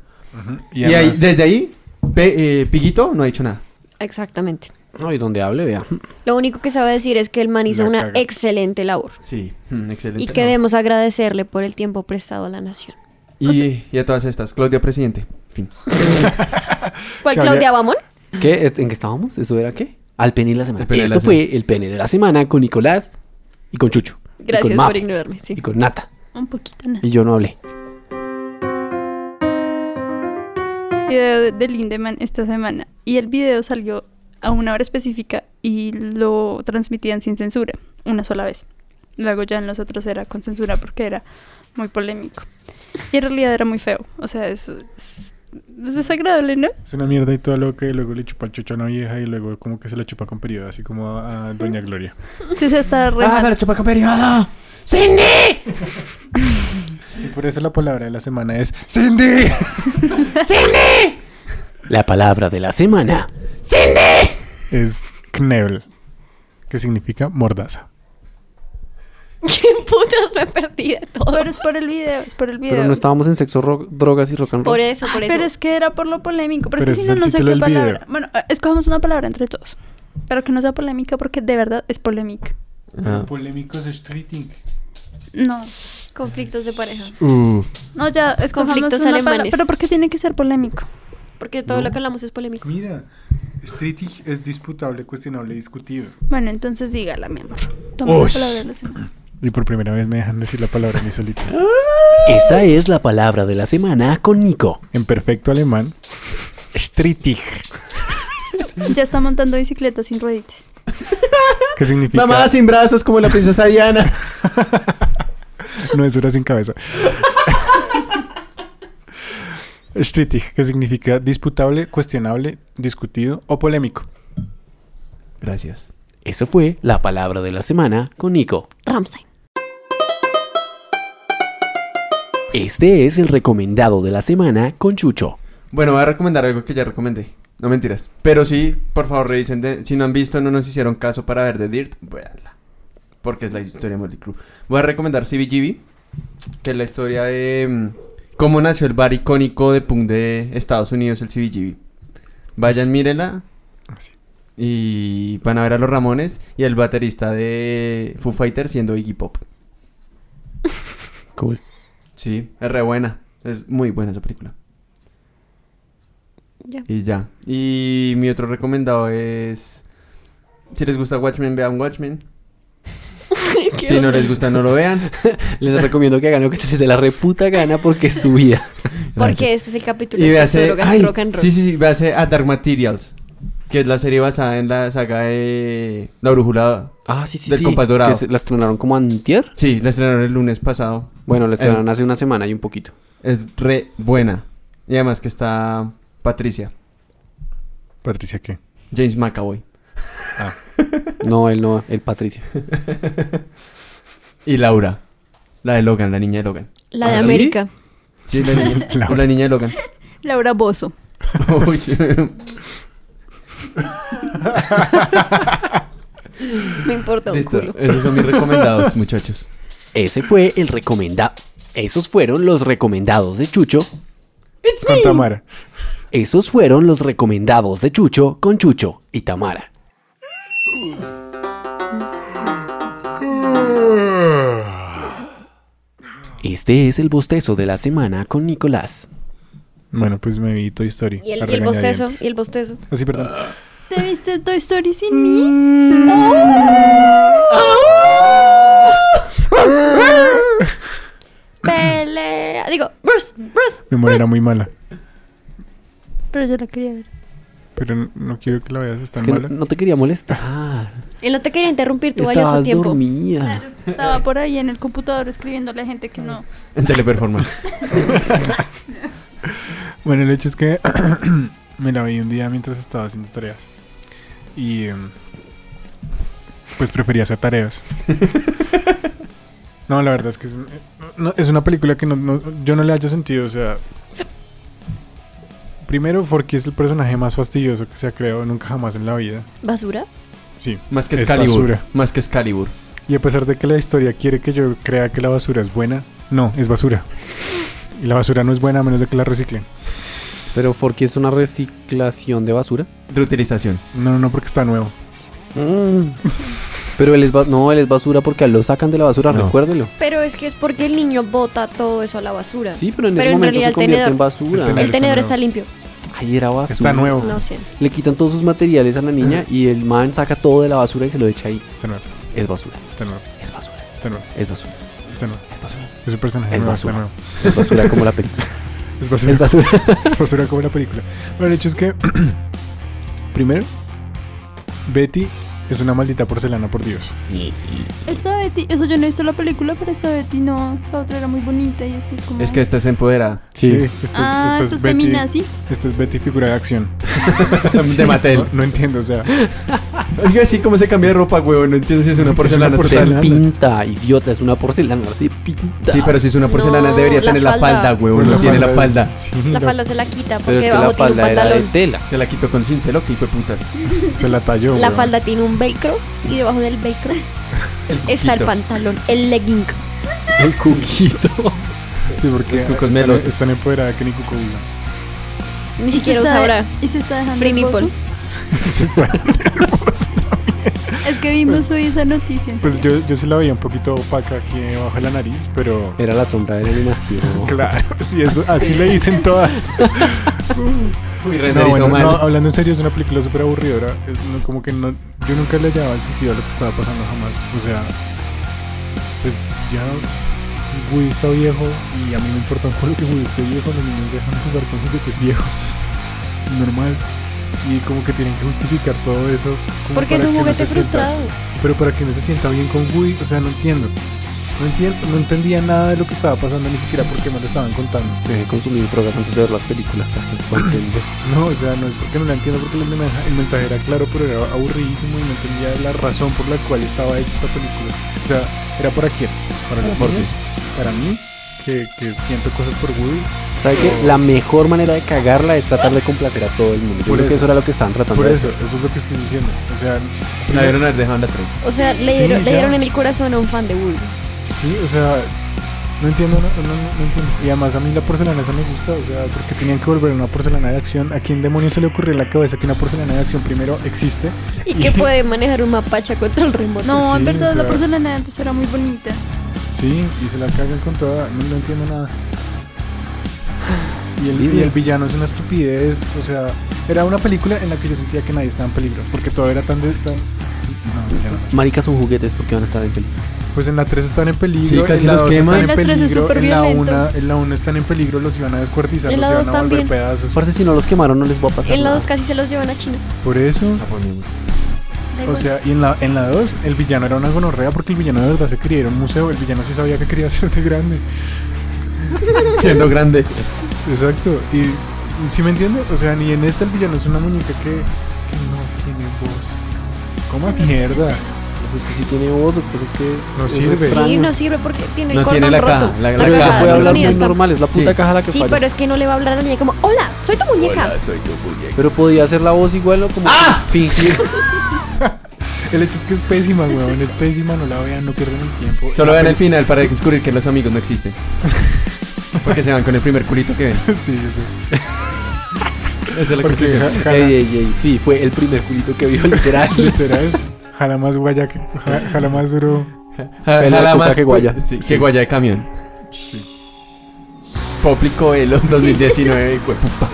[SPEAKER 1] Y,
[SPEAKER 4] Y,
[SPEAKER 1] ahí,
[SPEAKER 4] además,
[SPEAKER 1] desde ahí, Pe- eh, Piguito no ha dicho nada.
[SPEAKER 6] Exactamente.
[SPEAKER 3] Ah, No, y donde hable, vea.
[SPEAKER 6] Lo único que sabe decir es que el man hizo
[SPEAKER 4] La
[SPEAKER 6] una
[SPEAKER 4] caga.
[SPEAKER 6] excelente labor.
[SPEAKER 1] Sí, mm, excelente.
[SPEAKER 6] Y que debemos agradecerle por el tiempo prestado a la nación.
[SPEAKER 1] Y, y a todas estas, Claudia Presidente, fin.
[SPEAKER 6] ¿Cuál
[SPEAKER 4] Que había-
[SPEAKER 6] Claudia Bamón?
[SPEAKER 3] ¿Qué? Este, ¿En qué estábamos? ¿Eso era qué? Al pene de la semana.
[SPEAKER 1] El pene de la
[SPEAKER 3] Esto fue el pene de la semana con Nicolás y con Chucho. y
[SPEAKER 6] Gracias
[SPEAKER 3] con
[SPEAKER 6] por
[SPEAKER 3] Mafe,
[SPEAKER 6] ignorarme. sí.
[SPEAKER 3] Y con Nata.
[SPEAKER 5] Un poquito nada.
[SPEAKER 3] Y yo no hablé.
[SPEAKER 5] video de Lindemann esta semana y el video salió a una hora específica y lo transmitían sin censura, una sola vez. Luego ya en los otros era con censura porque era muy polémico. Y en realidad era muy feo, o sea, es, es- es desagradable, ¿no?
[SPEAKER 4] es una mierda y todo lo que luego le chupa el chucho a una vieja y luego como que se la chupa con periodo, así como a, a Doña Gloria.
[SPEAKER 5] Sí, se está re mal.
[SPEAKER 4] Y por eso la palabra de la semana es ¡Cindy!
[SPEAKER 3] La palabra de la semana.
[SPEAKER 4] es Knebel, que significa mordaza.
[SPEAKER 6] ¿Qué putas me perdí de todo?
[SPEAKER 5] Pero es por el video, es por el video.
[SPEAKER 3] Pero no estábamos en sexo, rock, drogas y rock and roll.
[SPEAKER 6] Por eso, por eso.
[SPEAKER 5] Pero es que era por lo polémico, pero,
[SPEAKER 4] Pero
[SPEAKER 5] es que
[SPEAKER 4] ese
[SPEAKER 5] si
[SPEAKER 4] es
[SPEAKER 5] no,
[SPEAKER 4] el
[SPEAKER 5] no sé
[SPEAKER 4] título
[SPEAKER 5] qué
[SPEAKER 4] del video.
[SPEAKER 5] palabra. Bueno, eh, escojamos una palabra entre todos, pero que no sea polémica porque de verdad es polémica.
[SPEAKER 6] e-
[SPEAKER 1] Ah.
[SPEAKER 4] Polémicos streeting.
[SPEAKER 5] No.
[SPEAKER 6] Conflictos de pareja.
[SPEAKER 1] Uh,
[SPEAKER 5] No, ya, es
[SPEAKER 6] Conflictos
[SPEAKER 5] conflictos alemanes.
[SPEAKER 6] alemanes.
[SPEAKER 5] Pero ¿por qué tiene que ser polémico?
[SPEAKER 6] Porque todo lo que hablamos es polémico.
[SPEAKER 4] Mira, Streetig es disputable, cuestionable, discutible.
[SPEAKER 5] Bueno, entonces dígala, mi amor. Toma la
[SPEAKER 4] Ush.
[SPEAKER 5] palabra de la semana.
[SPEAKER 4] Y por primera vez me dejan decir la palabra a mí solito.
[SPEAKER 3] Esta es la palabra de la semana con Nico.
[SPEAKER 4] En perfecto alemán, Streetig,
[SPEAKER 5] Ya está montando bicicleta sin rueditas.
[SPEAKER 4] que significa
[SPEAKER 1] Mamá sin brazos como la princesa Diana.
[SPEAKER 4] no es dura sin cabeza. Streetig, que significa disputable, cuestionable, discutido o polémico.
[SPEAKER 1] Gracias.
[SPEAKER 3] Eso fue la palabra de la semana con Nico.
[SPEAKER 6] Ramstein.
[SPEAKER 3] Este es el recomendado de la semana con Chucho.
[SPEAKER 1] Bueno, voy a recomendar algo que ya recomendé. No mentiras. Pero sí, por favor, revisen. de- si no han visto, no nos hicieron caso para ver The Dirt, véanla. Porque es la historia de Motley Crue. Voy a recomendar CBGB, que es la historia de mm, cómo nació el bar icónico de punk de Estados Unidos, el CBGB. Vayan, mírenla.
[SPEAKER 4] Así.
[SPEAKER 1] Y van a ver a los Ramones y el baterista de Foo Fighters siendo Iggy Pop.
[SPEAKER 3] Cool.
[SPEAKER 1] Sí, es re buena. Es muy buena esa película.
[SPEAKER 6] Ya.
[SPEAKER 1] Y ya. Y mi otro recomendado es. Si les gusta Watchmen, vean Watchmen. si no les gusta, no lo vean.
[SPEAKER 3] Les recomiendo que hagan lo que se les dé la reputa gana porque es su vida.
[SPEAKER 6] Porque este es el capítulo
[SPEAKER 1] Y
[SPEAKER 6] de
[SPEAKER 1] véase.
[SPEAKER 6] drogas
[SPEAKER 1] ay,
[SPEAKER 6] y rock and roll.
[SPEAKER 1] Sí, sí, sí. Véase a Dark Materials. Que es la serie basada en la saga de La Brújula.
[SPEAKER 3] Ah, sí, sí,
[SPEAKER 1] Del
[SPEAKER 3] sí.
[SPEAKER 1] compás dorado.
[SPEAKER 3] Que se- la estrenaron como antier.
[SPEAKER 1] Sí, la estrenaron el lunes pasado.
[SPEAKER 3] Bueno, la
[SPEAKER 1] Eh.
[SPEAKER 3] estrenaron hace una semana y un poquito.
[SPEAKER 1] Es re buena. Y además que está Patricia.
[SPEAKER 4] Patricia, ¿qué?
[SPEAKER 1] James McAvoy.
[SPEAKER 3] No, él no, el Patricio.
[SPEAKER 1] Y Laura. La de Logan, la niña de Logan.
[SPEAKER 6] La de
[SPEAKER 3] ¿Ah, sí?
[SPEAKER 6] América.
[SPEAKER 1] Sí, la niña,
[SPEAKER 4] Laura.
[SPEAKER 1] la niña de Logan.
[SPEAKER 5] Laura Bozo.
[SPEAKER 1] Uy,
[SPEAKER 6] Me importa un
[SPEAKER 1] Listo,
[SPEAKER 6] culo.
[SPEAKER 1] esos son mis recomendados, muchachos.
[SPEAKER 3] Ese fue el recomendado. Esos fueron los recomendados de Chucho.
[SPEAKER 4] Con Tamara.
[SPEAKER 3] Esos fueron los recomendados de Chucho con Chucho y Tamara. Este es el bostezo de la semana con Nicolás.
[SPEAKER 4] Bueno, pues me vi Toy Story.
[SPEAKER 6] Y el,
[SPEAKER 4] a
[SPEAKER 6] y el bostezo,
[SPEAKER 4] regañadientes.
[SPEAKER 6] y el bostezo.
[SPEAKER 4] Así, perdón.
[SPEAKER 5] ¿Te viste Toy Story sin mí?
[SPEAKER 6] Pelea. Digo, Bruce, Bruce.
[SPEAKER 4] Mi memoria era muy mala.
[SPEAKER 5] Pero yo la quería ver.
[SPEAKER 4] Pero no- no quiero que la veas, es tan
[SPEAKER 3] Es que no,
[SPEAKER 4] mala.
[SPEAKER 3] no te quería molestar.
[SPEAKER 6] Él no te quería interrumpir tu valioso
[SPEAKER 3] Estabas
[SPEAKER 6] tiempo.
[SPEAKER 3] dormida.
[SPEAKER 5] Estaba por ahí en el computador escribiéndole a gente que no.
[SPEAKER 1] En teleperformance.
[SPEAKER 4] Bueno, el hecho es que me la vi un día mientras estaba haciendo tareas. Y em, pues prefería hacer tareas. no, la verdad es que es, no, es una película que no, no- yo no le hallo sentido. O sea, primero porque es el personaje más fastidioso que se ha creado nunca jamás en la vida.
[SPEAKER 6] ¿Basura?
[SPEAKER 4] Sí.
[SPEAKER 1] Más que
[SPEAKER 4] Es
[SPEAKER 1] Excalibur.
[SPEAKER 4] basura.
[SPEAKER 1] más que Excalibur.
[SPEAKER 4] Y a pesar de que la historia quiere que yo crea que la basura es buena, no, es basura. Y la basura no es buena a menos de que la reciclen.
[SPEAKER 3] Pero porque es una reciclación de basura.
[SPEAKER 1] Reutilización.
[SPEAKER 4] No, no, no, porque está nuevo.
[SPEAKER 3] Mm. Pero él es ba- no, él es basura porque lo sacan de la basura,
[SPEAKER 1] No.
[SPEAKER 3] recuérdelo.
[SPEAKER 6] Pero es que es porque el niño bota todo eso a la basura.
[SPEAKER 3] Sí, pues, pero en
[SPEAKER 6] Pero
[SPEAKER 3] ese
[SPEAKER 6] en
[SPEAKER 3] momento
[SPEAKER 6] realidad
[SPEAKER 3] se
[SPEAKER 6] el
[SPEAKER 3] convierte en
[SPEAKER 6] tenedor-
[SPEAKER 3] basura.
[SPEAKER 4] el
[SPEAKER 6] El tenedor está limpio.
[SPEAKER 3] Ay, era basura.
[SPEAKER 4] Está nuevo.
[SPEAKER 6] No sé.
[SPEAKER 3] Le quitan todos sus materiales a la niña y el man saca todo de la basura y se lo echa ahí.
[SPEAKER 4] Está nuevo.
[SPEAKER 3] Es basura,
[SPEAKER 4] Está nuevo.
[SPEAKER 3] es basura,
[SPEAKER 4] Está nuevo.
[SPEAKER 3] es basura,
[SPEAKER 4] Está nuevo.
[SPEAKER 3] es basura.
[SPEAKER 4] Es un personaje
[SPEAKER 3] Es
[SPEAKER 4] nuevo,
[SPEAKER 3] basura.
[SPEAKER 4] Está nuevo.
[SPEAKER 3] Es basura como la película.
[SPEAKER 4] Es basura.
[SPEAKER 3] Es
[SPEAKER 4] Es,
[SPEAKER 3] basura.
[SPEAKER 4] basura como la película. Bueno, el hecho es que. primero, Betty es una maldita porcelana, por Dios.
[SPEAKER 5] Esta Betty, eso yo no he visto la película, pero esta Betty no. La otra era muy bonita y esta es como.
[SPEAKER 1] Es que esta es empoderada.
[SPEAKER 4] Sí. esto es,
[SPEAKER 5] Ah,
[SPEAKER 4] esto
[SPEAKER 5] esto
[SPEAKER 4] es
[SPEAKER 5] es
[SPEAKER 4] Betty.
[SPEAKER 5] feminazi.
[SPEAKER 4] Esto es Betty figura de acción.
[SPEAKER 1] De Mattel.
[SPEAKER 4] No, no entiendo, o sea.
[SPEAKER 1] Oiga, así como se cambia de ropa, huevo. No entiendo si es una
[SPEAKER 4] Es
[SPEAKER 1] porcelana.
[SPEAKER 4] una
[SPEAKER 3] Se
[SPEAKER 4] porcelana.
[SPEAKER 3] pinta, idiota, es una porcelana, se pinta.
[SPEAKER 1] Sí, pero si es una porcelana
[SPEAKER 6] No,
[SPEAKER 1] debería
[SPEAKER 6] la
[SPEAKER 1] tener la
[SPEAKER 6] falda.
[SPEAKER 1] falda, huevo. No tiene la
[SPEAKER 4] es-
[SPEAKER 1] falda.
[SPEAKER 4] sí,
[SPEAKER 6] La
[SPEAKER 4] la-
[SPEAKER 6] falda se la quita porque
[SPEAKER 3] Pero es que
[SPEAKER 6] abajo
[SPEAKER 3] la
[SPEAKER 6] tiene un
[SPEAKER 3] falda era de
[SPEAKER 6] pantalón.
[SPEAKER 3] tela.
[SPEAKER 1] Se la quito con cincel, que hijo de putas.
[SPEAKER 4] se la talló.
[SPEAKER 6] La
[SPEAKER 4] weón.
[SPEAKER 6] falda tiene un velcro y debajo del velcro está el
[SPEAKER 1] cuquito.
[SPEAKER 6] pantalón, el legging.
[SPEAKER 3] El cuquito.
[SPEAKER 4] Sí, porque
[SPEAKER 1] Los cucos
[SPEAKER 4] están,
[SPEAKER 1] melosos.
[SPEAKER 4] están empoderadas que ni cuco usa.
[SPEAKER 6] Ni
[SPEAKER 5] Y se
[SPEAKER 6] siquiera
[SPEAKER 5] está-
[SPEAKER 6] usa ahora.
[SPEAKER 5] Y se está dejando.
[SPEAKER 6] Free
[SPEAKER 5] el
[SPEAKER 6] nipple.
[SPEAKER 5] bolso.
[SPEAKER 4] Se está- hermoso también.
[SPEAKER 5] Es que vimos hoy esa noticia. en
[SPEAKER 4] Pues
[SPEAKER 5] serio.
[SPEAKER 4] yo, yo sí la veía un poquito opaca aquí debajo de la nariz, pero.
[SPEAKER 3] Era la sombra de la animación.
[SPEAKER 4] Claro, sí, eso, así le dicen todas.
[SPEAKER 1] Uy,
[SPEAKER 4] No,
[SPEAKER 1] renderizó
[SPEAKER 4] bueno,
[SPEAKER 1] mal.
[SPEAKER 4] no, hablando en serio, es una película súper aburridora. Es no- como que no, yo nunca le llevaba el sentido a lo que estaba pasando jamás. O sea, pues ya Woody está viejo y a mí me importa un culo que Woody esté viejo. Los niños dejan de jugar con juguetes viejos. Normal. Y como que tienen que justificar todo eso. como
[SPEAKER 6] Porque es
[SPEAKER 4] para
[SPEAKER 6] un
[SPEAKER 4] que uno
[SPEAKER 6] juguete
[SPEAKER 4] se sienta-
[SPEAKER 6] frustrado.
[SPEAKER 4] pero para que no se sienta bien con Woody, o sea, no entiendo. No entiendo, no entendía nada de lo que estaba pasando, ni siquiera porque me lo estaban contando.
[SPEAKER 3] Dejé de consumir drogas antes de ver las películas. para entender.
[SPEAKER 4] No, o sea, no es porque no la entiendo, porque el mensaje, el mensaje era claro, pero era aburridísimo y no entendía la razón por la cual estaba hecha esta película. O sea, ¿era para quién? Para los niños, para mí, que, que siento cosas por Woody.
[SPEAKER 3] ¿Sabe qué? La mejor manera de cagarla es tratar de complacer a todo el mundo. Yo
[SPEAKER 4] Por
[SPEAKER 3] creo que
[SPEAKER 4] eso.
[SPEAKER 3] eso era lo que estaban tratando
[SPEAKER 4] Por
[SPEAKER 3] de
[SPEAKER 4] eso, eso es lo que estoy diciendo. O sea,
[SPEAKER 1] La vieron haber dejado en la 3.
[SPEAKER 6] O sea, le
[SPEAKER 4] Sí,
[SPEAKER 6] dieron, le
[SPEAKER 4] ya.
[SPEAKER 6] dieron en el corazón a un fan de Woody.
[SPEAKER 4] Sí, o sea, no entiendo, no, no- no- no entiendo. Y además a mí la porcelana esa me gusta, o sea, porque tenían que volver a una porcelana de acción. ¿A quién demonios se le ocurrió en la cabeza que una porcelana de acción primero existe?
[SPEAKER 6] Y que puede manejar un mapacha contra el remoto.
[SPEAKER 5] No, en
[SPEAKER 4] Sí,
[SPEAKER 5] verdad
[SPEAKER 4] o
[SPEAKER 5] la
[SPEAKER 4] sea-
[SPEAKER 5] porcelana antes era muy bonita.
[SPEAKER 4] Sí, y se la cagan con toda, no, no entiendo nada. Y el,
[SPEAKER 3] Lidia.
[SPEAKER 4] y el villano es una estupidez, o sea, era una película en la que yo sentía que nadie estaba en peligro, porque todo era tan... de- tan- no, ya no.
[SPEAKER 3] Maricas son juguetes porque van a estar en película.
[SPEAKER 4] Pues en la 3 están en
[SPEAKER 1] Sí,
[SPEAKER 4] peligro,
[SPEAKER 1] casi
[SPEAKER 4] en la
[SPEAKER 1] los
[SPEAKER 4] 2
[SPEAKER 1] queman.
[SPEAKER 4] están en
[SPEAKER 5] En la tres es
[SPEAKER 4] peligro,
[SPEAKER 5] súper
[SPEAKER 4] en la,
[SPEAKER 5] violento.
[SPEAKER 4] 1, en la 1 están en peligro, los iban a descuartizar,
[SPEAKER 6] En
[SPEAKER 4] los
[SPEAKER 6] la
[SPEAKER 4] iban a
[SPEAKER 6] dos
[SPEAKER 4] volver
[SPEAKER 6] también.
[SPEAKER 4] pedazos.
[SPEAKER 3] Aparte, si no los quemaron, no les va a pasar.
[SPEAKER 6] En la
[SPEAKER 3] nada.
[SPEAKER 6] 2 casi se los llevan a China.
[SPEAKER 4] Por eso,
[SPEAKER 1] La ponemos.
[SPEAKER 6] Da
[SPEAKER 4] o
[SPEAKER 6] igual.
[SPEAKER 4] sea, y en la, en la 2, el villano era una gonorrea porque el villano de verdad se quería ir a un museo, el villano sí sabía que quería ser de grande.
[SPEAKER 1] Siendo grande.
[SPEAKER 4] Exacto, y si me entiende, o sea, ni en esta el villano es una muñeca que, que no tiene voz. Coma mierda,
[SPEAKER 3] Pues que sí tiene voz, lo que pasa es que.
[SPEAKER 4] No
[SPEAKER 3] es
[SPEAKER 4] sirve. Sí,
[SPEAKER 6] sí,
[SPEAKER 3] extraño.
[SPEAKER 6] no sirve porque tiene
[SPEAKER 1] No
[SPEAKER 6] el
[SPEAKER 1] tiene
[SPEAKER 6] cordón
[SPEAKER 1] la
[SPEAKER 6] roto.
[SPEAKER 1] caja, la- la
[SPEAKER 3] Pero
[SPEAKER 1] caja.
[SPEAKER 3] ella puede
[SPEAKER 1] El
[SPEAKER 3] hablar
[SPEAKER 1] sonido
[SPEAKER 3] muy normal, es la puta
[SPEAKER 1] Sí.
[SPEAKER 3] caja la que
[SPEAKER 6] Sí,
[SPEAKER 3] falla.
[SPEAKER 6] pero es que no le va a hablar a la niña como, hola, soy tu muñeca.
[SPEAKER 3] Pero podía hacer la voz igual o como
[SPEAKER 4] ¡Ah!
[SPEAKER 3] fingir.
[SPEAKER 4] el hecho es que es pésima, weón, es pésima, no la vean, no pierdan el tiempo.
[SPEAKER 1] Solo
[SPEAKER 4] La
[SPEAKER 1] vean el
[SPEAKER 4] peli-
[SPEAKER 1] final para descubrir que los amigos no existen. Porque se van con el primer culito que ven.
[SPEAKER 4] Sí, yo sé.
[SPEAKER 1] Esa es la
[SPEAKER 4] Porque
[SPEAKER 1] conclusión.
[SPEAKER 4] ja- jala-
[SPEAKER 3] Ey, ey, ey, sí, fue el primer culito que vio literal.
[SPEAKER 4] literal, jala más guaya que ja- jala más duro.
[SPEAKER 1] Ja- jala
[SPEAKER 3] Pela de coca
[SPEAKER 1] Ah, más
[SPEAKER 3] que guaya.
[SPEAKER 1] pu- sí, que guaya de camión. Poplico Elo 2019. hueputa.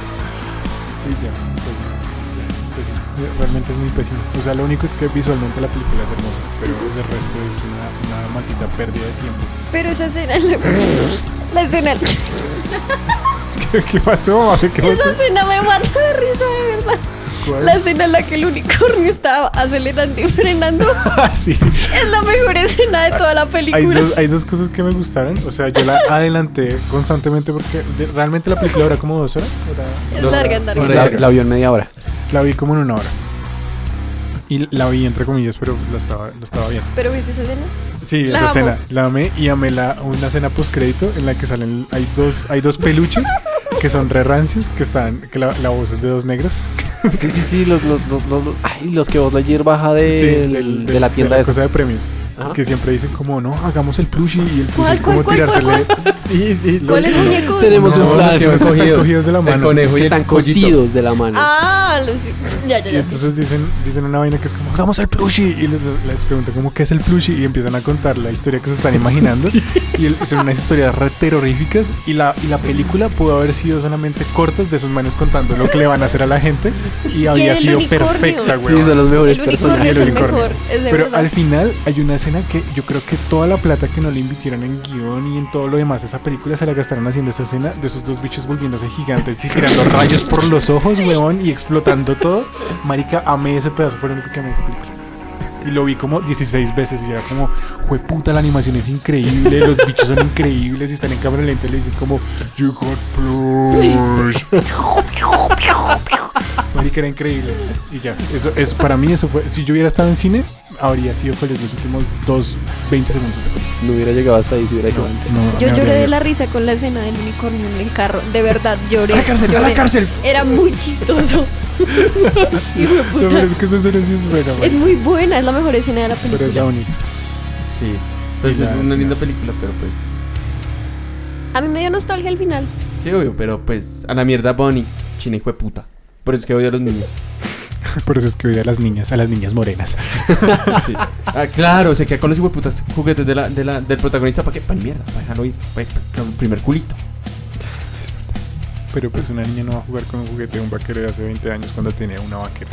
[SPEAKER 4] Y ya, entonces, ya, pésimo. Realmente es muy pésimo. O sea, lo único es que visualmente la película es hermosa, pero el resto es una, una maldita pérdida de tiempo.
[SPEAKER 6] Pero esa escena, la, la escena,
[SPEAKER 4] ¿Qué, qué pasó, mami? ¿Qué pasó?
[SPEAKER 6] esa escena me mata de risa, de verdad.
[SPEAKER 4] ¿Cuál?
[SPEAKER 6] La escena en la que el unicornio estaba acelerando y frenando
[SPEAKER 4] Ah, sí.
[SPEAKER 6] es la mejor escena de toda la
[SPEAKER 4] Hay
[SPEAKER 6] película.
[SPEAKER 4] dos, hay dos cosas que me gustaron. O sea, yo la adelanté constantemente porque de- realmente la película dura como dos horas.
[SPEAKER 6] Es larga, es
[SPEAKER 1] Por
[SPEAKER 6] larga.
[SPEAKER 1] ahí.
[SPEAKER 3] la, la vio en media hora.
[SPEAKER 4] La vi como en una hora. Y la vi entre comillas, pero la estaba, la estaba bien.
[SPEAKER 6] Pero viste esa escena.
[SPEAKER 4] Sí,
[SPEAKER 6] La amo.
[SPEAKER 4] esa escena. La amé y amé la, una escena postcrédito en la que salen. Hay dos, hay dos peluches que son re rancios, que están. que la, la voz es de dos negros.
[SPEAKER 3] Sí, sí, sí, los, los, los, los- ay, los que vos la ayer baja de,
[SPEAKER 4] Sí,
[SPEAKER 3] del-
[SPEAKER 4] del-
[SPEAKER 3] de la tienda
[SPEAKER 4] de
[SPEAKER 3] de
[SPEAKER 4] la cosa de premios.
[SPEAKER 3] Ajá.
[SPEAKER 4] Que siempre dicen como, no, hagamos el plushie y el plushie
[SPEAKER 6] ¿Cuál,
[SPEAKER 4] es como
[SPEAKER 6] cuál, cuál,
[SPEAKER 4] tirársele.
[SPEAKER 3] Sí, sí, sí.
[SPEAKER 6] ¿Cuál es el muñeco?
[SPEAKER 3] Tenemos
[SPEAKER 1] No,
[SPEAKER 3] un
[SPEAKER 1] los
[SPEAKER 3] plan.
[SPEAKER 1] que van
[SPEAKER 4] Los que están
[SPEAKER 1] cogidos.
[SPEAKER 4] cogidos de la
[SPEAKER 1] El
[SPEAKER 4] mano.
[SPEAKER 1] conejo y
[SPEAKER 3] Que
[SPEAKER 1] el
[SPEAKER 3] están
[SPEAKER 1] pollito.
[SPEAKER 3] cosidos de la mano.
[SPEAKER 6] Ah, los- ya, ya,
[SPEAKER 4] Y
[SPEAKER 6] ya.
[SPEAKER 4] entonces dicen, dicen una vaina que es como, hagamos el plushie. Y les, les preguntan como, ¿qué es el plushie? Y empiezan a contar la historia que se están imaginando. Y el- son unas historias re terroríficas. Y la, y la película pudo haber sido solamente cortos de sus manos contando lo que le van a hacer a la gente. Y había
[SPEAKER 6] el
[SPEAKER 4] sido
[SPEAKER 6] unicornio. Sí,
[SPEAKER 4] perfecta, güey.
[SPEAKER 3] Sí, son los mejores
[SPEAKER 6] El unicornio
[SPEAKER 3] personajes.
[SPEAKER 6] es
[SPEAKER 4] El
[SPEAKER 6] el
[SPEAKER 4] unicornio.
[SPEAKER 6] mejor. Es de
[SPEAKER 4] Pero
[SPEAKER 6] verdad.
[SPEAKER 4] al final hay una escena que yo creo que toda la plata que no le invirtieron en guión y en todo lo demás de esa película se la gastaron haciendo esa escena de esos dos bichos volviéndose gigantes y tirando rayos por los ojos, weón, y explotando todo. Marica, amé ese pedazo, fue lo único que amé de esa película. Y lo vi como 16 veces y era como, puta, la animación es increíble, los bichos son increíbles y están en cámara lenta y le dicen como, you got plush. Marica, era increíble. Y ya, eso, eso para mí eso fue, si yo hubiera estado en cine, habría sido feliz los últimos dos, 20 segundos. de película.
[SPEAKER 3] No hubiera llegado hasta ahí si hubiera llegado antes.
[SPEAKER 4] No,
[SPEAKER 6] Yo
[SPEAKER 4] me
[SPEAKER 6] lloré
[SPEAKER 4] habría
[SPEAKER 6] de
[SPEAKER 4] ido.
[SPEAKER 6] la risa con la escena del unicornio en el carro. De verdad, lloré.
[SPEAKER 1] ¡A la cárcel! ¡A la
[SPEAKER 6] lloré.
[SPEAKER 1] cárcel!
[SPEAKER 6] Era muy chistoso. Hijo de
[SPEAKER 4] No, pero
[SPEAKER 6] puta.
[SPEAKER 4] es que esa escena sí es buena,
[SPEAKER 6] Es
[SPEAKER 4] marica,
[SPEAKER 6] muy buena, es la mejor escena de la
[SPEAKER 4] pero es la
[SPEAKER 6] película.
[SPEAKER 4] única.
[SPEAKER 1] Sí. Entonces
[SPEAKER 4] la-
[SPEAKER 1] es una
[SPEAKER 4] la-
[SPEAKER 1] linda película, pero pues.
[SPEAKER 6] A mí me dio nostalgia al final.
[SPEAKER 1] Sí, obvio, pero pues a la mierda Bonnie. China hijo de puta. Por eso es que odio a los niños.
[SPEAKER 4] Por eso es que odia a las niñas, a las niñas morenas.
[SPEAKER 1] Sí. Ah, claro, se queda con los putas juguetes de la, de la- del protagonista para que, para mierda, para dejarlo ir, para el primer culito.
[SPEAKER 4] Pero pues una niña no va a jugar con un juguete de un vaquero de hace 20 años cuando tenía una vaquera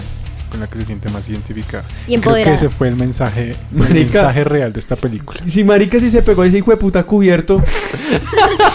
[SPEAKER 4] con la que se siente más identificada.
[SPEAKER 6] Y
[SPEAKER 4] Creo que
[SPEAKER 6] empoderada.
[SPEAKER 4] ese fue el mensaje, el
[SPEAKER 1] Marica.
[SPEAKER 4] mensaje real de esta película.
[SPEAKER 1] Si marica si se pegó ese hijo de puta cubierto,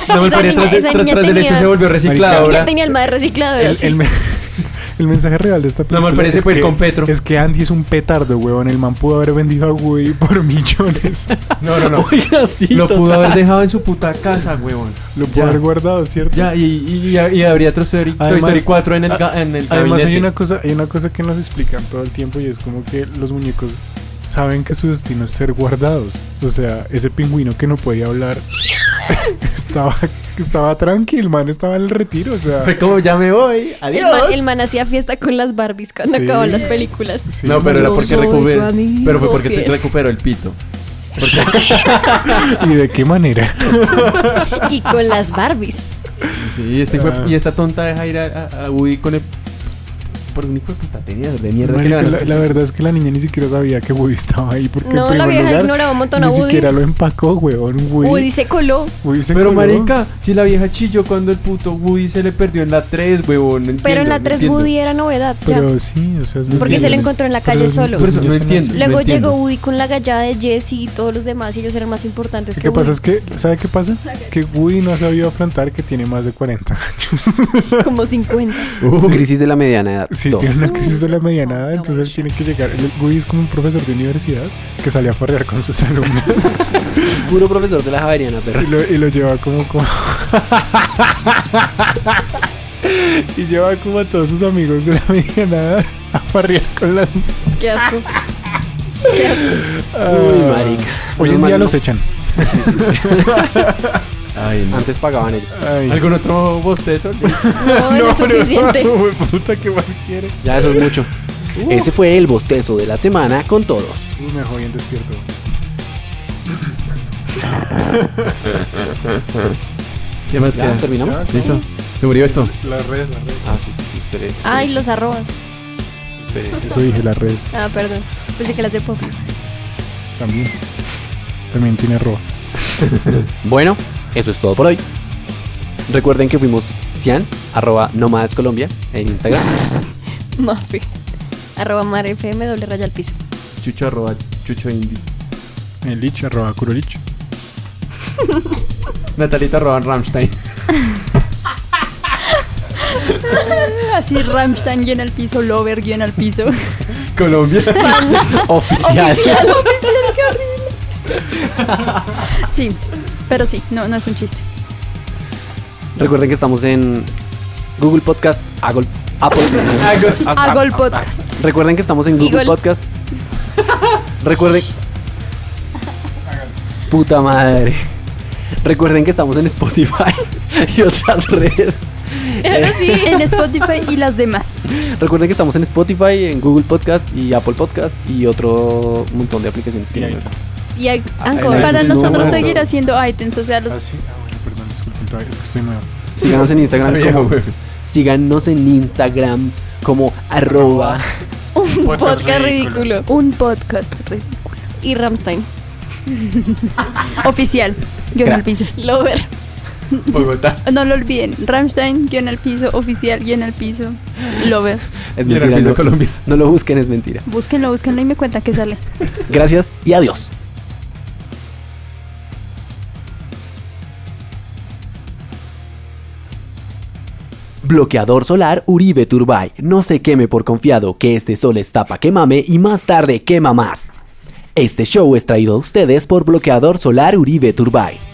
[SPEAKER 1] no me
[SPEAKER 6] Esa
[SPEAKER 1] paría
[SPEAKER 6] niña-
[SPEAKER 1] tras, de-
[SPEAKER 6] esa
[SPEAKER 1] tras-
[SPEAKER 6] niña
[SPEAKER 1] tras del hecho
[SPEAKER 6] tenía-
[SPEAKER 1] se volvió
[SPEAKER 6] Ya
[SPEAKER 1] recicladora.
[SPEAKER 6] tenía el más reciclado.
[SPEAKER 4] El, el me- el mensaje real de esta película.
[SPEAKER 1] mal parece,
[SPEAKER 4] es
[SPEAKER 1] pues,
[SPEAKER 4] que-
[SPEAKER 1] con Petro.
[SPEAKER 4] Es que Andy es un petardo, huevón. El man pudo haber vendido a Woody por millones.
[SPEAKER 1] No, no, no.
[SPEAKER 3] Oiga, sí,
[SPEAKER 1] Lo pudo
[SPEAKER 3] total.
[SPEAKER 1] haber dejado en su puta casa, huevón.
[SPEAKER 4] Lo pudo
[SPEAKER 1] Ya.
[SPEAKER 4] haber guardado, ¿cierto?
[SPEAKER 1] Ya, y, y, y- y habría otro Story, Toy
[SPEAKER 4] Además-
[SPEAKER 1] Story 4 en el, ga- en el
[SPEAKER 4] Ah, Además hay
[SPEAKER 1] gabinete.
[SPEAKER 4] una cosa, hay una cosa que nos explican todo el tiempo y es como que los muñecos saben que su destino es ser guardados. O sea, ese pingüino que no podía hablar estaba, estaba tranquilo, man, estaba en el retiro, o sea.
[SPEAKER 1] Fue como, ya me voy,
[SPEAKER 6] El
[SPEAKER 1] adiós.
[SPEAKER 6] man, el man hacía fiesta con las Barbies cuando
[SPEAKER 4] Sí.
[SPEAKER 6] acababan las películas.
[SPEAKER 4] sí,
[SPEAKER 1] No, pero era
[SPEAKER 6] Yo
[SPEAKER 1] porque
[SPEAKER 6] soy tu
[SPEAKER 1] recuperó.
[SPEAKER 6] amigo
[SPEAKER 1] Pero fue porque te-
[SPEAKER 6] fiel.
[SPEAKER 1] recuperó el pito. Porque
[SPEAKER 4] ¿Y de qué manera?
[SPEAKER 6] Y con las Barbies.
[SPEAKER 1] Sí, este hijo de-
[SPEAKER 4] Ah.
[SPEAKER 1] y esta tonta deja ir a, a- a Woody con el. Por un hijo de puta tenedor de mierda que le
[SPEAKER 4] Marica,
[SPEAKER 1] van a-
[SPEAKER 4] la, la verdad es que la niña ni siquiera sabía que Woody estaba ahí porque en
[SPEAKER 6] No, la
[SPEAKER 4] primer
[SPEAKER 6] vieja
[SPEAKER 4] lugar,
[SPEAKER 6] ignoraba un montón a
[SPEAKER 4] ni
[SPEAKER 6] Woody.
[SPEAKER 4] siquiera lo empacó, weón. Woody,
[SPEAKER 6] Woody se coló.
[SPEAKER 4] Woody se
[SPEAKER 1] Pero
[SPEAKER 4] coló.
[SPEAKER 1] marica, si la vieja chilló cuando el puto Woody se le perdió en la 3, huevón. No
[SPEAKER 6] Pero en
[SPEAKER 1] entiendo,
[SPEAKER 6] la
[SPEAKER 1] no
[SPEAKER 6] 3
[SPEAKER 1] entiendo.
[SPEAKER 6] Woody era novedad. ya.
[SPEAKER 4] Pero sí, o sea, es-
[SPEAKER 6] Porque se lo encontró en la calle
[SPEAKER 4] Pero es-
[SPEAKER 6] solo.
[SPEAKER 1] Por eso,
[SPEAKER 4] Los
[SPEAKER 1] no
[SPEAKER 4] niños son
[SPEAKER 1] entiendo. no
[SPEAKER 4] así.
[SPEAKER 6] Luego
[SPEAKER 1] entiendo.
[SPEAKER 6] llegó Woody con la gallada de Jesse y todos los demás y ellos eran más importantes.
[SPEAKER 4] ¿Qué pasa?
[SPEAKER 6] Woody.
[SPEAKER 4] Es que, ¿sabe qué pasa? Que Woody no ha sabido afrontar que tiene más de 40 años.
[SPEAKER 6] Como 50.
[SPEAKER 3] Crisis de la mediana edad.
[SPEAKER 4] sí,
[SPEAKER 3] Dos.
[SPEAKER 4] tiene una crisis de la mediana edad, entonces él tiene que llegar. el- Woody es como un profesor de universidad que sale a farrear con sus alumnos
[SPEAKER 3] Puro profesor de la Javeriana, perro.
[SPEAKER 4] y, lo, y lo lleva como. como y lleva como a todos sus amigos de la mediana edad a farrear con las.
[SPEAKER 5] Qué asco.
[SPEAKER 3] Uy, marica.
[SPEAKER 4] Hoy en
[SPEAKER 3] Menos
[SPEAKER 4] día
[SPEAKER 3] mal
[SPEAKER 4] los
[SPEAKER 3] no.
[SPEAKER 4] echan.
[SPEAKER 1] Ay, no.
[SPEAKER 3] Antes pagaban ellos.
[SPEAKER 4] Ay.
[SPEAKER 1] ¿Algún otro bostezo?
[SPEAKER 6] No, eso es
[SPEAKER 4] pero-
[SPEAKER 6] suficiente.
[SPEAKER 4] Uy, puta, ¿qué más quiere?
[SPEAKER 3] Ya eso es mucho. Ese fue el bostezo de la semana con todos.
[SPEAKER 4] Uy, me dejó bien despierto.
[SPEAKER 1] ¿Qué más
[SPEAKER 3] ¿Ya
[SPEAKER 1] queda?
[SPEAKER 3] terminamos?
[SPEAKER 4] Ya,
[SPEAKER 1] ¿Listo? ¿Se murió esto?
[SPEAKER 4] Las redes, las redes.
[SPEAKER 3] Ah, sí, sí, sí, espere,
[SPEAKER 6] Ay, los arrobas.
[SPEAKER 3] espere.
[SPEAKER 4] Eso dije, las redes.
[SPEAKER 6] Ah, perdón. Pensé que las de pop.
[SPEAKER 4] También. También tiene roba.
[SPEAKER 3] Bueno, eso es todo por hoy. Recuerden que fuimos Cian, arroba Nómadas Colombia en Instagram.
[SPEAKER 6] Mafe. Arroba mar FM doble raya al piso.
[SPEAKER 1] Chucho arroba Chucho Indie.
[SPEAKER 4] El lich, arroba curolich.
[SPEAKER 1] Natalita arroba Ramstein.
[SPEAKER 5] Así Rammstein guión al piso, Lover guión al piso.
[SPEAKER 1] Colombia.
[SPEAKER 3] Oficial.
[SPEAKER 5] Sí, pero sí, no, no es un chiste.
[SPEAKER 3] Recuerden que estamos en Google Podcast, Agol- Apple.
[SPEAKER 5] Hago el podcast.
[SPEAKER 3] Recuerden que estamos en Google
[SPEAKER 6] Eagle.
[SPEAKER 3] Podcast. Recuerden. Puta madre. Recuerden que estamos en Spotify y otras redes. Eh,
[SPEAKER 5] En Spotify y las demás.
[SPEAKER 3] recuerden que estamos en Spotify, en Google Podcast y Apple Podcast y otro montón de aplicaciones que no me acuerdo.
[SPEAKER 6] Y hay
[SPEAKER 3] Ay,
[SPEAKER 6] Anchor.
[SPEAKER 5] Para
[SPEAKER 4] no,
[SPEAKER 5] nosotros
[SPEAKER 4] bueno.
[SPEAKER 5] seguir haciendo iTunes, o sea, los
[SPEAKER 4] Ah, sí. Ah, bueno, perdón, disculpen, todavía- es que estoy nuevo.
[SPEAKER 3] Síganos en Instagram
[SPEAKER 1] Está
[SPEAKER 3] como,
[SPEAKER 1] viejo,
[SPEAKER 3] síganos en Instagram como arroba
[SPEAKER 6] un
[SPEAKER 4] podcast
[SPEAKER 6] podcast, ridículo.
[SPEAKER 5] un podcast re-
[SPEAKER 6] Y Ramstein.
[SPEAKER 5] oficial guión al piso.
[SPEAKER 6] Lover.
[SPEAKER 1] Bogotá.
[SPEAKER 5] No lo olviden, Rammstein guión al piso, oficial guión al piso, Lover.
[SPEAKER 3] es
[SPEAKER 1] Y en el
[SPEAKER 3] mentira,
[SPEAKER 1] piso
[SPEAKER 3] no,
[SPEAKER 1] Colombia.
[SPEAKER 3] no lo busquen, es mentira.
[SPEAKER 5] Búsquenlo, búsquenlo y me cuentan que sale.
[SPEAKER 3] Gracias y adiós. Bloqueador solar Uribe Turbay. No se queme por confiado que este sol estapa que mame y más tarde quema más. Este show es traído a ustedes por Bloqueador Solar Uribe Turbay.